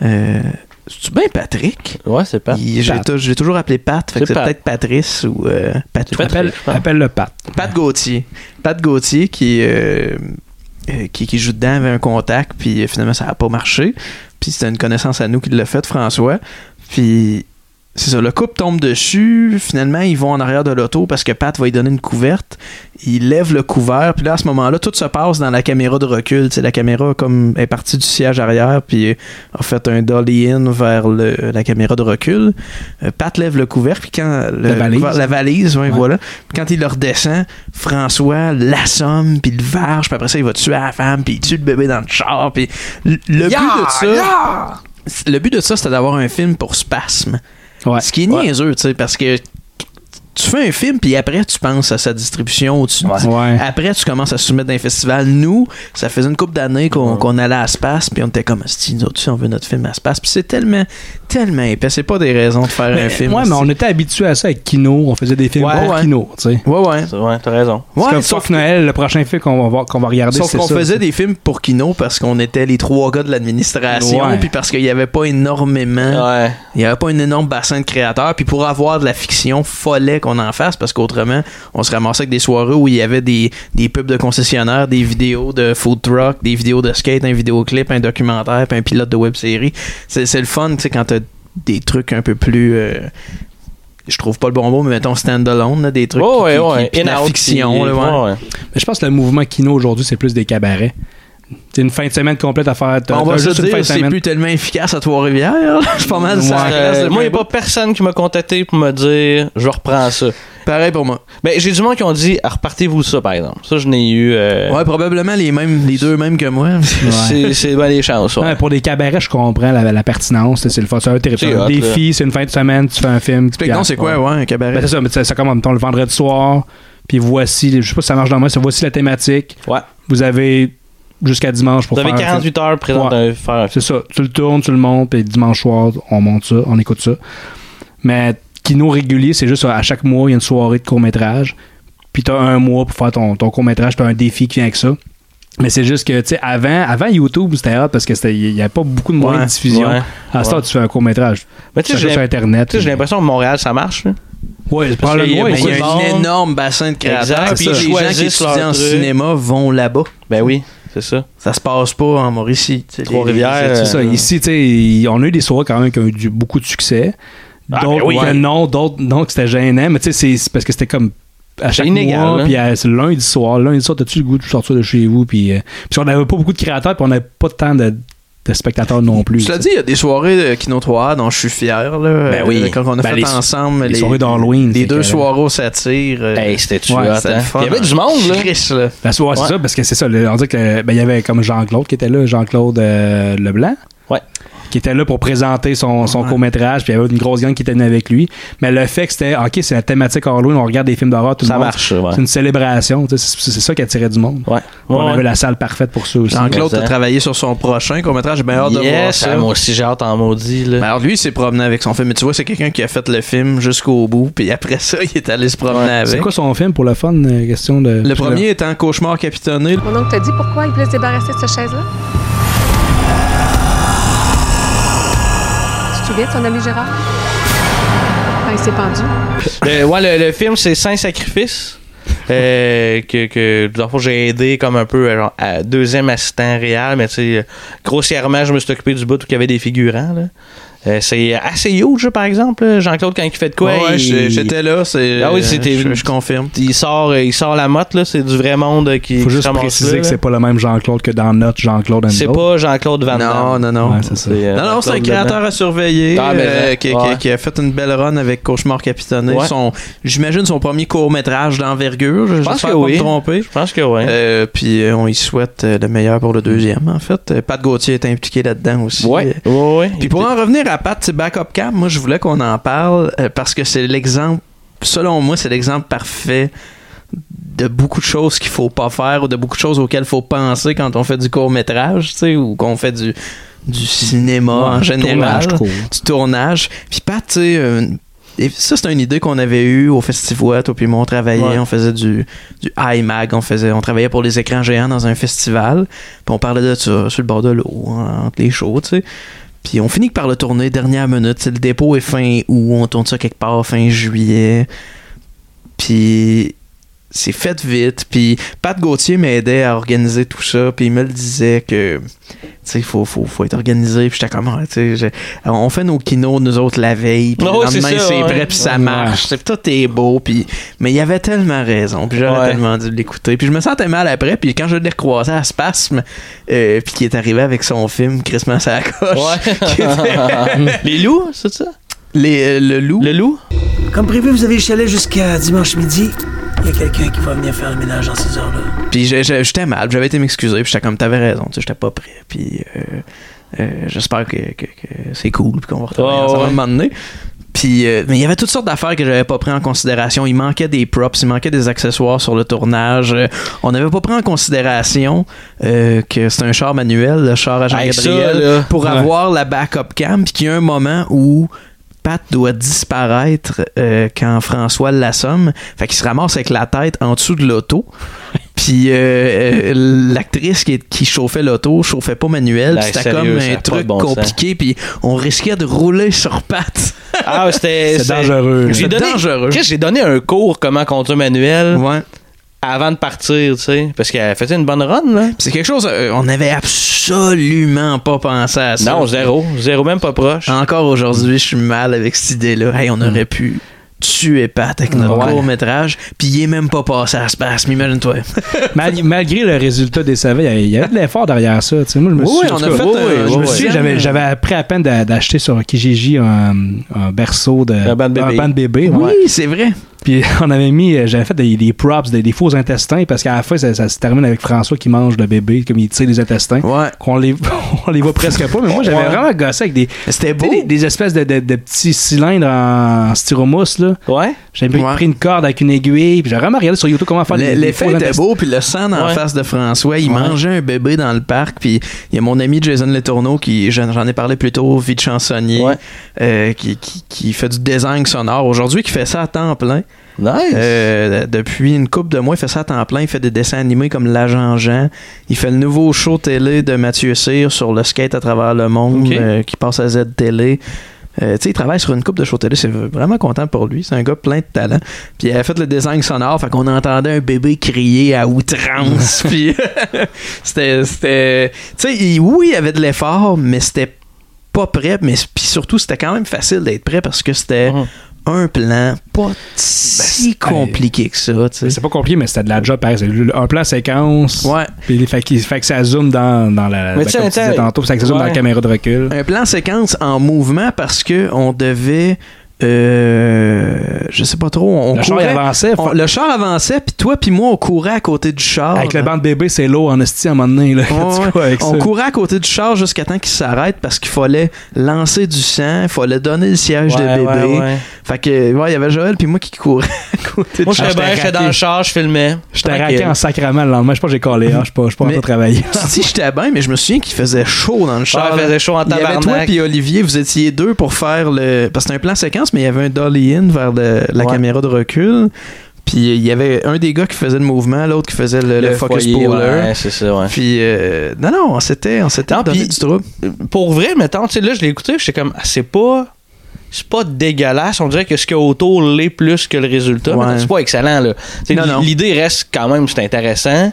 Speaker 5: Euh, C'est-tu bien Patrick?
Speaker 1: Ouais, c'est pas.
Speaker 5: Il- j'ai
Speaker 4: Pat.
Speaker 5: tou- Je l'ai toujours appelé Pat, fait que
Speaker 1: C'est
Speaker 5: c'est
Speaker 1: Pat.
Speaker 5: peut-être Patrice ou euh, Patou.
Speaker 1: Pat.
Speaker 4: Appelle,
Speaker 1: je pense.
Speaker 4: appelle le Pat.
Speaker 5: Pat Gauthier. Pat Gauthier qui, euh, euh, qui, qui joue dedans avait un contact, puis euh, finalement ça n'a pas marché. Puis c'était une connaissance à nous qui l'a fait, François. Puis c'est ça, le couple tombe dessus. Finalement, ils vont en arrière de l'auto parce que Pat va lui donner une couverte. Il lève le couvert, puis là à ce moment-là, tout se passe dans la caméra de recul. Tu sais, la caméra comme est partie du siège arrière, puis euh, a fait un dolly-in vers le- la caméra de recul. Euh, Pat lève le couvert, puis quand le-
Speaker 4: La valise.
Speaker 5: la valise, ouais,
Speaker 4: Ouais.
Speaker 5: voilà. Puis quand il le redescend, François l'assomme, puis le varge, puis après ça, il va tuer la femme, puis il tue le bébé dans le char, puis le, le but de ça... Le but de ça, c'était d'avoir un film pour spasme.
Speaker 4: Ouais.
Speaker 5: Ce qui est niaiseux, tu sais, parce que tu fais un film, puis après, tu penses à sa distribution, ou tu
Speaker 4: Ouais. Ouais.
Speaker 5: après, tu commences à se soumettre dans les festivals. Nous, ça faisait une couple d'années qu'on qu'on allait à Space, puis on était comme, si nous autres, si on veut notre film à Space. Puis c'est tellement, tellement épais. C'est pas des raisons de faire un film.
Speaker 4: ouais, mais on était habitué à ça avec Kino. On faisait des films
Speaker 5: Ouais,
Speaker 4: pour
Speaker 5: ouais.
Speaker 4: Kino, tu sais.
Speaker 5: Ouais, ouais.
Speaker 1: Ouais, t'as raison.
Speaker 4: C'est
Speaker 5: Ouais,
Speaker 4: comme
Speaker 5: sauf
Speaker 4: sauf Noël, le prochain film qu'on va, voir- qu'on va regarder,
Speaker 5: Sauf
Speaker 4: c'est
Speaker 5: qu'on
Speaker 4: ça.
Speaker 5: faisait des films pour Kino parce qu'on était les trois gars de l'administration,
Speaker 4: Ouais.
Speaker 5: puis parce qu'il n'y avait pas énormément,
Speaker 1: Ouais.
Speaker 5: il n'y avait pas un énorme bassin de créateurs, puis pour avoir de la fiction, fallait qu'on en fasse parce qu'autrement, on se ramassait avec des soirées où il y avait des, des pubs de concessionnaires, des vidéos de food truck, des vidéos de skate, un vidéoclip, un documentaire, puis un pilote de web série. C'est c'est le fun, tu sais, quand t'as des trucs un peu plus. euh, je trouve pas le bon mot, mais mettons stand-alone, là, des trucs.
Speaker 1: Oh, ouais,
Speaker 5: qui- qui-
Speaker 1: ouais.
Speaker 5: puis de la
Speaker 1: In-out,
Speaker 5: fiction,
Speaker 1: puis-
Speaker 5: là, ouais.
Speaker 1: ouais.
Speaker 4: Mais je pense que le mouvement Kino aujourd'hui, c'est plus des cabarets. C'est une fin de semaine complète à faire. t'as-
Speaker 5: On va
Speaker 4: t'as
Speaker 5: se
Speaker 4: juste une fin
Speaker 5: dire,
Speaker 4: de
Speaker 5: c'est
Speaker 4: semaine.
Speaker 5: plus tellement efficace à Trois-Rivières. là. Je suis pas mal
Speaker 1: Euh,
Speaker 5: ça reste le
Speaker 1: moi, il
Speaker 5: même
Speaker 1: n'y a pas personne qui m'a contacté pour me dire je reprends ça.
Speaker 5: bout. Pareil pour moi.
Speaker 1: Ben, j'ai du monde qui ont dit Ah, repartez-vous ça, par exemple. Ça, je n'ai eu. euh,
Speaker 5: Ouais, probablement les mêmes, les deux mêmes que moi.
Speaker 1: C'est c'est bien des chances. ouais.
Speaker 4: Ouais, pour des cabarets, je comprends la, la pertinence. là, C'est le fun. C'est un
Speaker 1: C'est hot,
Speaker 4: territoire.
Speaker 1: là.
Speaker 4: Un défi, c'est une fin de semaine, tu fais un film. tu
Speaker 5: Explique-nous,
Speaker 4: gardes.
Speaker 5: c'est quoi,
Speaker 4: Ouais.
Speaker 5: ouais, un
Speaker 4: Ben,
Speaker 5: cabaret?
Speaker 4: c'est ça, mais ça, ça commence mettons, le vendredi soir. Puis voici, je sais pas si ça marche dans moi, c'est voici la thématique.
Speaker 1: Ouais.
Speaker 4: Vous avez jusqu'à dimanche pour
Speaker 1: Vous avez
Speaker 4: faire un film.
Speaker 1: 48 heures présentes
Speaker 4: Ouais.
Speaker 1: à faire un film.
Speaker 4: C'est ça. Tu le tournes, tu le montes, puis dimanche soir, on monte ça, on écoute ça. Mais Kino régulier, c'est juste à chaque mois, il y a une soirée de court-métrage. Puis t'as un mois pour faire ton, ton court-métrage, t'as un défi qui vient avec ça. Mais c'est juste que, tu sais, avant, avant YouTube, c'était hot parce que c'était- il n'y avait pas beaucoup de moyens
Speaker 1: Ouais,
Speaker 4: de diffusion.
Speaker 1: ouais,
Speaker 4: à ce temps, tu fais un court-métrage.
Speaker 1: Mais tu sais,
Speaker 4: Ça
Speaker 1: j'ai
Speaker 4: sur
Speaker 1: l'im-
Speaker 4: Internet.
Speaker 1: tu sais, j'ai l'impression que Montréal, ça marche. là.
Speaker 4: Ouais, le
Speaker 1: parce qu'il y a
Speaker 4: problème, ouais,
Speaker 5: Mais il y
Speaker 4: c'est-
Speaker 5: a
Speaker 1: beaucoup
Speaker 5: un
Speaker 1: de monde.
Speaker 5: énorme bassin de créateurs.
Speaker 1: Exact,
Speaker 5: Puis
Speaker 1: c'est
Speaker 5: les
Speaker 1: ça.
Speaker 5: gens
Speaker 1: Choisissent
Speaker 5: qui étudient
Speaker 1: leur
Speaker 5: en
Speaker 1: truc.
Speaker 5: cinéma vont là-bas.
Speaker 1: Ben oui, c'est ça.
Speaker 5: Ça se passe pas en Mauricie. tu sais, les-
Speaker 1: Trois-Rivières,
Speaker 5: les études.
Speaker 4: C'est ça. Ici, tu sais, il- on a eu des soirées quand même qui ont eu du- beaucoup de succès.
Speaker 1: Ah,
Speaker 4: D'autres
Speaker 1: ben oui.
Speaker 4: que non, d'autres non, que c'était gênant. Mais tu sais, c'est- c'est parce que c'était comme à
Speaker 1: C'est
Speaker 4: chaque
Speaker 1: inégal,
Speaker 4: mois,
Speaker 1: hein.
Speaker 4: puis à- c'est le lundi soir. Le Lundi soir, t'as-tu le goût de sortir de chez vous? Puis, euh, puis on n'avait pas beaucoup de créateurs, puis on n'avait pas tant de, de spectateurs non plus.
Speaker 5: Cela
Speaker 4: tu
Speaker 5: dit,
Speaker 4: sais.
Speaker 5: il y a des soirées de Kino 3 dont je suis fier. Là,
Speaker 1: Ben oui.
Speaker 5: Euh, Quand on a
Speaker 4: Ben,
Speaker 5: fait
Speaker 4: les-
Speaker 5: ensemble
Speaker 4: les soirées d'Halloween,
Speaker 5: Les
Speaker 4: c'est
Speaker 5: deux
Speaker 4: que-
Speaker 5: soirées au satire. euh,
Speaker 1: Hey, c'était-tu
Speaker 4: ouais,
Speaker 1: hot,
Speaker 5: c'était le
Speaker 1: hein?
Speaker 5: fun,
Speaker 1: Il y avait du
Speaker 5: hein.
Speaker 1: monde, là.
Speaker 5: Chris, là.
Speaker 4: La soirée,
Speaker 1: Ouais.
Speaker 4: c'est ça, parce que c'est ça. le- on dit que ben, il y avait comme Jean-Claude qui était là, Jean-Claude euh, Leblanc.
Speaker 1: Ouais.
Speaker 4: Qui était là pour présenter son, son court-métrage, puis il y avait une grosse gang qui était venue avec lui. Mais le fait que c'était, ah, OK, c'est la thématique Halloween, on regarde des films d'horreur, tout
Speaker 1: Ça
Speaker 4: le monde.
Speaker 1: marche, ouais.
Speaker 4: C'est une célébration, tu sais, c'est c'est ça qui attirait du monde.
Speaker 1: Ouais.
Speaker 4: On
Speaker 1: Ouais,
Speaker 4: avait la salle parfaite pour ça aussi.
Speaker 5: Jean-Claude a
Speaker 1: Exact.
Speaker 5: travaillé sur son prochain court-métrage. J'ai bien hâte de voir
Speaker 1: Yes,
Speaker 5: hein. ça.
Speaker 1: ah, moi aussi, j'ai hâte en maudit, là.
Speaker 5: Ben, alors lui, il s'est promené avec son film. Mais tu vois, c'est quelqu'un qui a fait le film jusqu'au bout, puis après ça, il est allé se promener
Speaker 4: C'est
Speaker 5: avec.
Speaker 4: quoi son film pour le fun euh, question de
Speaker 5: Le premier étant Cauchemar capitonné.
Speaker 12: Mon oncle t'a dit pourquoi il voulait se débarrasser de cette chaise-là? Tu te souviens de ton ami Gérard? Quand il s'est pendu.
Speaker 1: Ben, Le, ouais, le, le film, c'est Saint Sacrifice. euh, que, que dans le fond, j'ai aidé comme un peu euh, genre, à deuxième assistant réel, mais tu sais, euh, grossièrement, je me suis occupé du bout où il y avait des figurants. là. Euh, c'est assez huge, par exemple. là. Jean-Claude, quand il fait de quoi
Speaker 5: Ouais, ouais,
Speaker 1: il,
Speaker 5: j'ai- j'étais là. c'est-
Speaker 1: Ah oui, c'était-
Speaker 5: Je, je confirme.
Speaker 1: il sort euh, il sort la motte, là, c'est du vrai monde euh, qui
Speaker 4: Faut
Speaker 1: qui
Speaker 4: juste
Speaker 1: ramasse
Speaker 4: préciser
Speaker 1: là,
Speaker 4: que
Speaker 1: là.
Speaker 4: c'est pas le même Jean-Claude que dans notre Jean-Claude and
Speaker 1: C'est
Speaker 4: Dope.
Speaker 1: pas Jean-Claude Van Damme.
Speaker 5: Non, non, non.
Speaker 4: Ouais, c'est ça.
Speaker 1: euh,
Speaker 5: non, non, c'est un
Speaker 1: Jean-Claude
Speaker 5: créateur à surveiller
Speaker 1: Ah, mais,
Speaker 5: euh, qui, qui-
Speaker 1: ouais.
Speaker 5: qui a fait une belle run avec Cauchemar capitonné.
Speaker 1: Ouais.
Speaker 5: Son, j'imagine son premier court-métrage d'envergure. Je
Speaker 1: pense
Speaker 5: j'espère
Speaker 1: que
Speaker 5: pas
Speaker 1: oui.
Speaker 5: me tromper.
Speaker 1: Je pense que oui.
Speaker 5: Euh, puis euh, on y souhaite euh, le meilleur pour le deuxième, en fait. Euh, Pat Gauthier est impliqué là-dedans aussi.
Speaker 1: ouais. Ouais, ouais.
Speaker 5: Puis pour en revenir à à Pat, Backup Cam, moi, je voulais qu'on en parle euh, parce que c'est l'exemple, selon moi, c'est l'exemple parfait de beaucoup de choses qu'il faut pas faire ou de beaucoup de choses auxquelles faut penser quand on fait du court-métrage, tu sais, ou qu'on fait du, du cinéma ouais, en général, tournage, du tournage. Puis Pat, tu sais, euh, et ça, c'est une idée qu'on avait eue au Festivois, toi puis moi, on travaillait, ouais. on faisait du, du IMAG, on faisait, on travaillait pour les écrans géants dans un festival, puis on parlait de ça sur le bord de l'eau, hein, entre les shows, tu sais. Puis on finit par le tourner dernière minute, le dépôt est fin août, on tourne ça quelque part fin juillet, puis c'est fait vite, puis Pat Gauthier m'aidait à organiser tout ça, puis il me le disait que tu sais, faut, faut, faut être organisé. Puis j'étais comme, ah, tu sais, on fait nos kinos, nous autres, la veille. Puis oh, le lendemain, c'est ouais. prêt, puis ça marche. Ouais. Tout est beau. Puis... Mais il avait tellement raison. Puis j'aurais ouais. tellement dû l'écouter. Puis je me sentais mal après. Puis quand je l'ai recroisé à Spasme, euh, puis qui est arrivé avec son film Christmas à la coche.
Speaker 1: Les loups, c'est ça?
Speaker 5: Les, euh, le loup.
Speaker 1: Le loup?
Speaker 12: Comme prévu, vous avez le chalet jusqu'à dimanche midi. Il y a quelqu'un qui va venir faire le ménage en ces heures-là.
Speaker 5: Puis j'étais mal, j'avais été m'excuser, puis j'étais comme, t'avais raison, tu sais, j'étais pas prêt. Puis euh, euh, j'espère que, que, que c'est cool, puis qu'on va retrouver oh, ouais. un moment donné. Puis, euh, mais il y avait toutes sortes d'affaires que j'avais pas pris en considération. Il manquait des props, il manquait des accessoires sur le tournage. Euh, on n'avait pas pris en considération euh, que c'est un char manuel, le char à Jean-Gabriel, hey, pour ouais. avoir la backup cam. Puis qu'il y a un moment où Pat doit disparaître euh, quand François l'assomme. Fait qu'il se ramasse avec la tête en dessous de l'auto. Puis euh, euh, l'actrice qui, qui, chauffait l'auto chauffait pas manuel. C'était comme un truc bon compliqué. Puis on risquait de rouler sur pattes.
Speaker 1: Ah, c'était
Speaker 4: dangereux.
Speaker 1: J'ai donné, dangereux. J'ai donné un cours comment conduire manuel.
Speaker 5: Ouais.
Speaker 1: Avant de partir, tu sais, parce qu'elle faisait une bonne run, là.
Speaker 5: C'est quelque chose, euh, on n'avait absolument pas pensé à ça.
Speaker 1: Non, zéro. Zéro, même pas proche.
Speaker 5: Encore aujourd'hui, je suis mal avec cette idée-là. Hey, on aurait pu tuer Pat avec notre ouais. court métrage, puis il est même pas passé à Space, imagine-toi.
Speaker 4: Mal, malgré le résultat des savets, il y, avait de l'effort derrière ça. Moi, je me suis,
Speaker 5: oui, on a fait. Euh,
Speaker 4: je me suis, j'avais, j'avais appris à peine d'acheter sur Kijiji un, un berceau de
Speaker 5: un banc de bébé.
Speaker 4: Banc de bébé
Speaker 5: oui, ouais. c'est vrai.
Speaker 4: Puis on avait mis, euh, j'avais fait des, des props, des, des, faux intestins, parce qu'à la fin, ça, ça, se termine avec François qui mange le bébé, comme il tire les intestins.
Speaker 5: Ouais.
Speaker 4: Qu'on les, on les voit presque pas, mais moi, j'avais ouais. vraiment gossé avec des.
Speaker 5: C'était beau.
Speaker 4: Des, des, espèces de, de, de, petits cylindres en styromousse, là.
Speaker 5: Ouais.
Speaker 4: J'avais ouais. pris une corde avec une aiguille, puis j'avais vraiment regardé sur YouTube comment faire les
Speaker 5: L'effet était intestins. beau, puis le sang en ouais. face de François, il mangeait un bébé dans le parc, puis il y a mon ami Jason Letourneau, qui, j'en ai parlé plus tôt, vie de chansonnier, euh, qui, qui, qui fait du design sonore aujourd'hui, qui fait ça à temps plein.
Speaker 1: Nice.
Speaker 5: Euh, depuis une coupe de mois, il fait ça à temps plein. Il fait des dessins animés comme L'Agent Jean. Il fait le nouveau show télé de Mathieu Cyr sur le skate à travers le monde okay. euh, qui passe à Z Télé. Euh, il travaille sur une coupe de show télé, c'est vraiment content pour lui. C'est un gars plein de talent. Puis il a fait le design sonore, fait qu'on entendait un bébé crier à outrance. puis c'était, c'était, il, oui, il avait de l'effort, mais c'était pas prêt. Mais puis surtout, c'était quand même facile d'être prêt parce que c'était mm -hmm un plan pas si ben, compliqué que ça.
Speaker 4: C'est pas compliqué, mais c'était de la job. Pareil. Un plan séquence.
Speaker 5: Ouais.
Speaker 4: Puis fait, fait que ça zoome dans, dans la. Mais ben, comme tu disais tantôt, ça zoome ouais. dans la caméra de recul.
Speaker 5: Un plan séquence en mouvement parce que on devait. Euh, je sais pas trop. On
Speaker 4: le courait, char avançait.
Speaker 5: On, le char avançait, puis toi, puis moi, on courait à côté du
Speaker 1: Ah,
Speaker 5: char.
Speaker 4: Avec le banc de bébé, c'est l'eau en esti à un moment donné. Là,
Speaker 5: ouais, quoi, avec on ça. courait à côté du char jusqu'à temps qu'il s'arrête parce qu'il fallait lancer du sang, il fallait donner le siège
Speaker 1: ouais,
Speaker 5: de bébé.
Speaker 1: Ouais,
Speaker 5: fait que, ouais, il y avait Joël, puis moi qui courais à côté
Speaker 1: moi, du char. Moi, j'étais dans le char, je filmais.
Speaker 4: J'étais raqué en sacrament le lendemain. Je pense que j'ai collé, hein, je suis pas, j'suis pas mais, en train de travailler.
Speaker 5: si, j'étais bien, mais je me souviens qu'il faisait chaud dans le char.
Speaker 1: il faisait chaud en tabarnak.
Speaker 5: Il y avait toi, puis Olivier, vous étiez deux pour faire le. Parce que c'était un plan séquence mais il y avait un dolly-in vers le, la ouais. caméra de recul. Puis il y avait un des gars qui faisait le mouvement, l'autre qui faisait le, le, le focus
Speaker 1: foyer,
Speaker 5: puller.
Speaker 1: Ouais, c'est ça, ouais.
Speaker 5: Puis euh, non, non, on s'était, on s'était donné pis, du trouble.
Speaker 1: Pour vrai, mettons, tu sais, là, je l'ai écouté, j'étais comme, ah, c'est pas. C'est pas dégueulasse, on dirait que ce qu'il y a autour l'est plus que le résultat. Ouais. C'est pas excellent, là. L'idée reste quand même, c'est intéressant.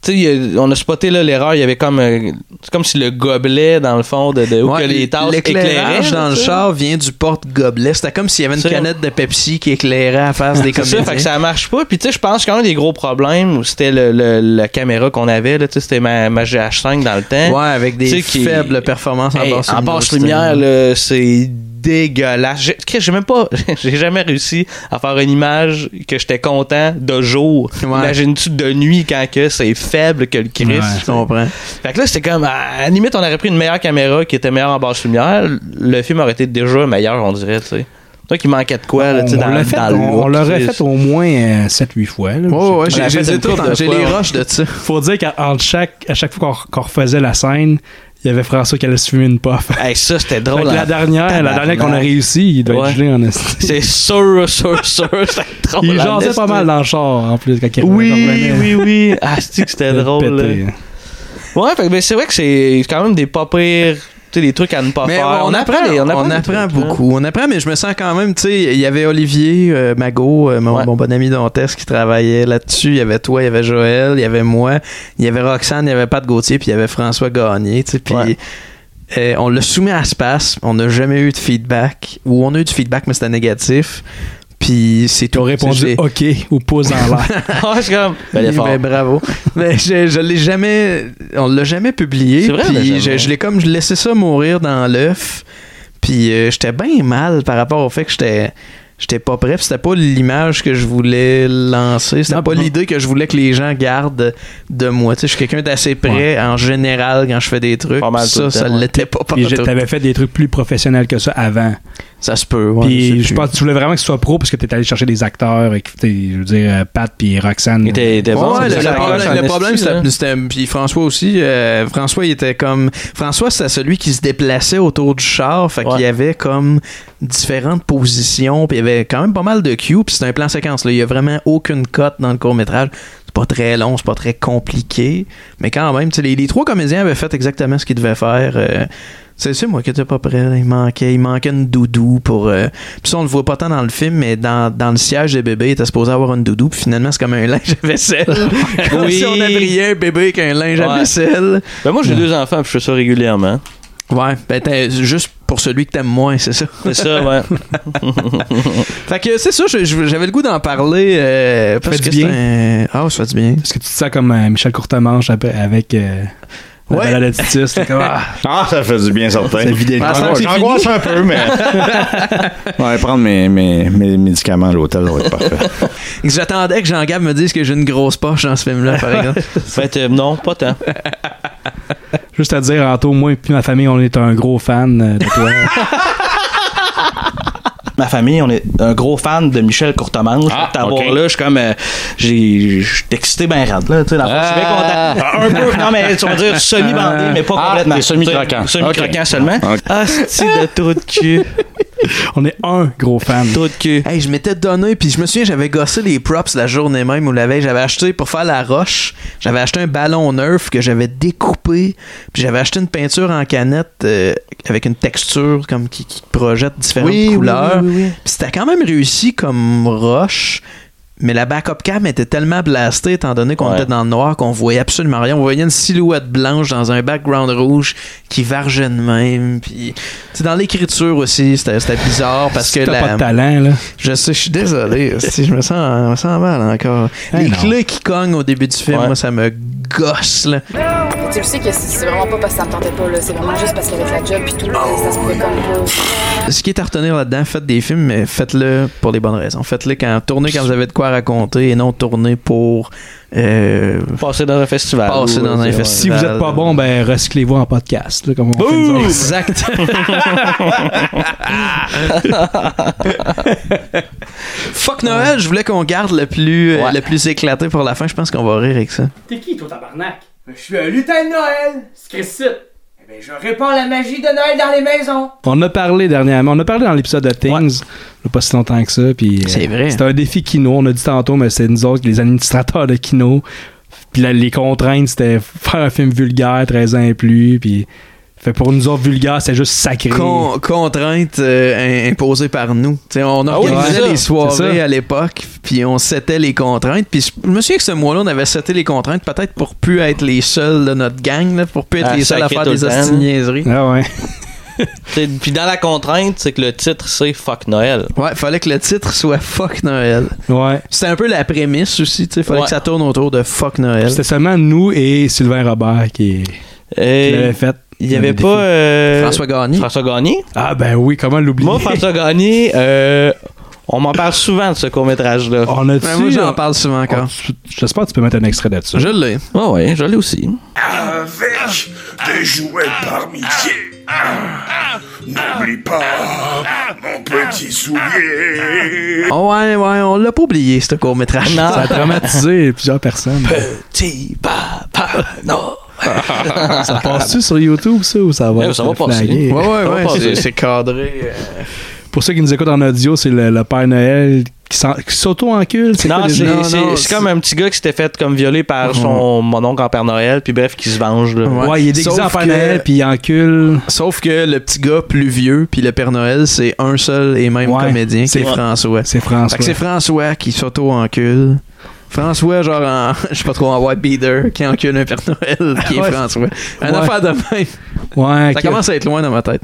Speaker 1: T'sais, on a spoté l'erreur, il y avait comme euh, c'est comme si le gobelet dans le fond de, de où ouais, que les tasses
Speaker 5: l'éclairage dans le char vient du porte gobelet, c'était comme s'il y avait une canette de Pepsi qui éclairait à face des comédiens.
Speaker 1: Ça, fait que ça marche pas. Puis tu sais, je pense qu'un des gros problèmes, c'était le, le, la caméra qu'on avait là, c'était ma, ma, GH5 dans le temps.
Speaker 13: Ah,
Speaker 5: Ouais, avec des faibles qui... performances
Speaker 1: hey,
Speaker 5: en basse
Speaker 1: lumière. En basse lumière, c'est dégueulasse. J'ai Chris, j'ai même pas, j'ai jamais réussi à faire une image que j'étais content de jour. Imagine-tu de nuit quand que c'est faible que le Chris.
Speaker 13: Ouais, je comprends.
Speaker 1: Fait que là, c'était comme, à la limite, on aurait pris une meilleure caméra qui était meilleure en basse lumière. Le film aurait été déjà meilleur, on dirait, tu sais. Toi qui manquait de quoi, là, tu sais,
Speaker 4: on
Speaker 1: dans,
Speaker 4: l'a fait,
Speaker 1: dans le
Speaker 4: on- on
Speaker 1: look,
Speaker 4: l'aurait
Speaker 1: tu sais.
Speaker 4: fait au moins 7-8 fois. là.
Speaker 5: Oh, Ouais, ouais,
Speaker 1: On l'a
Speaker 5: j'ai-
Speaker 1: fait
Speaker 5: j'ai
Speaker 1: une
Speaker 5: des trucs,
Speaker 1: couple de
Speaker 5: j'ai
Speaker 1: fois,
Speaker 5: les
Speaker 1: ouais.
Speaker 5: roches de ça.
Speaker 4: Faut dire qu'à entre chaque, à chaque fois qu'on, qu'on refaisait la scène, il y avait François qui allait se fumer une puff.
Speaker 1: Hey, ça, c'était
Speaker 4: Fait
Speaker 1: drôle.
Speaker 4: que la
Speaker 1: hein.
Speaker 4: dernière, la
Speaker 1: Oh, Tabarnak.
Speaker 4: dernière qu'on a réussi, il doit
Speaker 1: Ouais.
Speaker 4: être gelé en esti.
Speaker 1: C'est sûr, sûr, sûr, c'était drôle.
Speaker 4: Il
Speaker 1: en
Speaker 4: jasait pas
Speaker 1: esti.
Speaker 4: mal dans le char, en plus, quand il
Speaker 1: Oui,
Speaker 4: revenait.
Speaker 1: oui, oui. Ah, c'est que c'était
Speaker 4: Il était
Speaker 1: drôle.
Speaker 4: pété,
Speaker 1: là. Ouais, fait que, ben, c'est vrai que c'est quand même des pas pires, tu sais, des trucs à ne pas
Speaker 5: Mais
Speaker 1: faire.
Speaker 5: ouais, on, apprend,
Speaker 1: des-
Speaker 5: on apprend,
Speaker 1: des trucs, là.
Speaker 5: beaucoup. On apprend, mais je me sens quand même, tu sais, il y avait Olivier euh, Magot, euh, mon,
Speaker 1: Ouais.
Speaker 5: mon bon ami Dantes qui travaillait là-dessus. Il y avait toi, il y avait Joël, il y avait moi, il y avait Roxane, il y avait Pat Gauthier, puis il y avait François Gagné, tu sais, puis...
Speaker 1: Ouais.
Speaker 5: euh, on l'a soumis à Space, on n'a jamais eu de feedback, ou on a eu du feedback, mais c'était négatif. Puis c'est
Speaker 4: Ils
Speaker 5: tout.
Speaker 4: ont répondu
Speaker 5: C'est-
Speaker 4: OK ou pouce en l'air.
Speaker 1: Ah, c'est comme. Ben,
Speaker 5: oui,
Speaker 1: l'effort.
Speaker 5: ben, bravo. Mais je, je l'ai jamais. On l'a jamais publié.
Speaker 1: C'est vrai, on l'a
Speaker 5: Puis
Speaker 1: jamais.
Speaker 5: je, je l'ai comme laissé ça mourir dans l'œuf. Puis euh, j'étais bien mal par rapport au fait que j'étais. J'étais pas prêt, puis c'était pas l'image que je voulais lancer, c'était
Speaker 4: Non,
Speaker 5: pas
Speaker 4: non.
Speaker 5: l'idée que je voulais que les gens gardent de moi. Tu sais, je suis quelqu'un d'assez prêt en général quand je fais des trucs.
Speaker 1: Pas mal
Speaker 5: puis
Speaker 1: tout
Speaker 5: ça,
Speaker 1: le temps,
Speaker 5: ça
Speaker 1: ouais.
Speaker 5: l'était pas pas
Speaker 4: Puis je-
Speaker 5: tout.
Speaker 4: t'avais fait des trucs plus professionnels que ça avant.
Speaker 5: Ça se peut, ouais.
Speaker 4: Puis
Speaker 5: sais
Speaker 4: je
Speaker 5: plus.
Speaker 4: pense que tu voulais vraiment que ce soit pro parce que t'étais allé chercher des acteurs, et que, t'es- je veux dire, euh, Pat puis Roxane.
Speaker 1: Il était, il était
Speaker 5: Ouais,
Speaker 1: bon.
Speaker 5: le,
Speaker 1: c'était
Speaker 5: le
Speaker 1: sa
Speaker 5: problème,
Speaker 1: coche en
Speaker 5: le problème,
Speaker 1: esti, là.
Speaker 5: c'était- c'était. Puis François aussi. euh, François, il était comme. François, c'était celui qui se déplaçait autour du char. Fait
Speaker 1: Ouais.
Speaker 5: qu'il y avait comme différentes positions. Puis il y avait quand même pas mal de cues. Puis c'était un plan séquence. Là. Il y a vraiment aucune cote dans le court-métrage. C'est pas très long, c'est pas très compliqué. Mais quand même, tu sais, les, les trois comédiens avaient fait exactement ce qu'ils devaient faire. euh, c'est c'est moi qui n'étais pas prêt. Il manquait, il manquait une doudou pour. euh, puis ça, on le voit pas tant dans le film, mais dans, dans le siège des bébés, il était supposé avoir une doudou. Puis finalement, c'est comme un linge à vaisselle. comme
Speaker 1: Oui.
Speaker 5: si on abriait un bébé avec un linge
Speaker 1: Ouais.
Speaker 5: à vaisselle.
Speaker 1: Ben, moi, j'ai deux enfants, puis je fais ça régulièrement.
Speaker 5: Ouais, ben t'es- juste pour celui que t'aimes moins, c'est ça.
Speaker 1: C'est ça, ouais.
Speaker 5: Fait que c'est ça, je- je- j'avais le goût d'en parler. euh, parce
Speaker 4: fait
Speaker 5: que
Speaker 4: du bien.
Speaker 5: c'est un- Ah, ça fait du bien.
Speaker 4: Est-ce que tu te sens comme euh, Michel Courtemanche après- avec euh, la
Speaker 5: Ouais.
Speaker 4: balade à Titus? là, comme, ah,
Speaker 14: Ah, ça fait du bien certain.
Speaker 4: c'est
Speaker 1: Ben,
Speaker 4: vidé.
Speaker 5: Ah, ça,
Speaker 14: J'angoisse-
Speaker 5: c'est
Speaker 14: J'angoisse un peu, mais. On va prendre mes, mes, mes médicaments à l'hôtel, ça va être parfait.
Speaker 5: J'attendais que Jean-Gab me dise que j'ai une grosse poche dans ce film-là, par exemple.
Speaker 1: fait, euh, non, pas tant.
Speaker 4: Juste à dire, Anto, moi et puis ma famille, on est un gros fan euh, de toi.
Speaker 1: ma famille, on est un gros fan de Michel Courtemanche.
Speaker 14: Ah,
Speaker 1: Fait que t'avoir
Speaker 14: ok.
Speaker 1: là, je suis comme, euh, j'ai, j'étais excité ben rad, là, tu sais, dans le fond, je suis bien content. Un peu, non, mais tu vas dire semi-bandé, mais pas
Speaker 14: Ah,
Speaker 1: complètement.
Speaker 14: t'es semi-croquant.
Speaker 1: Semi-croquant
Speaker 14: Ok.
Speaker 1: seulement.
Speaker 14: Ok.
Speaker 1: Ah, c'est de trou de cul.
Speaker 4: on est un gros fan.
Speaker 1: Trou de cul.
Speaker 5: Hey, je m'étais donné, puis je me souviens, j'avais gossé les props la journée même ou la veille. J'avais acheté pour faire la roche. J'avais acheté un ballon neuf que j'avais découpé. Puis j'avais acheté une peinture en canette euh, avec une texture comme qui, qui projette différentes couleurs. Puis c'était quand même réussi comme roche. Mais la backup cam était tellement blastée, étant donné qu'on
Speaker 1: Ouais.
Speaker 5: était dans le noir, qu'on voyait absolument rien. On voyait une silhouette blanche dans un background rouge qui vargeait de même. Puis, tu sais, dans l'écriture aussi, c'était c'était bizarre parce
Speaker 4: Si
Speaker 5: que
Speaker 4: t'as
Speaker 5: la,
Speaker 4: pas de talent, là.
Speaker 5: je sais, je suis désolé. si je me sens, je me sens mal encore.
Speaker 4: Eh
Speaker 5: Les
Speaker 4: non.
Speaker 5: clés qui cognent au début du film,
Speaker 1: Ouais.
Speaker 5: moi, ça me gosse, là.
Speaker 12: Tu le sais que c'est c'est vraiment pas parce que ça me tentait pas, là. C'est vraiment juste parce qu'avec la job puis tout, là, ça se pouvait comme pas.
Speaker 5: Ce qui est à retenir là-dedans, faites des films, mais faites-le pour les bonnes raisons. Faites-le quand tournez quand vous avez de quoi raconter et non tournez pour euh,
Speaker 1: Passer dans un festival. euh,
Speaker 5: passer dans un
Speaker 1: Ouais.
Speaker 5: festival.
Speaker 4: Si vous êtes pas bon, ben recyclez-vous en podcast. là, comme on fait nous autres.
Speaker 5: Exact. Fuck Noël, je voulais qu'on garde le plus, euh,
Speaker 1: Ouais.
Speaker 5: le plus éclaté pour la fin. Je pense qu'on va rire avec ça.
Speaker 15: T'es qui, toi, tabarnak? Je suis un lutin de Noël! Scrissit! Eh ben, je répands la magie de Noël dans les maisons!
Speaker 4: On a parlé dernièrement, on a parlé dans l'épisode de Things, il y a pas si longtemps que ça. puis, euh,
Speaker 5: C'est vrai.
Speaker 4: C'est un défi Kino, on a dit tantôt, mais c'est nous autres, les administrateurs de Kino. Puis là, les contraintes, c'était faire un film vulgaire, 13 ans et plus. Puis fait pour nous autres, vulgaire, c'est juste sacré.
Speaker 5: Con- contraintes euh, in- imposées par nous. T'sais, on
Speaker 1: Ah oui,
Speaker 5: organisait
Speaker 1: c'est ça,
Speaker 5: les
Speaker 4: c'est
Speaker 5: soirées
Speaker 4: ça.
Speaker 5: à l'époque, puis on setait les contraintes. Puis je me souviens que ce mois-là, on avait seté les contraintes, peut-être pour plus être les seuls de notre gang, là, pour plus être
Speaker 1: Ah,
Speaker 5: les seuls à
Speaker 1: sacré
Speaker 5: faire
Speaker 1: tout
Speaker 5: des
Speaker 1: le temps,
Speaker 5: hosties
Speaker 1: là.
Speaker 5: de niaiseries.
Speaker 4: Ah ouais.
Speaker 1: T'sais, Puis dans la contrainte, c'est que le titre, c'est Fuck Noël.
Speaker 5: Ouais, fallait que le titre soit Fuck Noël.
Speaker 4: Ouais.
Speaker 5: C'était un peu la prémisse aussi, tu sais. Fallait
Speaker 1: Ouais.
Speaker 5: que ça tourne autour de Fuck Noël.
Speaker 4: C'était seulement nous et Sylvain Robert qui, qui
Speaker 1: Et
Speaker 4: l'avaient fait.
Speaker 5: Il y avait pas. euh,
Speaker 16: François Gagné.
Speaker 1: François Gagné.
Speaker 4: Ah ben oui, comment l'oublier?
Speaker 1: Moi, François Gagné, euh, on m'en parle souvent de ce court-métrage-là.
Speaker 4: On a-tu...
Speaker 5: Ouais, Ben, moi, j'en parle souvent encore.
Speaker 4: Oh, tu- J'espère que tu peux mettre un extrait de ça.
Speaker 5: Je l'ai.
Speaker 1: Ouais, ouais, je l'ai aussi.
Speaker 17: Avec des jouets par milliers. N'oublie pas mon petit soulier.
Speaker 5: Oh, ouais, ouais, on l'a pas oublié, ce court-métrage.
Speaker 4: Ça a traumatisé plusieurs
Speaker 5: Ben,
Speaker 4: personnes.
Speaker 1: Petit papa, non.
Speaker 4: ça passe-tu sur YouTube, ça, ou ça va?
Speaker 1: Ouais, ça va
Speaker 4: être
Speaker 1: passer.
Speaker 4: flagué?
Speaker 5: Ouais, ouais,
Speaker 1: Ça va
Speaker 5: ouais,
Speaker 1: pas
Speaker 5: c'est-
Speaker 1: dire.
Speaker 5: c'est cadré. euh,
Speaker 4: Pour ceux qui nous écoutent en audio, c'est le, le Père Noël qui s'en- qui s'auto-encule. C'est
Speaker 1: Non,
Speaker 4: quoi déjà?
Speaker 1: c'est- c'est c'est comme un petit gars qui s'était fait comme violer par son mononcle en Père Noël, puis bref, qui se venge. Là.
Speaker 4: Ouais, il est déguisé
Speaker 5: Sauf
Speaker 4: en Père
Speaker 5: que-
Speaker 4: Noël, puis il encule.
Speaker 5: Sauf que le petit gars plus vieux, puis le Père Noël, c'est un seul et même
Speaker 4: Ouais,
Speaker 5: comédien, qui
Speaker 4: c'est
Speaker 5: est
Speaker 4: vrai.
Speaker 5: François.
Speaker 4: C'est
Speaker 5: Fait
Speaker 4: François.
Speaker 5: que c'est François qui s'auto-encule. François, genre en, je sais pas trop, en white beater, qui encule un Père Noël, qui est
Speaker 4: Ouais.
Speaker 5: François. Un
Speaker 4: Ouais.
Speaker 5: affaire de même.
Speaker 4: Ouais,
Speaker 5: Ça
Speaker 4: qui-
Speaker 5: commence à être loin dans ma tête.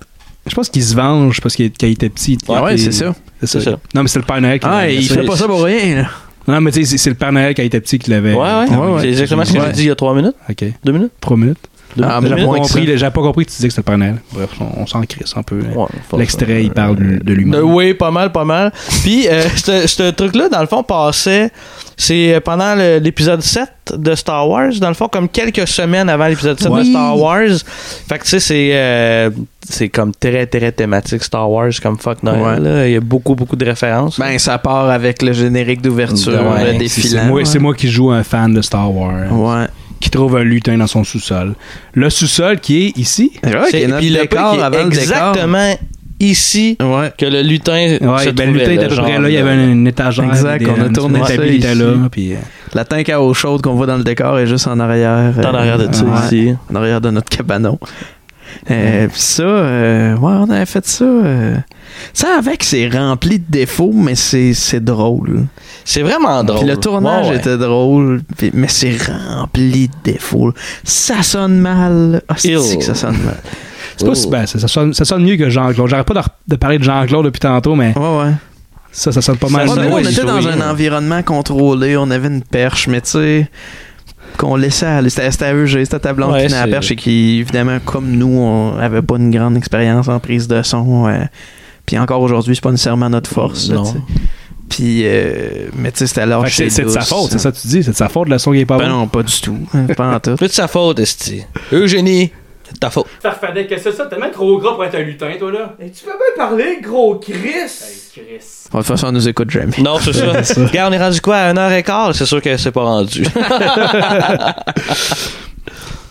Speaker 4: Je pense qu'il se venge parce qu'il quand il était petit. il-
Speaker 5: Ah Ouais,
Speaker 4: il-
Speaker 5: c'est ça.
Speaker 4: C'est ça.
Speaker 1: C'est ça.
Speaker 4: Non, mais c'est le Père Noël qui
Speaker 5: Ah,
Speaker 4: l'avait
Speaker 5: il
Speaker 4: fait.
Speaker 5: fait pas ça Ah, pour rien, là.
Speaker 4: Non, mais tu sais, c'est- c'est le Père Noël quand il était petit qui l'avait.
Speaker 1: Ouais, ouais, c'est exactement ce que j'ai dit il y a 3 minutes,
Speaker 4: Ok,
Speaker 1: 2 minutes.
Speaker 4: trois minutes.
Speaker 1: deux
Speaker 5: Ah,
Speaker 1: minutes.
Speaker 4: J'avais pas,
Speaker 5: moins que
Speaker 4: compris,
Speaker 5: ça.
Speaker 4: là, j'avais pas compris que tu disais que c'était le Père Noël. Bref, on, on s'en crisse un peu.
Speaker 1: Ouais, faut-
Speaker 4: L'extrait, il parle de, de lui-même.
Speaker 1: Euh, oui, pas mal, pas mal. Puis, euh, ce ce truc-là, dans le fond, passait. C'est euh, pendant le- l'épisode 7 de Star Wars, dans le fond, comme quelques semaines avant l'épisode 7 de
Speaker 4: Oui.
Speaker 1: Star Wars. Fait que, tu sais, c'est euh, c'est comme très, très thématique Star Wars, comme fuck Noël.
Speaker 5: Ouais.
Speaker 1: là. Il y a beaucoup, beaucoup de références.
Speaker 5: Ben, ça part avec le générique d'ouverture,
Speaker 1: Ouais,
Speaker 5: le
Speaker 4: C'est-
Speaker 5: défilant.
Speaker 4: C'est moi, c'est moi qui joue un fan de Star Wars, hein.
Speaker 5: Ouais.
Speaker 4: qui trouve un lutin dans son sous-sol. Le sous-sol qui est ici.
Speaker 5: C'est vrai qu'il y
Speaker 1: C'est-
Speaker 5: a notre
Speaker 1: puis le pire,
Speaker 5: décor
Speaker 1: il est
Speaker 5: avant le décor.
Speaker 1: exactement ici
Speaker 5: Ouais.
Speaker 1: que le lutin se
Speaker 4: Ouais, ben, le lutin
Speaker 1: trouvait,
Speaker 4: était à peu
Speaker 1: genre,
Speaker 4: près là. Il y avait une, une étagère.
Speaker 5: Exact,
Speaker 4: des-
Speaker 5: on a
Speaker 4: une-
Speaker 5: tourné
Speaker 4: une
Speaker 5: ça
Speaker 4: table, il était
Speaker 5: ici.
Speaker 4: là. Puis, euh,
Speaker 5: La tank à eau chaude qu'on voit dans le décor est juste en arrière.
Speaker 1: en
Speaker 5: euh,
Speaker 1: arrière de ça,
Speaker 5: ouais,
Speaker 1: ici.
Speaker 5: En arrière de notre cabanon. Euh, Puis ça, euh, ouais, on avait fait ça. euh. Ça, avec, c'est rempli de défauts, mais c'est c'est drôle.
Speaker 1: C'est vraiment drôle.
Speaker 5: Puis le tournage
Speaker 1: Ouais, ouais.
Speaker 5: était drôle, puis- mais c'est rempli de défauts. Ça sonne mal. Ah, c'est
Speaker 1: Ew.
Speaker 5: que ça sonne mal.
Speaker 4: C'est pas si ben, ça, ça sonne, ça sonne mieux que Jean-Claude. J'arrête pas de, re- de parler de Jean-Claude depuis tantôt, mais
Speaker 5: Ouais, ouais.
Speaker 4: ça, ça sonne pas mal.
Speaker 5: Ouais, mais là,
Speaker 1: ouais,
Speaker 5: on
Speaker 1: il
Speaker 5: était dans
Speaker 1: sourit.
Speaker 5: un environnement contrôlé, on avait une perche, mais tu sais, qu'on laissait aller. C'était c'était à eux, j'ai- c'était à ta blonde
Speaker 1: Ouais,
Speaker 5: qui tenait la
Speaker 1: c'est-
Speaker 5: perche et qui, évidemment, comme nous, on avait pas une grande expérience en prise de son. euh, Puis encore aujourd'hui, c'est pas nécessairement notre force. là,
Speaker 1: Non.
Speaker 5: tu sais. Puis, euh, mais tu sais, c'était alors
Speaker 4: Fait que c'est c'est de sa faute, c'est ça que tu dis. C'est de sa faute, le son qui est pas
Speaker 5: Ben
Speaker 4: bon.
Speaker 5: non, pas du tout. Pas en tout.
Speaker 1: Plus de sa faute, Esti. Eugénie, c'est de ta faute.
Speaker 3: Farfadet, qu'est-ce que c'est ça? T'es même trop gras pour être un lutin, toi, là.
Speaker 18: Et tu peux pas parler, gros Chris!
Speaker 3: Chris.
Speaker 5: De toute façon, on nous écoute jamais.
Speaker 1: Non, c'est ça. Regarde, on est rendu quoi à 1h15? C'est sûr que c'est pas rendu.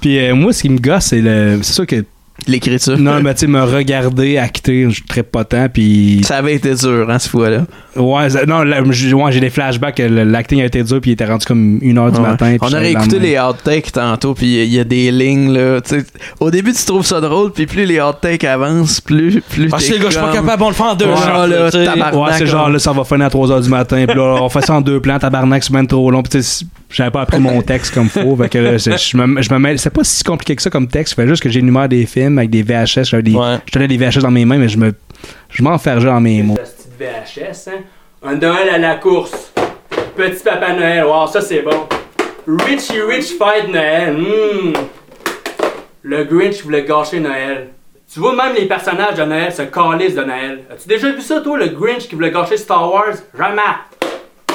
Speaker 4: Puis euh, moi, ce qui me gosse, c'est le. C'est sûr que.
Speaker 5: L'écriture.
Speaker 4: Non, mais tu sais, me regarder acter, je suis pas tant, puis.
Speaker 5: Ça avait été dur, hein, cette fois-là.
Speaker 4: Ouais, ça- non, là, j'ai ouais, j'ai des flashbacks, que le- l'acting a été dur, puis il était rendu comme une heure du
Speaker 5: Ouais.
Speaker 4: matin. puis
Speaker 5: On
Speaker 4: j'étais
Speaker 5: aurait
Speaker 4: le
Speaker 5: écouté
Speaker 4: lendemain.
Speaker 5: les outtakes tantôt, puis il y a des lignes, là. tu sais. au début, tu trouves ça drôle, puis plus les outtakes avancent, plus, plus
Speaker 1: Parce que
Speaker 5: t'es
Speaker 1: le gars, Ah, je suis pas
Speaker 5: comme-
Speaker 1: capable, on le fait en deux
Speaker 5: Ouais,
Speaker 1: heures,
Speaker 5: là,
Speaker 1: tu sais.
Speaker 5: tabarnak.
Speaker 4: Ouais, c'est
Speaker 5: Tabarnak,
Speaker 4: genre
Speaker 5: hein.
Speaker 4: là, ça va finir à 3h du matin, puis là, on fait ça en deux plans, tabarnak, c'est même trop long, puis tu sais, j'avais pas appris mon texte comme faut, fait que là, c'est- je me, je me mêle- c'est pas si compliqué que ça comme texte, fait juste que j'énumère des films avec des VHS, j'avais des,
Speaker 1: Ouais.
Speaker 4: je tenais des VHS dans mes mains, mais je me, je m'enfergeais dans mes mots.
Speaker 3: La petite VHS, hein? Un Noël à la course. Petit Papa Noël, wow, ça c'est bon. Richie Rich Fight Noël, hmm. Le Grinch voulait gâcher Noël. Tu vois, même les personnages de Noël se calissent de Noël. As-tu déjà vu ça, toi, le Grinch qui voulait gâcher Star Wars? Jamais!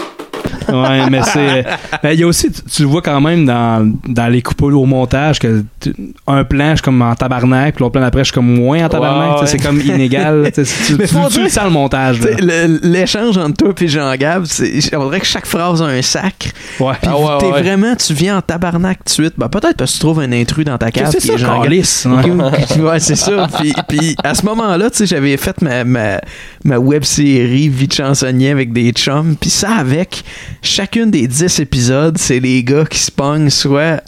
Speaker 4: Ouais, mais c'est, euh, mais il y a aussi, tu, tu le vois quand même dans, dans les coupes au montage que tu- un plan, je suis comme en tabarnak, puis l'autre plan après, je suis comme moins en tabarnak,
Speaker 1: Ouais,
Speaker 4: tu sais, c'est comme inégal, tu, sais, tu, tu, tu, tu le sens le montage, là.
Speaker 5: Tu sais, le- L'échange entre toi et Jean-Gab, c'est- on dirait que chaque phrase a un sacre.
Speaker 4: Ouais.
Speaker 1: Ah,
Speaker 5: Puis t'es vraiment, tu viens en tabarnak tout de suite. Ben, peut-être parce que tu trouves un intrus dans ta cave.
Speaker 4: C'est
Speaker 5: qui
Speaker 4: ça,
Speaker 5: est Jean-Gab.
Speaker 4: câlisse, ouais.
Speaker 5: ouais, c'est ça. Puis, puis à ce moment-là, tu sais, j'avais fait ma, ma, ma web série Vie de chansonnier avec des chums. Puis ça, avec chacune des 10 épisodes, c'est les gars qui se pognent soit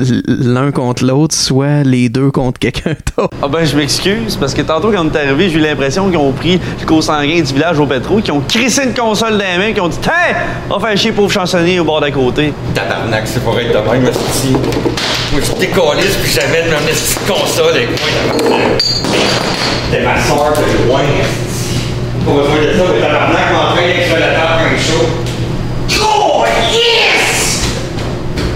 Speaker 5: l- l'un contre l'autre, soit les deux contre quelqu'un d'autre.
Speaker 12: Ah ben je m'excuse parce que tantôt quand on est arrivé, j'ai eu l'impression qu'ils ont pris le co-sanguin du village au pétrole, qu'ils ont crissé une console dans les mains, qu'ils ont dit Hey! On va faire chier pauvre chansonnier au bord d'à côté.
Speaker 17: Tabarnak, c'est pour être de même, esti. Moi, je décalisse puis j'avais de mon esti de console avec moi. T'es ma soeur de loin, esti. Pas besoin de ça, mais tabarnak m'en train d'être sur la table comme chaud. Oh, yes!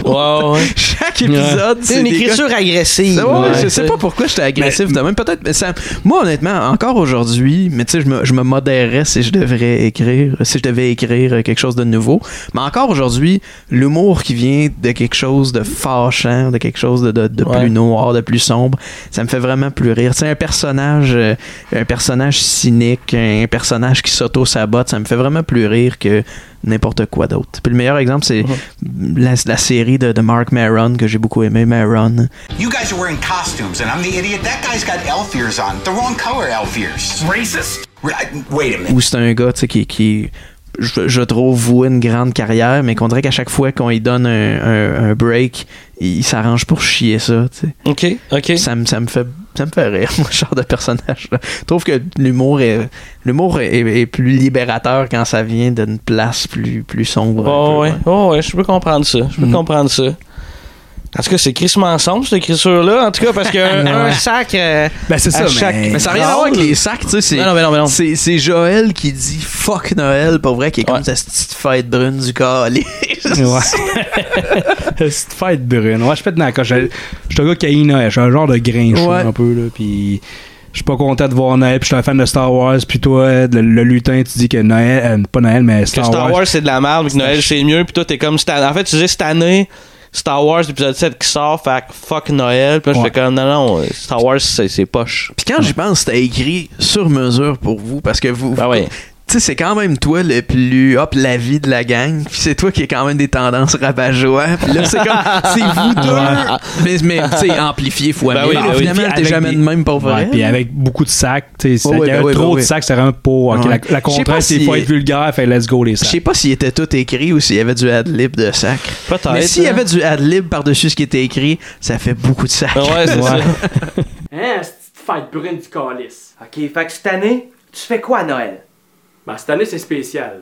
Speaker 1: Ouais, ouais.
Speaker 5: Chaque chaque épisode.
Speaker 7: C'est une
Speaker 5: des
Speaker 7: écriture
Speaker 5: gars-
Speaker 7: agressive.
Speaker 5: C'est- ouais,
Speaker 7: Ouais,
Speaker 5: je
Speaker 7: c'est-
Speaker 5: sais pas pourquoi j'étais agressif de même. Peut-être. mais ça- Moi, honnêtement, encore aujourd'hui, mais tu sais, je me, je me modérerais si je devrais écrire, si je devais écrire euh, quelque chose de nouveau. Mais encore aujourd'hui, l'humour qui vient de quelque chose de fâchant, de quelque chose de, de- de
Speaker 7: Ouais.
Speaker 5: plus noir, de plus sombre, ça me fait vraiment plus rire. Tu sais, un personnage, euh, un personnage cynique, un personnage qui s'auto-sabote, ça me fait vraiment plus rire que n'importe quoi d'autre. Puis le meilleur exemple, c'est
Speaker 7: Uh-huh.
Speaker 5: la, la série de, de Mark Maron que j'ai beaucoup aimé, Maron.
Speaker 19: You guys are wearing costumes, and I'm the idiot. That guy's got elf ears on. The wrong color elf ears. Racist? Wait a minute.
Speaker 5: où c'est un gars tu sais, qui, qui je, je trouve voué une grande carrière, mais qu'on dirait qu'à chaque fois qu'on lui donne un, un- un break, il, il s'arrange pour chier ça.
Speaker 1: Ok, ok.
Speaker 5: Ça me ça me fait ça me fait rire, moi, ce genre de personnage. -là. Je trouve que l'humour est l'humour est, est- est plus libérateur quand ça vient d'une place plus plus sombre. un
Speaker 1: Oh
Speaker 5: peu,
Speaker 1: ouais,
Speaker 5: ouais.
Speaker 1: oh ouais, je peux comprendre ça. Je peux comprendre ça. En tout cas, c'est Chris Mensonge, cette écriture-là. En tout cas, parce qu'un
Speaker 5: Ouais.
Speaker 1: un sac. euh, à chaque-
Speaker 5: Mais ça n'a rien à voir avec les sacs, tu sais. c'est-
Speaker 1: Non, non, mais non, mais non.
Speaker 5: C'est, c'est Joël qui dit fuck Noël, pour vrai, qui est comme cette petite fête brune du calice.
Speaker 4: C'est fête brune. Ouais, je pète dans la coche. Je je suis un gars qui haït Noël. Je suis un genre de grincheux
Speaker 5: Ouais.
Speaker 4: un peu, là. Puis je suis pas content de voir Noël. Puis je suis un fan de Star Wars. Puis toi, le, le lutin, tu dis que Noël, euh, pas Noël, mais
Speaker 1: que
Speaker 4: Star,
Speaker 1: Star Wars,
Speaker 4: Wars.
Speaker 1: c'est de la merde, mais que Noël c'est mieux, puis toi t'es comme cette année- En fait, tu dis cette année, Star Wars épisode 7 qui sort, fait que fuck Noël, puis là, je fais comme non, non, Star Wars c'est c'est poche.
Speaker 5: Puis quand j'y pense, c'était écrit sur mesure pour vous parce que
Speaker 1: Ben
Speaker 5: vous. Tu sais, c'est quand même toi le plus hop la vie de la gang. Puis c'est toi qui as quand même des tendances rabat-joie. Puis là, c'est comme. C'est vous deux. Mais, mais tu sais, amplifié fois
Speaker 4: Ben
Speaker 5: mille.
Speaker 4: oui, ben oui.
Speaker 5: Finalement,
Speaker 4: Puis
Speaker 5: t'es
Speaker 4: avec
Speaker 5: jamais
Speaker 4: des-
Speaker 5: de même pour vrai.
Speaker 4: Ouais, puis avec beaucoup de sacs, tu sais,
Speaker 5: Ouais,
Speaker 4: c'est-
Speaker 5: ouais,
Speaker 4: il y
Speaker 5: ben
Speaker 4: avait
Speaker 5: oui,
Speaker 4: trop
Speaker 5: ben
Speaker 4: de
Speaker 5: oui.
Speaker 4: sacs, c'était vraiment pour. ok,
Speaker 5: Ouais.
Speaker 4: La, la
Speaker 5: Je sais pas
Speaker 4: contrainte, c'est
Speaker 5: si-
Speaker 4: faut être vulgaire, fait let's go les
Speaker 5: Je
Speaker 4: sacs.
Speaker 5: sais pas s'il était tout écrit ou s'il y avait du ad-lib de sac.
Speaker 1: Peut-être,
Speaker 5: Mais s'il y
Speaker 1: hein.
Speaker 5: avait du ad-lib par-dessus ce qui était écrit, ça fait beaucoup de sac.
Speaker 1: Ouais, c'est ça.
Speaker 15: Hein, cette petite fête brune du calice.
Speaker 3: Ok, fait que cette année, tu fais quoi à Noël?
Speaker 15: Ben, cette année, c'est spécial.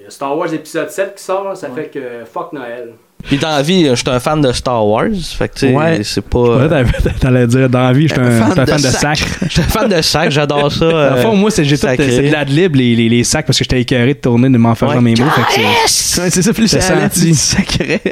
Speaker 15: Il y a Star Wars épisode 7 qui sort, ça fait que fuck Noël.
Speaker 1: Puis dans la vie, je suis un fan de Star Wars, fait que tu sais,
Speaker 4: Ouais.
Speaker 1: c'est pas.
Speaker 4: Ouais, t'allais- T'allais dire, dans la vie, je suis un, je suis un fan de sacs.
Speaker 1: Je suis un fan de sac, j'adore ça.
Speaker 4: Dans le
Speaker 1: euh,
Speaker 4: fond, moi, c'est- j'ai tout
Speaker 1: sacré.
Speaker 4: c'est de l'adlib, les, les, les sacs, parce que j'étais écœuré de tourner, de m'en faire dans mes
Speaker 15: Ah,
Speaker 4: mots. fait que c'est-
Speaker 5: Ouais, c'est ça, plus
Speaker 4: C'est
Speaker 5: ça allait,
Speaker 4: senti.
Speaker 5: plus sacré.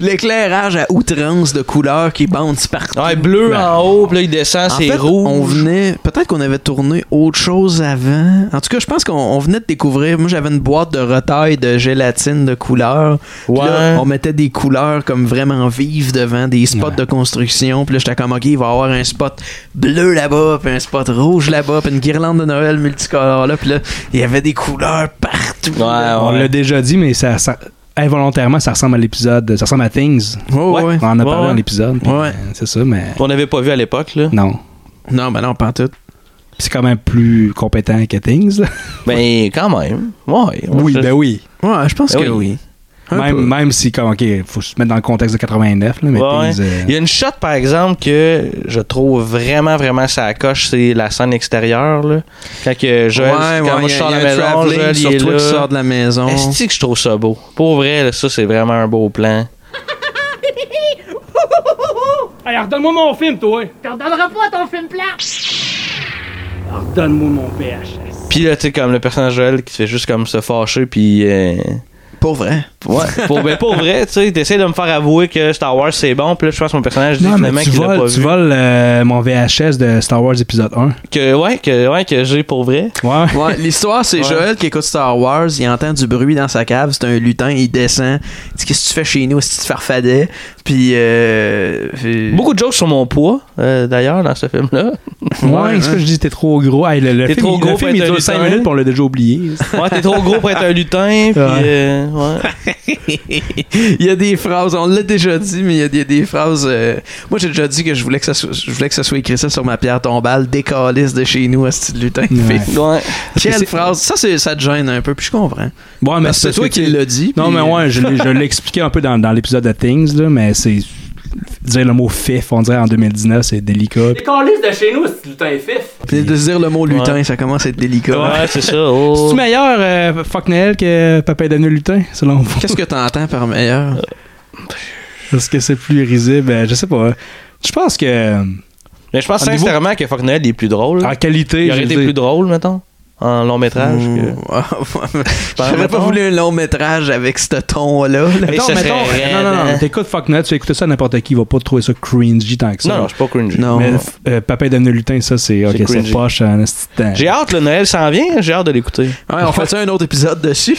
Speaker 5: L'éclairage à outrance de couleurs qui bounce partout.
Speaker 1: Ouais, bleu en haut, puis là il descend,
Speaker 5: En
Speaker 1: c'est
Speaker 5: fait,
Speaker 1: rouge.
Speaker 5: On venait, peut-être qu'on avait tourné autre chose avant. En tout cas, je pense qu'on on venait de découvrir. Moi, j'avais une boîte de retail de gélatine de couleurs. Puis là, on mettait des couleurs comme vraiment vives devant des spots de construction. Puis là, j'étais comme, ok, il va y avoir un spot bleu là-bas, puis un spot rouge là-bas, puis une guirlande de Noël multicolore là. Puis là, il y avait des couleurs partout. là.
Speaker 4: On l'a déjà dit, mais ça, ça- involontairement, ça ressemble à l'épisode, ça ressemble à Things.
Speaker 5: Ouais, ouais.
Speaker 4: On en a parlé
Speaker 5: Ouais, ouais.
Speaker 4: dans l'épisode. puis, euh, C'est ça, mais
Speaker 1: On n'avait pas vu à l'époque, là.
Speaker 4: non.
Speaker 5: Non, ben non, pas en tout.
Speaker 4: Puis C'est quand même plus compétent que Things. là.
Speaker 1: Ben, quand même. Ouais.
Speaker 4: Oui, ben oui.
Speaker 5: Ouais, je pense
Speaker 1: Ben
Speaker 5: que
Speaker 1: oui.
Speaker 5: oui. Un peu.
Speaker 4: Même, même si, comme, OK, faut se mettre dans le contexte de 89, là, mais
Speaker 1: Ouais,
Speaker 4: Things,
Speaker 1: ouais.
Speaker 4: euh,
Speaker 1: Il y a une shot, par exemple, que je trouve vraiment, vraiment ça coche, c'est la scène extérieure. Là. Quand que Joël,
Speaker 5: Ouais,
Speaker 1: quand
Speaker 5: ouais,
Speaker 1: moi
Speaker 5: y
Speaker 1: je
Speaker 5: a-
Speaker 1: sors de
Speaker 5: y a
Speaker 1: la
Speaker 5: un
Speaker 1: maison,
Speaker 5: travelling
Speaker 1: Joël, il
Speaker 5: sur
Speaker 1: est
Speaker 5: toi
Speaker 1: là.
Speaker 5: qui sors de la maison.
Speaker 1: Est-ce que je trouve ça beau? Pour vrai, là, ça, c'est vraiment un beau plan.
Speaker 15: Hey, redonne-moi mon film, toi!
Speaker 20: T'en donneras pas ton film plat!
Speaker 15: Redonne-moi mon VHS.
Speaker 1: Puis là, tu sais, comme le personnage Joël qui se fait juste comme se fâcher, puis... euh,
Speaker 5: Pour vrai.
Speaker 1: Ouais, pour, ben, pour vrai, tu sais, t'essayes de me faire avouer que Star Wars c'est bon, puis là, je pense que mon personnage dit
Speaker 4: Non,
Speaker 1: finalement
Speaker 4: mais tu
Speaker 1: qu'il l'a
Speaker 4: voles,
Speaker 1: pas
Speaker 4: tu
Speaker 1: vu.
Speaker 4: voles, euh, mon VHS de Star Wars épisode 1.
Speaker 1: Que, ouais, que, ouais, que j'ai pour vrai.
Speaker 4: Ouais.
Speaker 5: Ouais, l'histoire, c'est
Speaker 1: Ouais.
Speaker 5: Joël qui écoute Star Wars, il entend du bruit dans sa cave, c'est un lutin, il descend, il dit qu'est-ce que tu fais chez nous, est-ce que tu te farfadais, puis... Euh, puis-
Speaker 1: Beaucoup de jokes sur mon poids, euh, d'ailleurs, dans ce film-là.
Speaker 4: Ouais, est-ce que je dis t'es trop gros? Hey, le, le
Speaker 1: T'es
Speaker 4: film,
Speaker 1: trop
Speaker 4: il-
Speaker 1: gros
Speaker 4: le
Speaker 1: pour
Speaker 4: film, il
Speaker 1: être un
Speaker 4: dure 5
Speaker 1: lutin.
Speaker 4: minutes, puis on l'a déjà oublié.
Speaker 1: Ouais, t'es trop gros pour être un lutin, puis... euh, ouais.
Speaker 5: il y a des phrases, on l'a déjà dit, mais il y a des, des phrases... euh, moi, j'ai déjà dit que je voulais que, ça soit, je voulais que ça soit écrit ça sur ma pierre tombale, décalisse de chez nous, est-ce que lutin.
Speaker 4: Ouais.
Speaker 5: Fait-
Speaker 1: Ouais.
Speaker 5: Quelle phrase, ça, c'est- ça te gêne un peu, puis je comprends.
Speaker 4: Ouais, mais
Speaker 5: Parce que c'est toi
Speaker 4: parce que
Speaker 5: qui
Speaker 4: tu-
Speaker 5: l'as dit,
Speaker 4: Non,
Speaker 5: puis-
Speaker 4: mais ouais, je l'ai je l'ai expliqué un peu dans, dans l'épisode de Things, là, mais c'est. Dire le mot fif, on dirait en 2019, c'est délicat.
Speaker 15: Les calices de chez nous, c'est le lutin fif.
Speaker 5: Puis de se dire le mot lutin, ça commence à être délicat.
Speaker 1: Ouais, c'est ça. oh.
Speaker 4: C'est-tu meilleur, euh, Fuck Noël, que Papa est devenu lutin, selon vous?
Speaker 5: Qu'est-ce que t'entends par meilleur?
Speaker 4: Est-ce que c'est plus risible? Euh, Je sais pas. Je pense que.
Speaker 1: Mais je pense
Speaker 4: Au niveau-
Speaker 1: sincèrement que Fuck Noël est plus drôle.
Speaker 4: En
Speaker 1: Il
Speaker 4: qualité, je Hmm.
Speaker 1: aurait
Speaker 4: veux
Speaker 1: été
Speaker 4: dire.
Speaker 1: plus drôle, mettons. en long métrage.
Speaker 5: Mmh.
Speaker 1: que-
Speaker 5: J'aurais pas
Speaker 1: mettons-
Speaker 5: voulu un long métrage avec ce ton-là. là.
Speaker 1: Hey,
Speaker 4: Mettons,
Speaker 1: ça serait
Speaker 4: mettons,
Speaker 1: raide,
Speaker 4: non, non, non,
Speaker 1: hein?
Speaker 4: t'écoutes Fuck Nuts, tu vas écouter ça à n'importe qui, il va pas te trouver ça cringy tant que ça.
Speaker 1: Non, non, je suis pas cringy.
Speaker 4: Non. Mais f- euh, Papa est devenu lutin, ça, c'est ok,
Speaker 1: C'est
Speaker 4: c'est
Speaker 1: cringy.
Speaker 4: poche en esti de temps.
Speaker 1: J'ai hâte, le Noël s'en vient, j'ai hâte de l'écouter.
Speaker 5: Ouais, on fait ça un autre épisode dessus.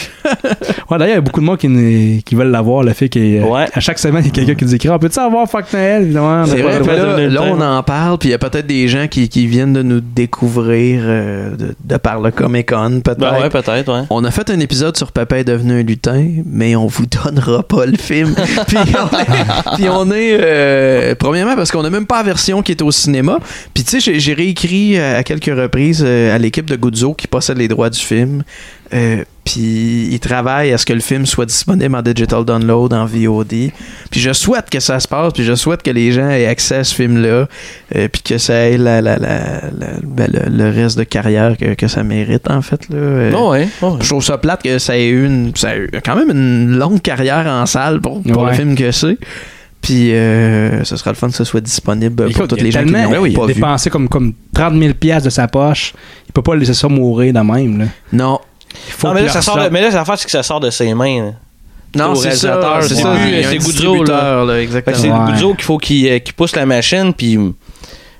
Speaker 4: Ouais, d'ailleurs, il y a beaucoup de monde qui, ne- qui veulent l'avoir, la fille qui est- euh, À chaque semaine, il y a quelqu'un qui nous écrit On peut-tu avoir Fuck Noël évidemment
Speaker 5: C'est
Speaker 4: on a pas
Speaker 5: vrai, puis
Speaker 4: le droit
Speaker 5: là,
Speaker 4: de donner le
Speaker 5: là,
Speaker 4: temps.
Speaker 5: on en parle, puis il y a peut-être des gens qui, qui viennent de nous découvrir euh, de, de par le Comic Con, peut-être.
Speaker 1: Ben ouais, peut-être, ouais.
Speaker 5: On a fait un épisode sur Papa est devenu un lutin, mais on vous donnera pas le film. puis on est, puis on est, euh, premièrement, parce qu'on n'a même pas la version qui est au cinéma. Puis tu sais, j'ai- j'ai réécrit à à quelques reprises euh, à l'équipe de Guzzo qui possède les droits du film. Euh, puis ils travaillent à ce que le film soit disponible en digital download, en VOD. Puis je souhaite que ça se passe, puis je souhaite que les gens aient accès à ce film-là, euh, puis que ça ait la, la, la, la- ben, le, le reste de carrière que, que ça mérite, en fait. Là. Euh,
Speaker 1: Non, Ben ouais. ouais.
Speaker 5: Je trouve ça plate que ça ait eu une, ça a eu quand même une longue carrière en salle pour, pour
Speaker 4: Ouais.
Speaker 5: le film que c'est. Puis euh, ce sera le fun que ce soit disponible pour
Speaker 4: Écoute,
Speaker 5: toutes
Speaker 4: il a
Speaker 5: les gens qui
Speaker 4: tellement-
Speaker 5: l'ont
Speaker 4: il
Speaker 5: pas
Speaker 4: a
Speaker 5: vu.
Speaker 4: dépensé comme, comme 30 000 piastres de sa poche. Il peut pas laisser ça mourir de même. Là.
Speaker 5: Non.
Speaker 4: Faut
Speaker 1: Non, mais
Speaker 4: qu'il
Speaker 1: là, ça
Speaker 4: leur
Speaker 1: sort de-
Speaker 4: sorte.
Speaker 1: mais là, l'affaire, c'est que ça sort de ses mains. là.
Speaker 5: Non,
Speaker 1: Au
Speaker 5: c'est ça,
Speaker 1: réalisateur,
Speaker 5: c'est
Speaker 1: c'est
Speaker 5: ça.
Speaker 1: plus-
Speaker 5: Il y a un
Speaker 1: C'est Goudreau, là.
Speaker 5: distributeur, là,
Speaker 1: Fait
Speaker 5: exactement.
Speaker 1: que C'est
Speaker 4: Ouais.
Speaker 1: Guzzo qu'il faut qu'il euh, qu'il pousse la machine, puis.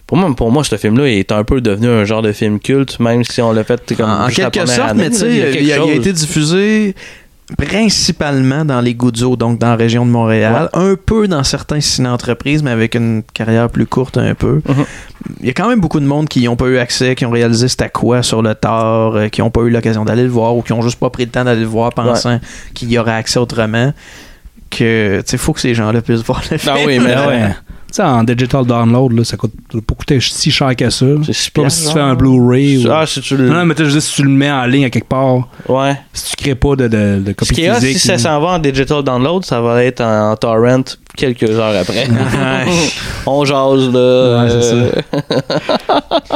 Speaker 1: Pour moi, pour moi, ce film-là est un peu devenu un genre de film culte, même si on l'a fait tu sais, comme
Speaker 5: en
Speaker 1: juste la
Speaker 5: quelque
Speaker 1: première
Speaker 5: sorte,
Speaker 1: année.
Speaker 5: mais tu sais,
Speaker 1: quelque
Speaker 5: il, a- il a
Speaker 1: chose.
Speaker 5: été diffusé principalement dans les Goudzo, donc dans la région de Montréal, un peu dans certains ciné-entreprises, mais avec une carrière plus courte un peu.
Speaker 1: Uh-huh.
Speaker 5: Il y a quand même beaucoup de monde qui n'ont pas eu accès, qui ont réalisé c'était quoi sur le tard, euh, qui n'ont pas eu l'occasion d'aller le voir ou qui n'ont juste pas pris le temps d'aller le voir pensant qu'il y aurait accès autrement. Que, tu sais, faut que ces gens-là puissent voir le film.
Speaker 1: Ah oui, mais
Speaker 4: Ah ouais.
Speaker 1: ouais.
Speaker 4: Tu sais, en digital download, là, ça coûte ça peut pas coûter si cher que ça.
Speaker 1: six
Speaker 4: C'est pas comme si
Speaker 1: piastres,
Speaker 4: tu fais
Speaker 1: genre.
Speaker 4: un Blu-ray. ou-
Speaker 1: Ah, si tu
Speaker 4: Non,
Speaker 1: le.
Speaker 4: non, mais tu sais, je veux dire, si tu le mets en ligne à quelque part,
Speaker 1: Ouais.
Speaker 4: si tu crées pas de, de, de
Speaker 1: Ce
Speaker 4: copie
Speaker 1: qui est hot,
Speaker 4: physique.
Speaker 1: si ça
Speaker 4: ou-
Speaker 1: s'en va en digital download, ça va être en, en torrent quelques heures après. on jase, là.
Speaker 4: Ouais, c'est
Speaker 1: euh,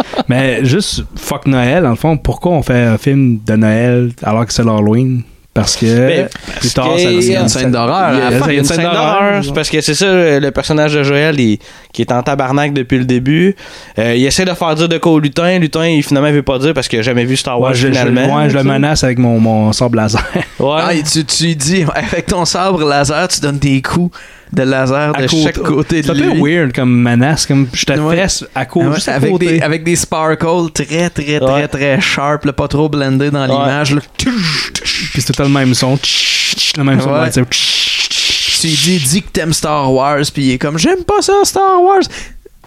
Speaker 4: Mais juste fuck Noël, dans le fond, pourquoi on fait un film de Noël alors que c'est l'Halloween? Parce que
Speaker 1: Ben,
Speaker 4: plus tard, ça
Speaker 1: qu'il y a une hein.
Speaker 4: scène
Speaker 5: d'horreur.
Speaker 1: Il y a,
Speaker 4: Il y a une scène d'horreur.
Speaker 1: c'est parce que c'est ça, euh, le personnage de Joël, il- qui est en tabarnak depuis le début. Euh, il essaie de faire dire de quoi au lutin. Lutin, il, finalement, il veut pas dire parce qu'il a jamais vu Star Wars,
Speaker 4: Ouais, je, je-
Speaker 1: finalement.
Speaker 4: ouais, je le menace avec mon, mon sort laser.
Speaker 1: Ouais.
Speaker 5: Ah, et tu, tu dis, avec ton sabre laser, tu donnes des coups de laser de chaque côté de
Speaker 4: C'est un
Speaker 5: lui.
Speaker 4: peu weird comme menace, comme je te fesse à
Speaker 5: Ah
Speaker 4: cause
Speaker 5: ouais,
Speaker 4: juste à
Speaker 5: avec,
Speaker 4: côté.
Speaker 5: des, avec des sparkles très, très, très,
Speaker 1: Ouais.
Speaker 5: très sharp, là, pas trop blendé dans l'image. là. Tch, tch.
Speaker 4: Puis c'est tout le même son. Tch, tch, Le même son.
Speaker 5: Ouais.
Speaker 4: ouais, tu sais, tch.
Speaker 5: Tu lui dis, dis que t'aimes Star Wars, puis il est comme, j'aime pas ça, Star Wars.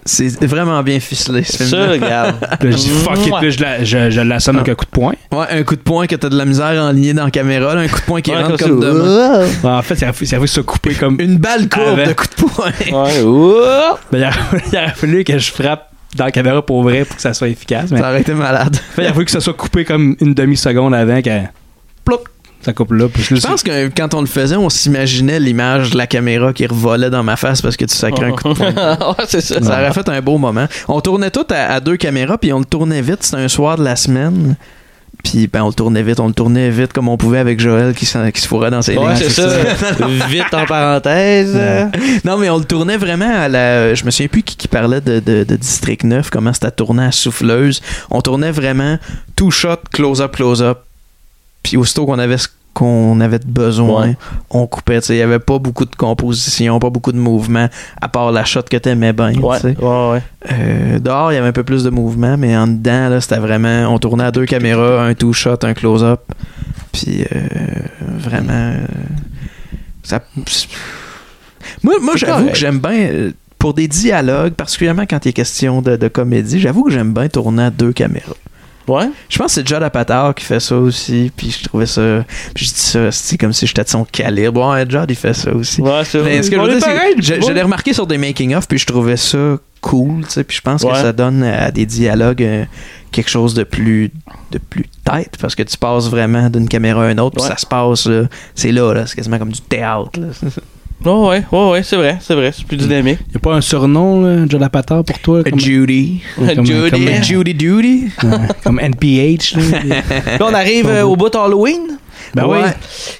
Speaker 5: C'est vraiment bien ficelé,
Speaker 1: Ça,
Speaker 5: ce film
Speaker 1: regarde.
Speaker 4: Puis là, je dis fuck it,
Speaker 1: Mouah.
Speaker 4: puis là, je la- je je l'assomme avec un coup de poing.
Speaker 5: Ouais, un coup de poing que t'as de la misère enlignée dans la caméra, là, un coup de poing qui
Speaker 1: Ouais,
Speaker 5: rentre
Speaker 1: comme
Speaker 5: comme
Speaker 1: ça.
Speaker 5: demain.
Speaker 4: En fait, il a il a voulu se couper comme.
Speaker 5: Une balle courbe
Speaker 4: Avec.
Speaker 5: de coup de poing.
Speaker 1: Ouais, ouah.
Speaker 4: Ben, il aurait- il aurait fallu que je frappe dans la caméra pour vrai pour que ça soit efficace. Mais
Speaker 5: Ça aurait été malade.
Speaker 4: Fait, il a fallu que ça soit coupé comme une demi-seconde avant qu'elle. Plop! Ça coupe là. Puis je
Speaker 5: Je pense que quand on le faisait, on s'imaginait l'image de la caméra qui revolait dans ma face parce que tu sacrais un coup de poing.
Speaker 1: Ah, ouais, c'est ça.
Speaker 5: Ça aurait fait un beau moment. On tournait tout à, à deux caméras, puis on le tournait vite. C'était un soir de la semaine. Puis ben, on le tournait vite. On le tournait vite comme on pouvait avec Joël qui, s'en- qui se fourrait dans ses
Speaker 1: Ouais, c'est
Speaker 5: lignes.
Speaker 1: ça. Vite en parenthèse.
Speaker 5: Non, mais on le tournait vraiment à la. Je me souviens plus qui, qui parlait de, de- de District 9, comment c'était tourné à souffleuse. On tournait vraiment tout shot, close-up, close-up. Puis aussitôt qu'on avait ce qu'on avait de besoin,
Speaker 1: Ouais.
Speaker 5: on coupait. tu sais. Il n'y avait pas beaucoup de composition, pas beaucoup de mouvement, à part la shot que t'aimais bien. tu
Speaker 1: Ouais,
Speaker 5: sais.
Speaker 1: ouais, ouais.
Speaker 5: Euh, dehors, il y avait un peu plus de mouvement, mais en dedans, là, c'était vraiment. On tournait à deux caméras, un two-shot, un close-up. Puis, euh, vraiment. euh, ça. Moi, moi
Speaker 1: C'est
Speaker 5: j'avoue
Speaker 1: correct.
Speaker 5: que j'aime bien. euh, Pour des dialogues, particulièrement quand il est question de, de comédie, j'avoue que j'aime bien tourner à deux caméras.
Speaker 1: Ouais.
Speaker 5: Je pense que c'est Jod Apatow qui fait ça aussi, puis je trouvais ça. Puis je dis ça, c'est comme si j'étais de son calibre. Ouais, Jod, il fait ça aussi.
Speaker 1: Ouais, c'est
Speaker 5: Mais ce que je
Speaker 1: On
Speaker 5: veux
Speaker 1: est
Speaker 5: dire, c'est que
Speaker 1: pareil,
Speaker 5: je,
Speaker 1: ouais.
Speaker 5: je l'ai remarqué sur des making-of, puis je trouvais ça cool, tu sais, puis je pense
Speaker 1: Ouais.
Speaker 5: que ça donne à des dialogues euh, quelque chose de plus de plus tête, parce que tu passes vraiment d'une caméra à une autre, puis
Speaker 1: Ouais.
Speaker 5: ça se passe, là, c'est là, là, c'est quasiment comme du théâtre. là.
Speaker 1: Ouais, ouais, ouais, ouais, c'est vrai, c'est vrai. C'est plus dynamique.
Speaker 4: Il n'y a pas un surnom, là, John Apatow, pour toi? Comme,
Speaker 5: Judy.
Speaker 4: comme- comme-
Speaker 1: Judy.
Speaker 4: comme-
Speaker 1: Yeah.
Speaker 5: Judy Duty.
Speaker 4: ouais, comme NPH. Là.
Speaker 1: Puis on arrive euh, au bout d'Halloween.
Speaker 4: Ben oui.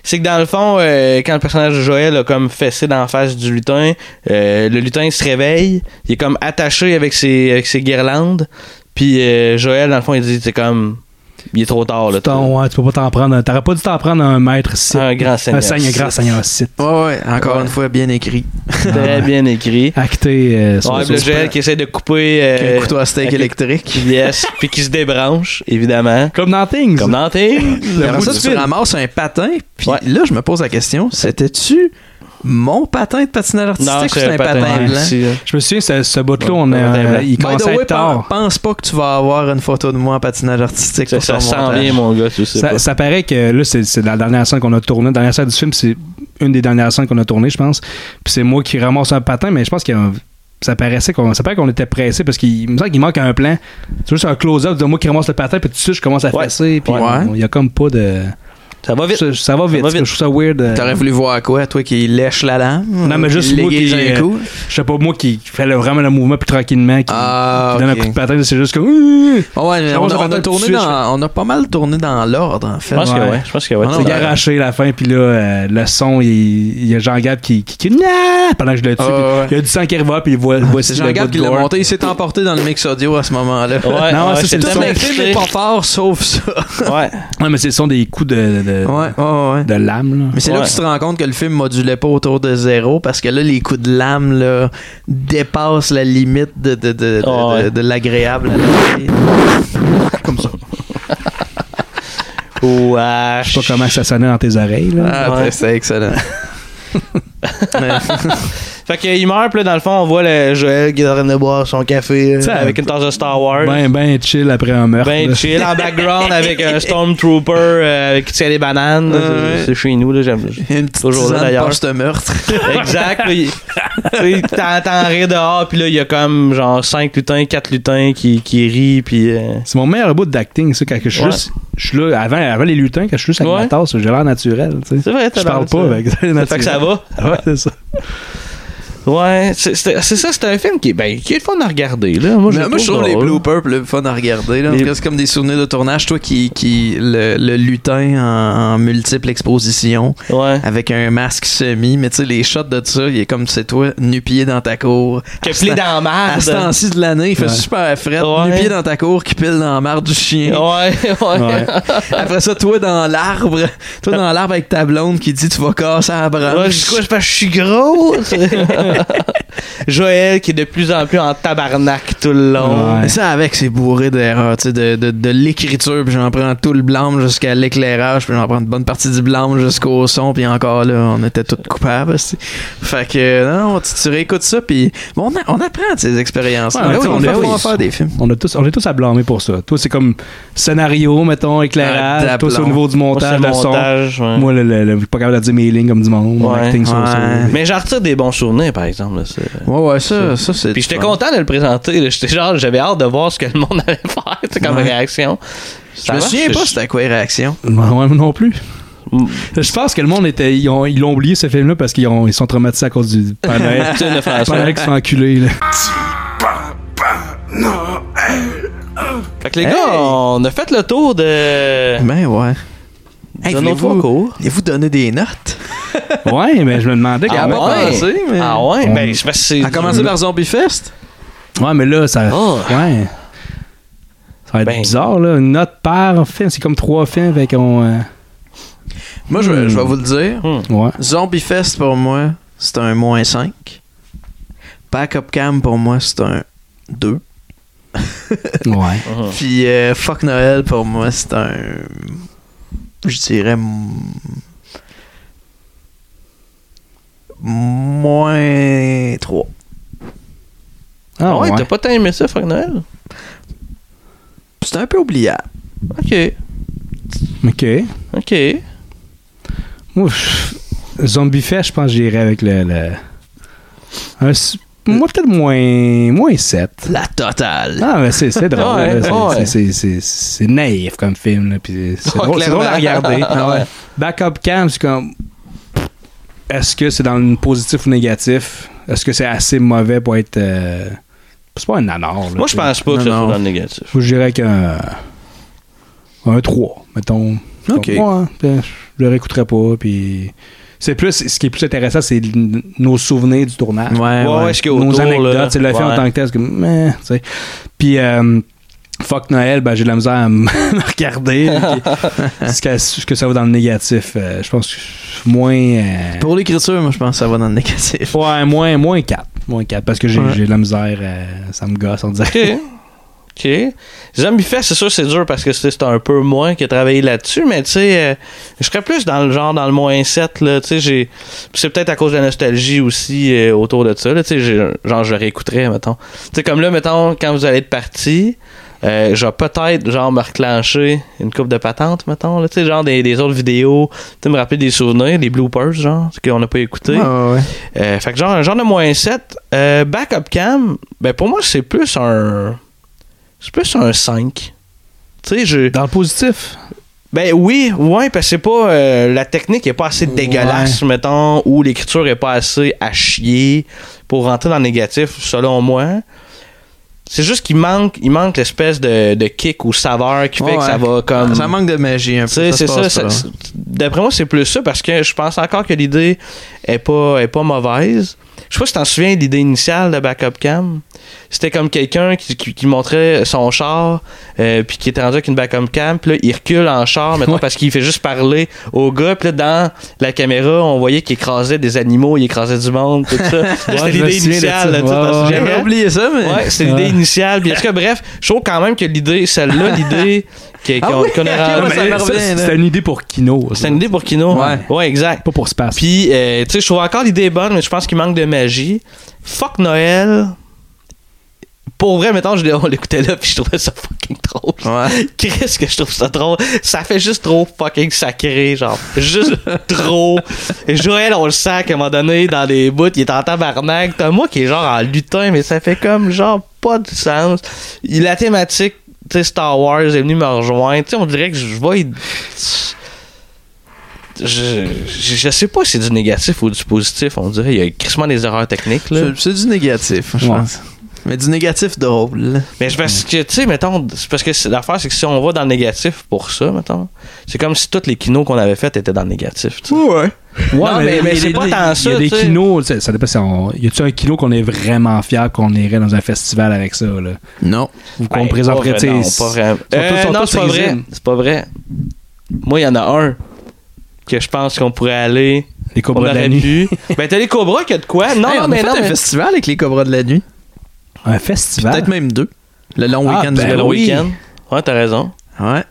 Speaker 1: C'est que dans le fond, euh, quand le personnage de Joël a comme fessé dans la face du lutin, euh, le lutin se réveille, il est comme attaché avec ses, avec ses guirlandes. Puis euh, Joël, dans le fond, il dit, c'est comme... il est trop tard. Là,
Speaker 4: Ton- ouais, tu peux pas t'en prendre. un- T'aurais pas dû t'en prendre un maître site.
Speaker 1: Un grand seigneur
Speaker 4: Un seigneur- grand
Speaker 1: site.
Speaker 4: seigneur site.
Speaker 5: Ouais, ouais, encore une fois, bien écrit.
Speaker 1: Très bien écrit.
Speaker 4: Acté. euh, sur-
Speaker 1: Ouais,
Speaker 4: sur-
Speaker 1: puis le GL qui essaie de couper. euh,
Speaker 5: Avec un couteau à steak
Speaker 1: avec-
Speaker 5: électrique.
Speaker 1: Yes, puis qui se débranche, évidemment.
Speaker 4: Comme dans Things.
Speaker 1: Comme dans Things.
Speaker 5: Après ça, tu ramasses un patin, puis là, je me pose la question, c'était-tu mon patin de patinage artistique
Speaker 1: Non,
Speaker 5: ou
Speaker 1: c'est
Speaker 5: c'était
Speaker 1: un
Speaker 5: un patin,
Speaker 1: patin
Speaker 5: blanc?
Speaker 1: ici, là.
Speaker 4: Je me souviens, ce, ce bout-là, on a,
Speaker 1: Ouais, ouais.
Speaker 4: il
Speaker 5: By the
Speaker 4: commençait à
Speaker 5: way,
Speaker 4: être tard.
Speaker 5: pen- pense pas que tu vas avoir une photo de moi en patinage artistique
Speaker 1: Ça,
Speaker 5: pour
Speaker 1: ça
Speaker 5: ton
Speaker 1: sent
Speaker 5: montage.
Speaker 1: bien, mon gars, tu sais
Speaker 4: Ça,
Speaker 1: pas.
Speaker 4: ça paraît que là, c'est c'est la dernière scène qu'on a tournée. La dernière scène du film, c'est une des dernières scènes qu'on a tournées, je pense. Puis c'est moi qui ramasse un patin, mais je pense que ça paraissait qu'on ça paraît qu'on était pressé parce qu'il me semble qu'il manque un plan. C'est juste un close-up de moi qui ramasse le patin, puis tout de suite, je commence à
Speaker 1: Ouais.
Speaker 4: fesser. Puis
Speaker 1: Ouais.
Speaker 4: on- il y a comme pas de.
Speaker 1: Ça va vite.
Speaker 4: Ça, ça va vite.
Speaker 1: va vite.
Speaker 4: Je trouve ça weird. euh,
Speaker 5: T'aurais voulu voir quoi, toi qui lèche la lame?
Speaker 4: Non, mais juste moi qui.
Speaker 5: un
Speaker 4: euh,
Speaker 5: coup.
Speaker 4: Je sais pas, moi qui fait le- vraiment le mouvement plus tranquillement, qui,
Speaker 5: Ah,
Speaker 4: qui donne
Speaker 5: ok.
Speaker 4: un coup de patin, c'est juste comme.
Speaker 5: Ah ouais, mais
Speaker 4: Je
Speaker 5: on,
Speaker 4: pense
Speaker 5: a,
Speaker 4: qu'on
Speaker 5: on a
Speaker 4: a
Speaker 5: tourné
Speaker 4: tout de suite,
Speaker 5: dans- on a pas mal tourné dans l'ordre, en fait.
Speaker 1: Je pense que
Speaker 4: Ouais.
Speaker 1: ouais. Je pense que ouais.
Speaker 5: Ah non,
Speaker 4: C'est
Speaker 5: ben-
Speaker 4: garaché la fin, puis là, euh, le son, il il y a Jean-Gab qui, qui, qui- Nah! pendant que je le tue.
Speaker 5: Ah,
Speaker 4: puis
Speaker 5: ouais.
Speaker 4: Il y a du sang qui revole, puis il
Speaker 1: Ah,
Speaker 4: voit, voici
Speaker 5: C'est
Speaker 4: le bout
Speaker 5: Jean-Gab
Speaker 4: de
Speaker 5: qui l'a
Speaker 4: gore.
Speaker 5: monté, il s'est emporté dans le mix audio à ce moment-là.
Speaker 1: Ouais,
Speaker 4: Non,
Speaker 1: ouais,
Speaker 4: ça, c'est
Speaker 1: j'étais
Speaker 4: le
Speaker 1: tellement
Speaker 4: son.
Speaker 5: Le film est
Speaker 1: excité.
Speaker 5: pas fort, sauf ça.
Speaker 1: Ouais.
Speaker 4: Ouais, mais c'est le son des coups de, de,
Speaker 5: Ouais, ouais, ouais.
Speaker 4: de lame, là.
Speaker 5: Mais c'est là
Speaker 1: Ouais.
Speaker 5: que tu te rends compte que le film modulait pas autour de zéro parce que là, les coups de lame là, dépassent la limite de, de, de, de-
Speaker 1: Ah ouais.
Speaker 5: de- de l'agréable. Comme ça.
Speaker 1: Wesh.
Speaker 4: Je sais pas comment ça sonnait dans tes oreilles, là.
Speaker 5: Ah,
Speaker 1: Ouais.
Speaker 5: c'est excellent.
Speaker 1: Fait qu'il meurt, puis là, dans le fond, on voit le Joël qui est en train de boire son café
Speaker 4: Ça,
Speaker 1: euh, avec une tasse de Star Wars. Ben,
Speaker 4: Ben, ben chill après un meurtre. là.
Speaker 1: chill en background avec un Stormtrooper euh, qui tient des bananes. là.
Speaker 5: Ouais.
Speaker 1: C'est- C'est chez nous, là, j'aime.
Speaker 5: Une petite
Speaker 1: Toujours là,
Speaker 5: tisane
Speaker 1: d'ailleurs.
Speaker 5: post-meurtre.
Speaker 1: exact. là, il- tu sais, T'entends rire dehors, puis là, il y a comme genre 5 lutins, 4 lutins qui, qui rient, puis. euh,
Speaker 4: C'est mon meilleur bout d'acting, ça, quand que je suis
Speaker 1: Ouais.
Speaker 4: juste. Je suis là, avant, avant les lutins, quand je suis juste avec
Speaker 1: Ouais.
Speaker 4: ma tasse, j'ai l'air naturel, tu sais.
Speaker 1: C'est vrai,
Speaker 4: Je
Speaker 1: t'as
Speaker 4: parle
Speaker 1: l'air
Speaker 4: pas,
Speaker 1: de
Speaker 4: avec ça.
Speaker 1: Ça fait que ça va.
Speaker 4: Ouais, c'est ça.
Speaker 1: Ouais, c'est c'est- c'est ça, c'est un film qui, est- ben, qui est le fun à regarder. Là. Moi,
Speaker 5: Mais moi, je trouve les
Speaker 1: blues
Speaker 5: bloopers le fun à regarder. là. En
Speaker 1: Les-
Speaker 5: tout cas, C'est comme des souvenirs de tournage. Toi qui, qui le, le lutin en, en multiple exposition
Speaker 1: Ouais.
Speaker 5: avec un masque semi, mais tu sais, les shots de ça, il est comme c'est toi, nu-pied dans ta cour.
Speaker 1: Que
Speaker 5: À
Speaker 1: pilé
Speaker 5: ce temps-
Speaker 1: dans la
Speaker 5: À ce
Speaker 1: marde.
Speaker 5: temps-ci de l'année, il fait
Speaker 4: Ouais.
Speaker 5: super fret.
Speaker 1: Ouais.
Speaker 5: Nu-pied dans ta cour qui pile dans la marre du
Speaker 1: Ouais,
Speaker 5: chien.
Speaker 1: ouais.
Speaker 4: Ouais.
Speaker 5: Après ça, toi dans l'arbre, toi dans l'arbre avec ta blonde qui dit tu vas casser la
Speaker 1: Ouais,
Speaker 5: branche.
Speaker 1: je dis quoi, c'est parce que je suis gros? Joël qui est de plus en plus en tabarnak tout le long.
Speaker 4: Ouais.
Speaker 5: Mais ça, avec, c'est bourré d'erreurs, tu sais, de, de, de l'écriture, puis j'en prends tout le blâme jusqu'à l'éclairage, puis j'en prends une bonne partie du blâme jusqu'au son, puis encore là, on était tous coupables. c'est- Fait que, euh, non, tu, tu réécoutes ça, puis bon, on, a- on apprend de ces expériences-là.
Speaker 4: Ouais,
Speaker 5: Là,
Speaker 4: tu sais,
Speaker 5: on
Speaker 4: on
Speaker 5: va
Speaker 4: est- oui.
Speaker 5: faire des films.
Speaker 4: On, a tous, on est tous à blâmer pour ça. Toi, c'est comme scénario, mettons,
Speaker 5: Ah,
Speaker 4: éclairage. Toi, c'est au
Speaker 5: d'aplomb.
Speaker 4: niveau du
Speaker 1: Moi, c'est
Speaker 4: montage,
Speaker 1: le
Speaker 4: le son.
Speaker 1: montage, ouais.
Speaker 4: Moi, le, le- le- je suis pas capable de dire mes lignes comme du monde. Mon
Speaker 1: Ouais.
Speaker 4: acting, ça,
Speaker 5: Ouais.
Speaker 4: ça.
Speaker 1: Mais j'en retire des bons souvenirs, par exemple. là, ça.
Speaker 5: Ouais, ouais, ça, ça c'est.
Speaker 1: Puis j'étais
Speaker 5: Ouais.
Speaker 1: content de le présenter. là. J'étais genre, j'avais hâte de voir ce que le monde allait faire tu sais, comme
Speaker 5: Ouais.
Speaker 1: réaction.
Speaker 5: Je
Speaker 1: Ça
Speaker 5: me
Speaker 1: marche,
Speaker 5: souviens pas
Speaker 1: je-
Speaker 5: c'était quoi les réactions.
Speaker 4: Ouais, moi non plus.
Speaker 1: Mm.
Speaker 4: Je pense que le monde était. Ils ont- ils l'ont oublié, ce film-là, parce qu'ils ont- ils sont traumatisés à cause du panel.
Speaker 1: Tu sais, le faire ça.
Speaker 4: panel qui se fait enculer, là.
Speaker 1: Fait que les gars, on a fait le tour de.
Speaker 5: Ben ouais. Hey,
Speaker 1: Donnons trois
Speaker 5: voulez-vous
Speaker 1: cours.
Speaker 5: voulez-vous donner des notes?
Speaker 4: Ouais, mais je me demandais
Speaker 5: Ah,
Speaker 4: quand même.
Speaker 5: bon? pas pensé, mais-
Speaker 1: Ah ouais, ben c'est parce que c'est.
Speaker 5: À commencer par Zombie Fest?
Speaker 4: Ouais, mais là, ça.
Speaker 1: Oh.
Speaker 4: Ouais. Ça va être
Speaker 1: Ben.
Speaker 4: bizarre, là. Une note par film. C'est comme trois films, fait qu'on. euh,
Speaker 5: Moi, je, vais- je vais vous le dire.
Speaker 4: Ouais.
Speaker 5: Zombie Fest pour moi, c'est un moins 5. Backup Cam pour moi, c'est un 2.
Speaker 4: Ouais.
Speaker 1: Ah
Speaker 5: Puis euh, Fuck Noël pour moi, c'est un. Je dirais. mm, Moins 3.
Speaker 1: Ah
Speaker 4: Ah,
Speaker 1: ouais,
Speaker 4: ouais.
Speaker 1: t'as pas tant aimé ça, Fuck Noël?
Speaker 5: C'est un peu oubliable.
Speaker 1: Ok,
Speaker 4: Ok.
Speaker 1: ok.
Speaker 4: Moi, je- Zombie Fest, je pense que j'irais avec le. le- un s- moi, peut-être moins, moins 7.
Speaker 5: La totale.
Speaker 4: Ah, mais c'est c'est drôle.
Speaker 1: Ouais,
Speaker 4: là. C'est-
Speaker 1: ouais.
Speaker 4: c'est- c'est- c'est- C'est naïf comme film. là, puis C'est drôle, c'est drôle à
Speaker 1: clairement.
Speaker 4: regarder.
Speaker 1: Ah ouais.
Speaker 4: Backup Cam, c'est comme. Est-ce que c'est dans le positif ou négatif Est-ce que c'est assez mauvais pour être. euh, C'est pas un nanar. là,
Speaker 1: Moi, je
Speaker 4: tu sais.
Speaker 1: pense pas que
Speaker 4: Non,
Speaker 1: ça soit
Speaker 4: non.
Speaker 1: dans le négatif.
Speaker 4: Moi, je dirais qu'un. Un 3, mettons.
Speaker 5: Ok.
Speaker 4: Ouais, hein, ben, je le réécouterai pas. Puis. C'est plus, ce qui est plus intéressant, c'est l- nos souvenirs du tournage.
Speaker 5: Ouais,
Speaker 1: Ouais, ouais, ce qu'il y a
Speaker 4: nos
Speaker 1: autour, là.
Speaker 4: anecdotes, c'est le film
Speaker 1: Ouais.
Speaker 4: en tant que tel. c'est comme, meh, tu sais. Puis, euh, Fuck Noël, ben j'ai de la misère à me me regarder. Puis, ce, que, ce que ça va dans le négatif. euh, je pense que moins. euh,
Speaker 5: Pour l'écriture, moi, je pense que ça va dans le négatif.
Speaker 4: Ouais, moins, moins 4. Moins 4, parce que j'ai
Speaker 5: Ouais.
Speaker 4: j'ai de la misère. euh, ça me gosse, on dirait.
Speaker 1: Ok. Ok. Zombifest, c'est sûr, c'est dur parce que c'est c'est un peu moins qui a travaillé là-dessus, mais tu sais, euh, je serais plus dans le genre, dans le moins 7, là, tu sais, j'ai. puis C'est peut-être à cause de la nostalgie aussi euh, autour de ça, là, tu sais, j'ai- genre, je réécouterais, mettons. Tu sais, comme là, mettons, quand vous allez être parti, euh, je vais peut-être, genre, me reclencher une coupe de patente, mettons, là, tu sais, genre, des, des autres vidéos, tu sais, me rappeler des souvenirs, des bloopers, genre, ce qu'on n'a pas écouté.
Speaker 5: Ouais, ouais, ouais.
Speaker 1: Euh, fait que, genre, un genre de moins 7. Euh, backup cam, ben, pour moi, c'est plus un. C'est plus un 5. Tu sais, je.
Speaker 4: Dans le positif.
Speaker 1: Ben oui, ouais, parce que c'est pas. euh, la technique est pas assez dégueulasse, mettons, ou l'écriture est pas assez à chier pour rentrer dans le négatif, selon moi. C'est juste qu'il manque, il manque l'espèce de, de kick ou saveur qui fait
Speaker 5: Ouais,
Speaker 1: que ça va comme.
Speaker 5: Ça manque de magie un peu.
Speaker 1: Tu sais, c'est
Speaker 5: se
Speaker 1: ça.
Speaker 5: passe
Speaker 1: ça-
Speaker 5: pas.
Speaker 1: c'est- D'après moi, c'est plus ça parce que je pense encore que l'idée est pas, est pas mauvaise. Je sais pas si t'en souviens de l'idée initiale de Backup Cam. C'était comme quelqu'un qui, qui- qui montrait son char euh, puis qui était rendu avec une Backup Cam. Puis là, il recule en char maintenant parce qu'il fait juste parler au gars. Puis là, dans la caméra, on voyait qu'il écrasait des animaux, il écrasait du monde, tout ça.
Speaker 5: Ouais,
Speaker 1: C'était
Speaker 5: je me
Speaker 1: l'idée
Speaker 5: souviens de ça.
Speaker 1: initiale. là, tu sais,
Speaker 5: Ouais,
Speaker 1: parce que
Speaker 5: ouais.
Speaker 1: j'avais-
Speaker 5: J'avais oublié ça, mais-
Speaker 1: Ouais, c'est l'idée
Speaker 5: Ouais.
Speaker 1: initiale. Puis en tout cas, bref, je trouve quand même que l'idée, celle-là, l'idée qui-
Speaker 5: Ah
Speaker 1: qu'on
Speaker 5: oui,
Speaker 1: qu'on a
Speaker 5: ok, ouais,
Speaker 1: ramenée-
Speaker 5: ça me revient, là.
Speaker 4: C'était une idée pour Kino.
Speaker 1: c'est une idée pour Kino. Ouais. exact.
Speaker 4: Pas pour Space.
Speaker 1: Puis, euh, tu sais, je trouve encore l'idée bonne, mais je pense qu'il manque de magie. Fuck Noël. Pour vrai, mettons, je, l'ai- on l'écoutait là, puis je trouvais ça fucking drôle. Qu'est-ce que je trouve ça drôle? Ça fait juste trop fucking sacré, genre. Juste trop. Joël, on le sent qu'à un moment donné, dans les bouts, il est en tabarnak. T'as moi qui est genre en lutin, mais ça fait comme, genre, pas de sens. Il- La thématique, tu sais, Star Wars est venue me rejoindre. Tu sais, on dirait que je vois... il- je, je je sais pas si c'est du négatif ou du positif. On dirait il y a quasiment des erreurs techniques. Là.
Speaker 5: C'est- C'est du négatif, je
Speaker 1: Ouais.
Speaker 5: pense. Mais du négatif drôle.
Speaker 1: Mais c'est parce que, tu sais, mettons, c'est parce que c'est- l'affaire, c'est que si on va dans le négatif pour ça, mettons, c'est comme si toutes les kinos qu'on avait faites étaient dans le négatif. tu sais.
Speaker 5: Ouais.
Speaker 4: Ouais,
Speaker 1: Non, mais- mais
Speaker 4: il y a
Speaker 1: c'est
Speaker 4: des-
Speaker 1: pas tant ça,
Speaker 4: Il y a des
Speaker 1: tu sais.
Speaker 4: kinos, tu sais, ça dépend si on. Y a-tu un kino qu'on est vraiment fiable qu'on irait dans un festival avec ça, là?
Speaker 5: Non.
Speaker 4: Ou qu'on
Speaker 1: Ben,
Speaker 4: présenterait,
Speaker 1: pas
Speaker 4: tu sais,
Speaker 1: vrai, non,
Speaker 4: c'est-
Speaker 1: pas vraiment.
Speaker 4: sont tous-
Speaker 1: Euh,
Speaker 4: sont
Speaker 1: non,
Speaker 4: tous
Speaker 1: c'est pas
Speaker 4: des
Speaker 1: vrai.
Speaker 4: zines.
Speaker 1: C'est pas vrai. Moi, il y en a un que je pense qu'on pourrait aller.
Speaker 4: Les Cobras
Speaker 1: on
Speaker 4: de la
Speaker 1: aurait
Speaker 4: nuit.
Speaker 1: pu. ben, t'as les Cobras qui a de quoi? Non,
Speaker 5: Hey,
Speaker 1: non,
Speaker 5: on
Speaker 1: mais
Speaker 5: a fait
Speaker 1: non.
Speaker 5: un
Speaker 1: mais- Ah.
Speaker 5: festival avec les Cobras de la nuit.
Speaker 4: Un festival?
Speaker 5: Peut-être même deux. Le long
Speaker 4: Ah,
Speaker 5: week-end
Speaker 4: ben
Speaker 5: du
Speaker 1: Le
Speaker 5: long
Speaker 4: oui.
Speaker 1: week-end. Ouais, t'as raison.
Speaker 5: Ouais.
Speaker 4: Ouais,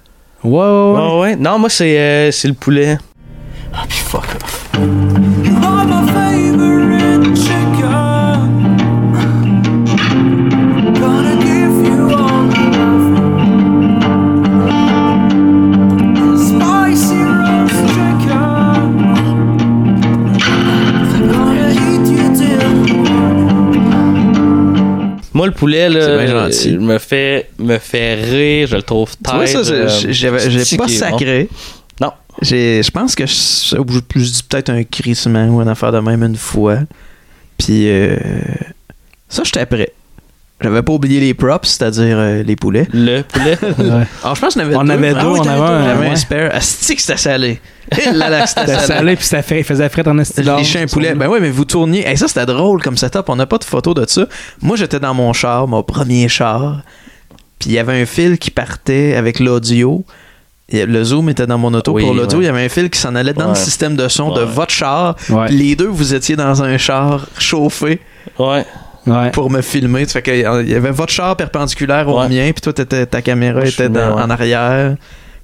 Speaker 4: ouais, ouais.
Speaker 1: Ouais, ouais. Non, moi, c'est euh, c'est le poulet. Moi, le poulet,
Speaker 5: C'est
Speaker 1: là,
Speaker 5: bien gentil.
Speaker 1: il me fait, me fait rire, je le trouve
Speaker 5: Tu vois,
Speaker 1: tête.
Speaker 5: ça, c'est-
Speaker 1: euh,
Speaker 5: j'avais- j'ai
Speaker 1: c'est
Speaker 5: pas
Speaker 1: qui est bon.
Speaker 5: sacré.
Speaker 1: Non.
Speaker 5: J'ai- Je pense que je, je- je dis peut-être un crissement ou une affaire de même une fois. Puis euh, ça, j'étais prêt. J'avais pas oublié les props, c'est-à-dire euh, les poulets.
Speaker 1: Le poulet.
Speaker 4: Ouais.
Speaker 5: Alors, je pense qu'on avait
Speaker 4: On
Speaker 5: deux.
Speaker 4: avait
Speaker 5: Ah
Speaker 4: deux,
Speaker 5: oui,
Speaker 4: on avait
Speaker 5: t'avais deux,
Speaker 4: un,
Speaker 5: on avait
Speaker 4: ouais.
Speaker 5: spare. Asti que c'était salé. Et là, là, que c'était
Speaker 4: C'était
Speaker 5: salé.
Speaker 4: salé, puis ça fait- faisait fret en estidor.
Speaker 5: Les chiens poulets. Ben oui, mais vous tourniez. Hey, ça, c'était drôle comme setup. On n'a pas de photo de ça. Moi, j'étais dans mon char, mon premier char. Puis il y avait un fil qui partait avec l'audio. Il y a- Le zoom était dans mon auto
Speaker 1: Oui,
Speaker 5: pour l'audio. Il
Speaker 1: ouais.
Speaker 5: y avait un fil qui s'en allait dans
Speaker 1: Ouais.
Speaker 5: le système de son de
Speaker 1: Ouais.
Speaker 5: votre char.
Speaker 4: Ouais.
Speaker 5: Puis Les deux, vous étiez dans un char chauffé
Speaker 1: Ouais.
Speaker 4: Ouais.
Speaker 5: pour me filmer. Ça fait que, euh, il y avait votre char perpendiculaire au
Speaker 1: Ouais.
Speaker 5: mien. Puis toi, t'étais- ta caméra
Speaker 1: Moi, je
Speaker 5: était
Speaker 1: filmais,
Speaker 5: dans-
Speaker 1: ouais.
Speaker 5: en arrière.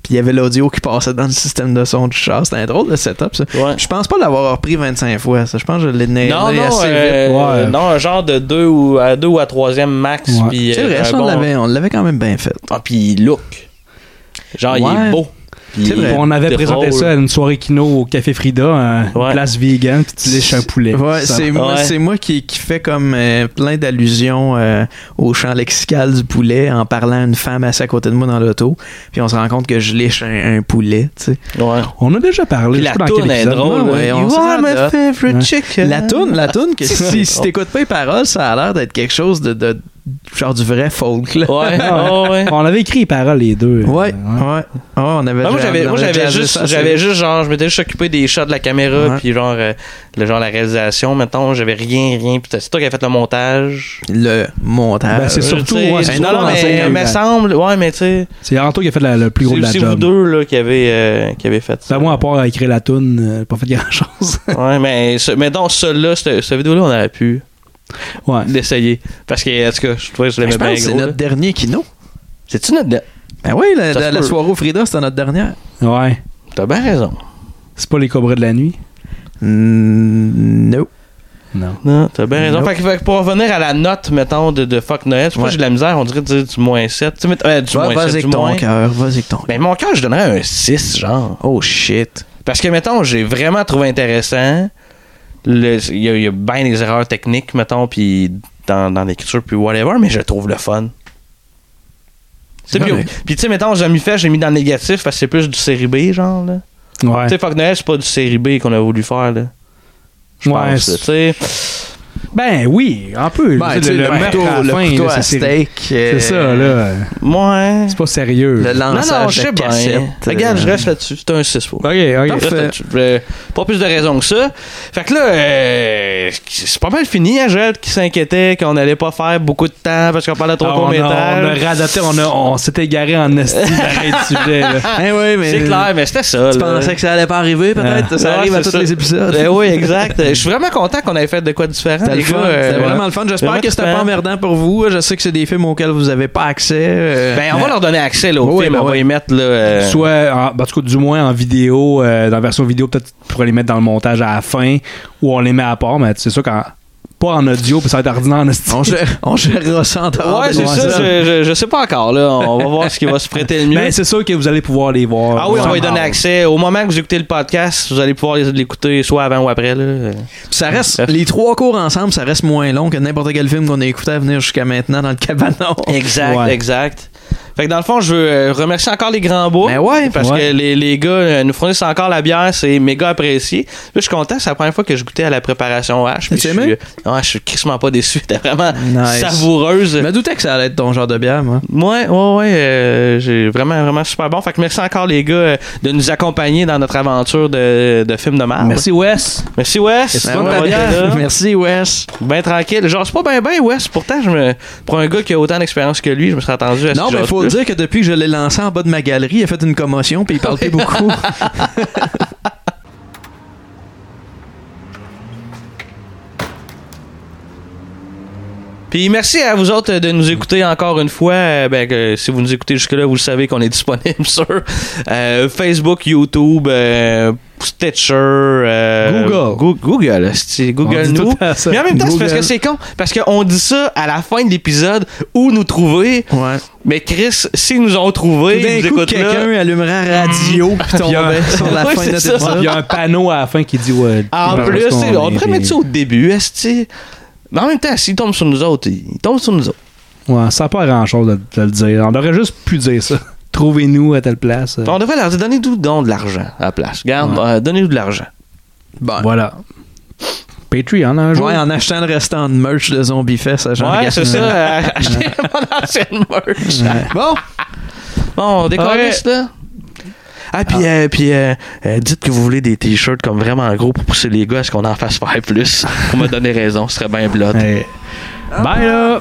Speaker 5: Puis il y avait l'audio qui passait dans le système de son du char. C'était un drôle de setup, ça.
Speaker 1: Ouais.
Speaker 5: Je pense pas l'avoir repris 25 fois, ça. Je pense que je l'ai nailé
Speaker 1: Non, non,
Speaker 5: assez
Speaker 1: euh,
Speaker 5: vite.
Speaker 4: Ouais.
Speaker 1: non, un genre de 2 ou à deux ou à troisième max.
Speaker 4: Ouais.
Speaker 1: Puis,
Speaker 5: C'est
Speaker 1: euh,
Speaker 5: vrai,
Speaker 1: un
Speaker 5: ça, on
Speaker 1: bon-
Speaker 5: l'avait- on l'avait quand même bien fait.
Speaker 1: Ah, puis il look. Genre, il
Speaker 5: Ouais.
Speaker 1: est beau. Puis
Speaker 5: C'est
Speaker 1: il
Speaker 5: vrai.
Speaker 1: est
Speaker 4: On avait
Speaker 1: drôle.
Speaker 4: présenté ça à une soirée kino au Café Frida, un-
Speaker 1: Ouais.
Speaker 4: une place vegan, puis tu lèches un poulet.
Speaker 5: Ouais,
Speaker 4: Ça-
Speaker 5: c'est moi,
Speaker 1: Ouais.
Speaker 5: c'est moi qui, qui fais comme euh, plein d'allusions euh, au champ lexical du poulet en parlant à une femme assise à côté de moi dans l'auto. Puis on se rend compte que je liche un, un poulet, tu sais.
Speaker 1: Ouais.
Speaker 4: On a déjà
Speaker 1: Puis
Speaker 4: parlé. je
Speaker 1: la
Speaker 4: sais pas dans quel
Speaker 1: toune est
Speaker 4: épisode.
Speaker 1: drôle.
Speaker 5: Ouais,
Speaker 1: là.
Speaker 5: hein. on
Speaker 1: You
Speaker 5: se
Speaker 1: are my
Speaker 5: rend
Speaker 1: favorite
Speaker 4: Ouais.
Speaker 1: chicken.
Speaker 5: La toune, la toune que si, si t'écoutes pas les paroles, ça a l'air d'être quelque chose de, de genre du vrai folk. Là.
Speaker 1: Ouais, ouais, ouais.
Speaker 4: On avait écrit les paroles, les deux.
Speaker 5: Ouais, Ah, ouais. ouais. on avait
Speaker 1: Ben, moi,
Speaker 5: jam-
Speaker 1: j'avais,
Speaker 5: on
Speaker 1: moi,
Speaker 5: avait
Speaker 1: j'avais
Speaker 5: jazzé
Speaker 1: juste,
Speaker 5: ça,
Speaker 1: j'avais
Speaker 5: c'est-
Speaker 1: juste genre, je m'étais juste occupé des shots de la caméra,
Speaker 5: Ouais.
Speaker 1: puis genre, euh, le genre la réalisation. Maintenant, j'avais rien, rien. Puis c'est toi qui avais fait le montage.
Speaker 5: le montage.
Speaker 4: Ben, c'est surtout-
Speaker 1: Euh, Tu sais,
Speaker 4: ouais, c'est
Speaker 1: non,
Speaker 4: surtout
Speaker 1: non,
Speaker 4: en
Speaker 1: mais
Speaker 4: cinq,
Speaker 1: me
Speaker 4: ouais.
Speaker 1: semble, ouais, mais tu sais,
Speaker 4: C'est Anto qui a fait la- le plus gros
Speaker 1: c'est
Speaker 4: de la
Speaker 1: aussi vous
Speaker 4: job.
Speaker 1: deux là qui avez, euh, qui avez fait ça.
Speaker 4: Ben, moi, à part écrire la toune, euh, pas fait grand-chose.
Speaker 1: ouais, mais ce, mais donc celle-là, cette, cette vidéo-là, on aurait pu
Speaker 4: ouais.
Speaker 1: l'essayer parce que en tout cas, je trouvais que je
Speaker 5: Ben,
Speaker 1: l'aimais
Speaker 5: je pense
Speaker 1: bien
Speaker 5: que c'est
Speaker 1: gros. là.
Speaker 5: notre dernier kino.
Speaker 1: C'est-tu notre dette?
Speaker 5: Ben oui, la,
Speaker 1: Ça se
Speaker 5: la- la
Speaker 1: peut.
Speaker 5: soirée au Frida, c'était notre dernière.
Speaker 4: Ouais.
Speaker 1: T'as bien raison.
Speaker 4: C'est pas les cobras de la nuit.
Speaker 5: Mm, no.
Speaker 4: Non.
Speaker 1: Non, t'as bien raison.
Speaker 5: Nope.
Speaker 1: Fait que, fait que pour revenir à la note, mettons, de, de Fuck Noël, je crois que
Speaker 5: Ouais.
Speaker 1: j'ai de la misère, on dirait de dire du moins 7. Tu sais, mais- euh, du
Speaker 5: Va-
Speaker 1: moins
Speaker 5: Vas-y
Speaker 1: 7, du
Speaker 5: avec ton
Speaker 1: moins.
Speaker 5: cœur, vas-y avec ton cœur.
Speaker 1: Mais Ben, mon cœur, je donnerais un 6, genre.
Speaker 5: Oh shit.
Speaker 1: Parce que, mettons, j'ai vraiment trouvé intéressant. Le- Il y a, il y a bien des erreurs techniques, mettons, puis dans, dans l'écriture, puis whatever, mais je trouve le fun. Tu sais, Puis,
Speaker 5: correct.
Speaker 1: puis tu sais, mettons, j'ai mis fait, j'ai mis dans le négatif parce que c'est plus du série B, genre, là.
Speaker 4: Ouais.
Speaker 1: Tu sais, Fuck Noël, c'est pas du série B qu'on a voulu faire, là. Je
Speaker 4: Ouais,
Speaker 1: pense, là, tu sais.
Speaker 4: Ben oui, un peu.
Speaker 5: Ben,
Speaker 4: Tu sais,
Speaker 5: tu sais,
Speaker 4: le
Speaker 5: le
Speaker 4: meurtre
Speaker 5: couteau-
Speaker 4: à la
Speaker 5: le
Speaker 4: fin,
Speaker 5: couteau
Speaker 4: là,
Speaker 5: à
Speaker 4: c'est série-
Speaker 5: steak, euh,
Speaker 4: C'est ça, là.
Speaker 1: Ouais.
Speaker 4: C'est pas sérieux.
Speaker 5: Le
Speaker 1: Non, non,
Speaker 5: lançage
Speaker 1: je sais
Speaker 5: de
Speaker 1: bien.
Speaker 5: cassette.
Speaker 1: Regarde, je
Speaker 5: euh,
Speaker 1: reste là-dessus. C'est un 6 pour moi.
Speaker 4: Ok, ok.
Speaker 1: Je reste là-dessus. Euh, Pas plus de raison que ça. Fait que là, euh, c'est pas mal fini, hein, Joël, qui s'inquiétait qu'on allait pas faire beaucoup de temps parce qu'on parlait trop
Speaker 4: Ah,
Speaker 1: court
Speaker 4: on, a, on a
Speaker 1: métrage.
Speaker 4: radoté, on, a- on s'était égaré en esti d'arrêt de sujet. là.
Speaker 5: Hein, ouais, mais
Speaker 1: C'est clair, mais c'était ça.
Speaker 5: Tu
Speaker 1: là. Ah.
Speaker 5: pensais que ça allait pas arriver, peut-être?
Speaker 1: Ouais,
Speaker 5: Ça arrive à
Speaker 1: c'est
Speaker 5: tous les épisodes.
Speaker 1: Ben oui, exact. Euh, Je suis vraiment content qu'on ait fait de quoi de différent.
Speaker 5: C'était
Speaker 1: les
Speaker 5: le
Speaker 1: gars,
Speaker 5: fun.
Speaker 1: euh,
Speaker 5: C'était
Speaker 1: ouais.
Speaker 5: vraiment le fun.
Speaker 1: Vraiment
Speaker 5: J'espère que c'était
Speaker 1: trippant.
Speaker 5: pas emmerdant pour vous. Je sais que c'est des films auxquels vous avez pas accès. euh,
Speaker 1: Ben, on va leur donner accès là, au
Speaker 5: Oui,
Speaker 1: film.
Speaker 5: ben
Speaker 1: on va
Speaker 5: oui.
Speaker 1: y mettre là. euh,
Speaker 4: Soit, en, en tout cas, du moins en vidéo, euh, dans la version vidéo, peut-être pour les mettre dans le montage à la fin, ou on les met à part, mais c'est sûr qu'en. Pas en audio, puis ça va être ordinaire en esti.
Speaker 5: On gé- on gérera ça en dehors
Speaker 1: Ouais,
Speaker 5: de
Speaker 1: c'est
Speaker 5: moi,
Speaker 1: ça. Je, je- je sais pas encore. Là. On va voir ce qui va se prêter le mieux.
Speaker 5: Ben,
Speaker 4: Mais Ben, c'est sûr que vous allez pouvoir les voir.
Speaker 1: Ah oui, on va y donner
Speaker 4: Somehow.
Speaker 1: accès. Au moment que vous écoutez le podcast, vous allez pouvoir les- l'écouter soit avant ou après. Là.
Speaker 5: Ça reste, les trois cours ensemble, ça reste moins long que n'importe quel film qu'on a écouté à venir jusqu'à maintenant dans le cabanon.
Speaker 1: Exact,
Speaker 4: Ouais.
Speaker 1: exact. Fait que dans le fond, je veux euh, remercier encore les grands bois.
Speaker 5: Ben ouais,
Speaker 1: parce
Speaker 4: ouais.
Speaker 1: que les, les gars euh, nous fournissent encore la bière, c'est méga apprécié. Là, je suis content, c'est la première fois que je goûtais à la préparation H. puis
Speaker 5: As-tu
Speaker 1: je suis,
Speaker 5: aimé?
Speaker 1: euh, ouais, je suis crissement pas déçu. C'était vraiment
Speaker 5: Nice.
Speaker 1: savoureuse.
Speaker 5: Je me doutais que ça allait être ton genre de bière, moi.
Speaker 1: Ouais, ouais, ouais. euh, j'ai vraiment, vraiment super bon. Fait que merci encore les gars euh, de nous accompagner dans notre aventure de, de film de marbre.
Speaker 4: Merci, Wes.
Speaker 1: Merci Wes.
Speaker 5: Ben ouais,
Speaker 1: Ouais, t'es là.
Speaker 5: Merci, Wes.
Speaker 1: Ben tranquille. Genre, c'est pas ben ben, Wes. Pourtant, je me. Pour un gars qui a autant d'expérience que lui, je me serais attendu à ce
Speaker 5: Non,
Speaker 1: qu'il
Speaker 5: mais
Speaker 1: jase
Speaker 5: faut
Speaker 1: plus.
Speaker 5: dire que depuis que je l'ai lancé en bas de ma galerie, il a fait une commotion puis il parle plus beaucoup.
Speaker 1: Puis merci à vous autres de nous écouter encore une fois. Euh, Ben, que si vous nous écoutez jusque-là, vous le savez qu'on est disponible sur euh, Facebook, YouTube, euh, Stitcher, euh,
Speaker 4: Google.
Speaker 1: Goo- Google, esti, Google
Speaker 4: dit
Speaker 1: nous.
Speaker 4: tout à ça.
Speaker 1: Mais en même temps, c'est parce
Speaker 4: Google.
Speaker 1: que c'est con. Parce qu'on dit ça à la fin de l'épisode où nous trouver.
Speaker 5: ouais.
Speaker 1: Mais Chris, s'ils nous ont trouvés, ils
Speaker 5: D'un
Speaker 1: nous
Speaker 5: coup,
Speaker 1: écoutent là.
Speaker 5: quelqu'un allumera la radio puis tombait sur la
Speaker 1: Ouais,
Speaker 5: fin de
Speaker 1: c'est ça.
Speaker 5: notre
Speaker 4: Ah, Il y a un panneau à la fin qui dit ouais.
Speaker 1: En
Speaker 4: Ben, parce
Speaker 1: plus,
Speaker 4: qu'on
Speaker 1: t'sais, on
Speaker 4: est
Speaker 1: devrait
Speaker 4: des-
Speaker 1: mettre ça au début, esti. Mais en même temps, s'ils tombent sur nous autres, ils tombent sur nous autres.
Speaker 4: Ouais, ça n'a pas grand chose de, de le dire. On aurait juste pu dire ça. Trouvez-nous à telle place. euh.
Speaker 1: On devrait leur dire donnez-nous donc de l'argent à la place. Regarde, euh, donnez-nous de l'argent.
Speaker 5: Bon.
Speaker 4: Voilà. Patreon, hein, un jour.
Speaker 5: Ouais, en achetant le restant de merch de Zombie Fest à jean
Speaker 1: Ouais, c'est ça. euh, Achetez mon ancienne merch.
Speaker 5: Bon,
Speaker 1: Bon, on décolle
Speaker 5: Ouais.
Speaker 1: là. Ah, puis, euh, puis euh, euh, dites que vous voulez des t-shirts comme vraiment gros pour pousser les gars à ce qu'on en fasse faire plus. Pour me donner raison, ce serait bien blotte.
Speaker 4: Hey. Bye là!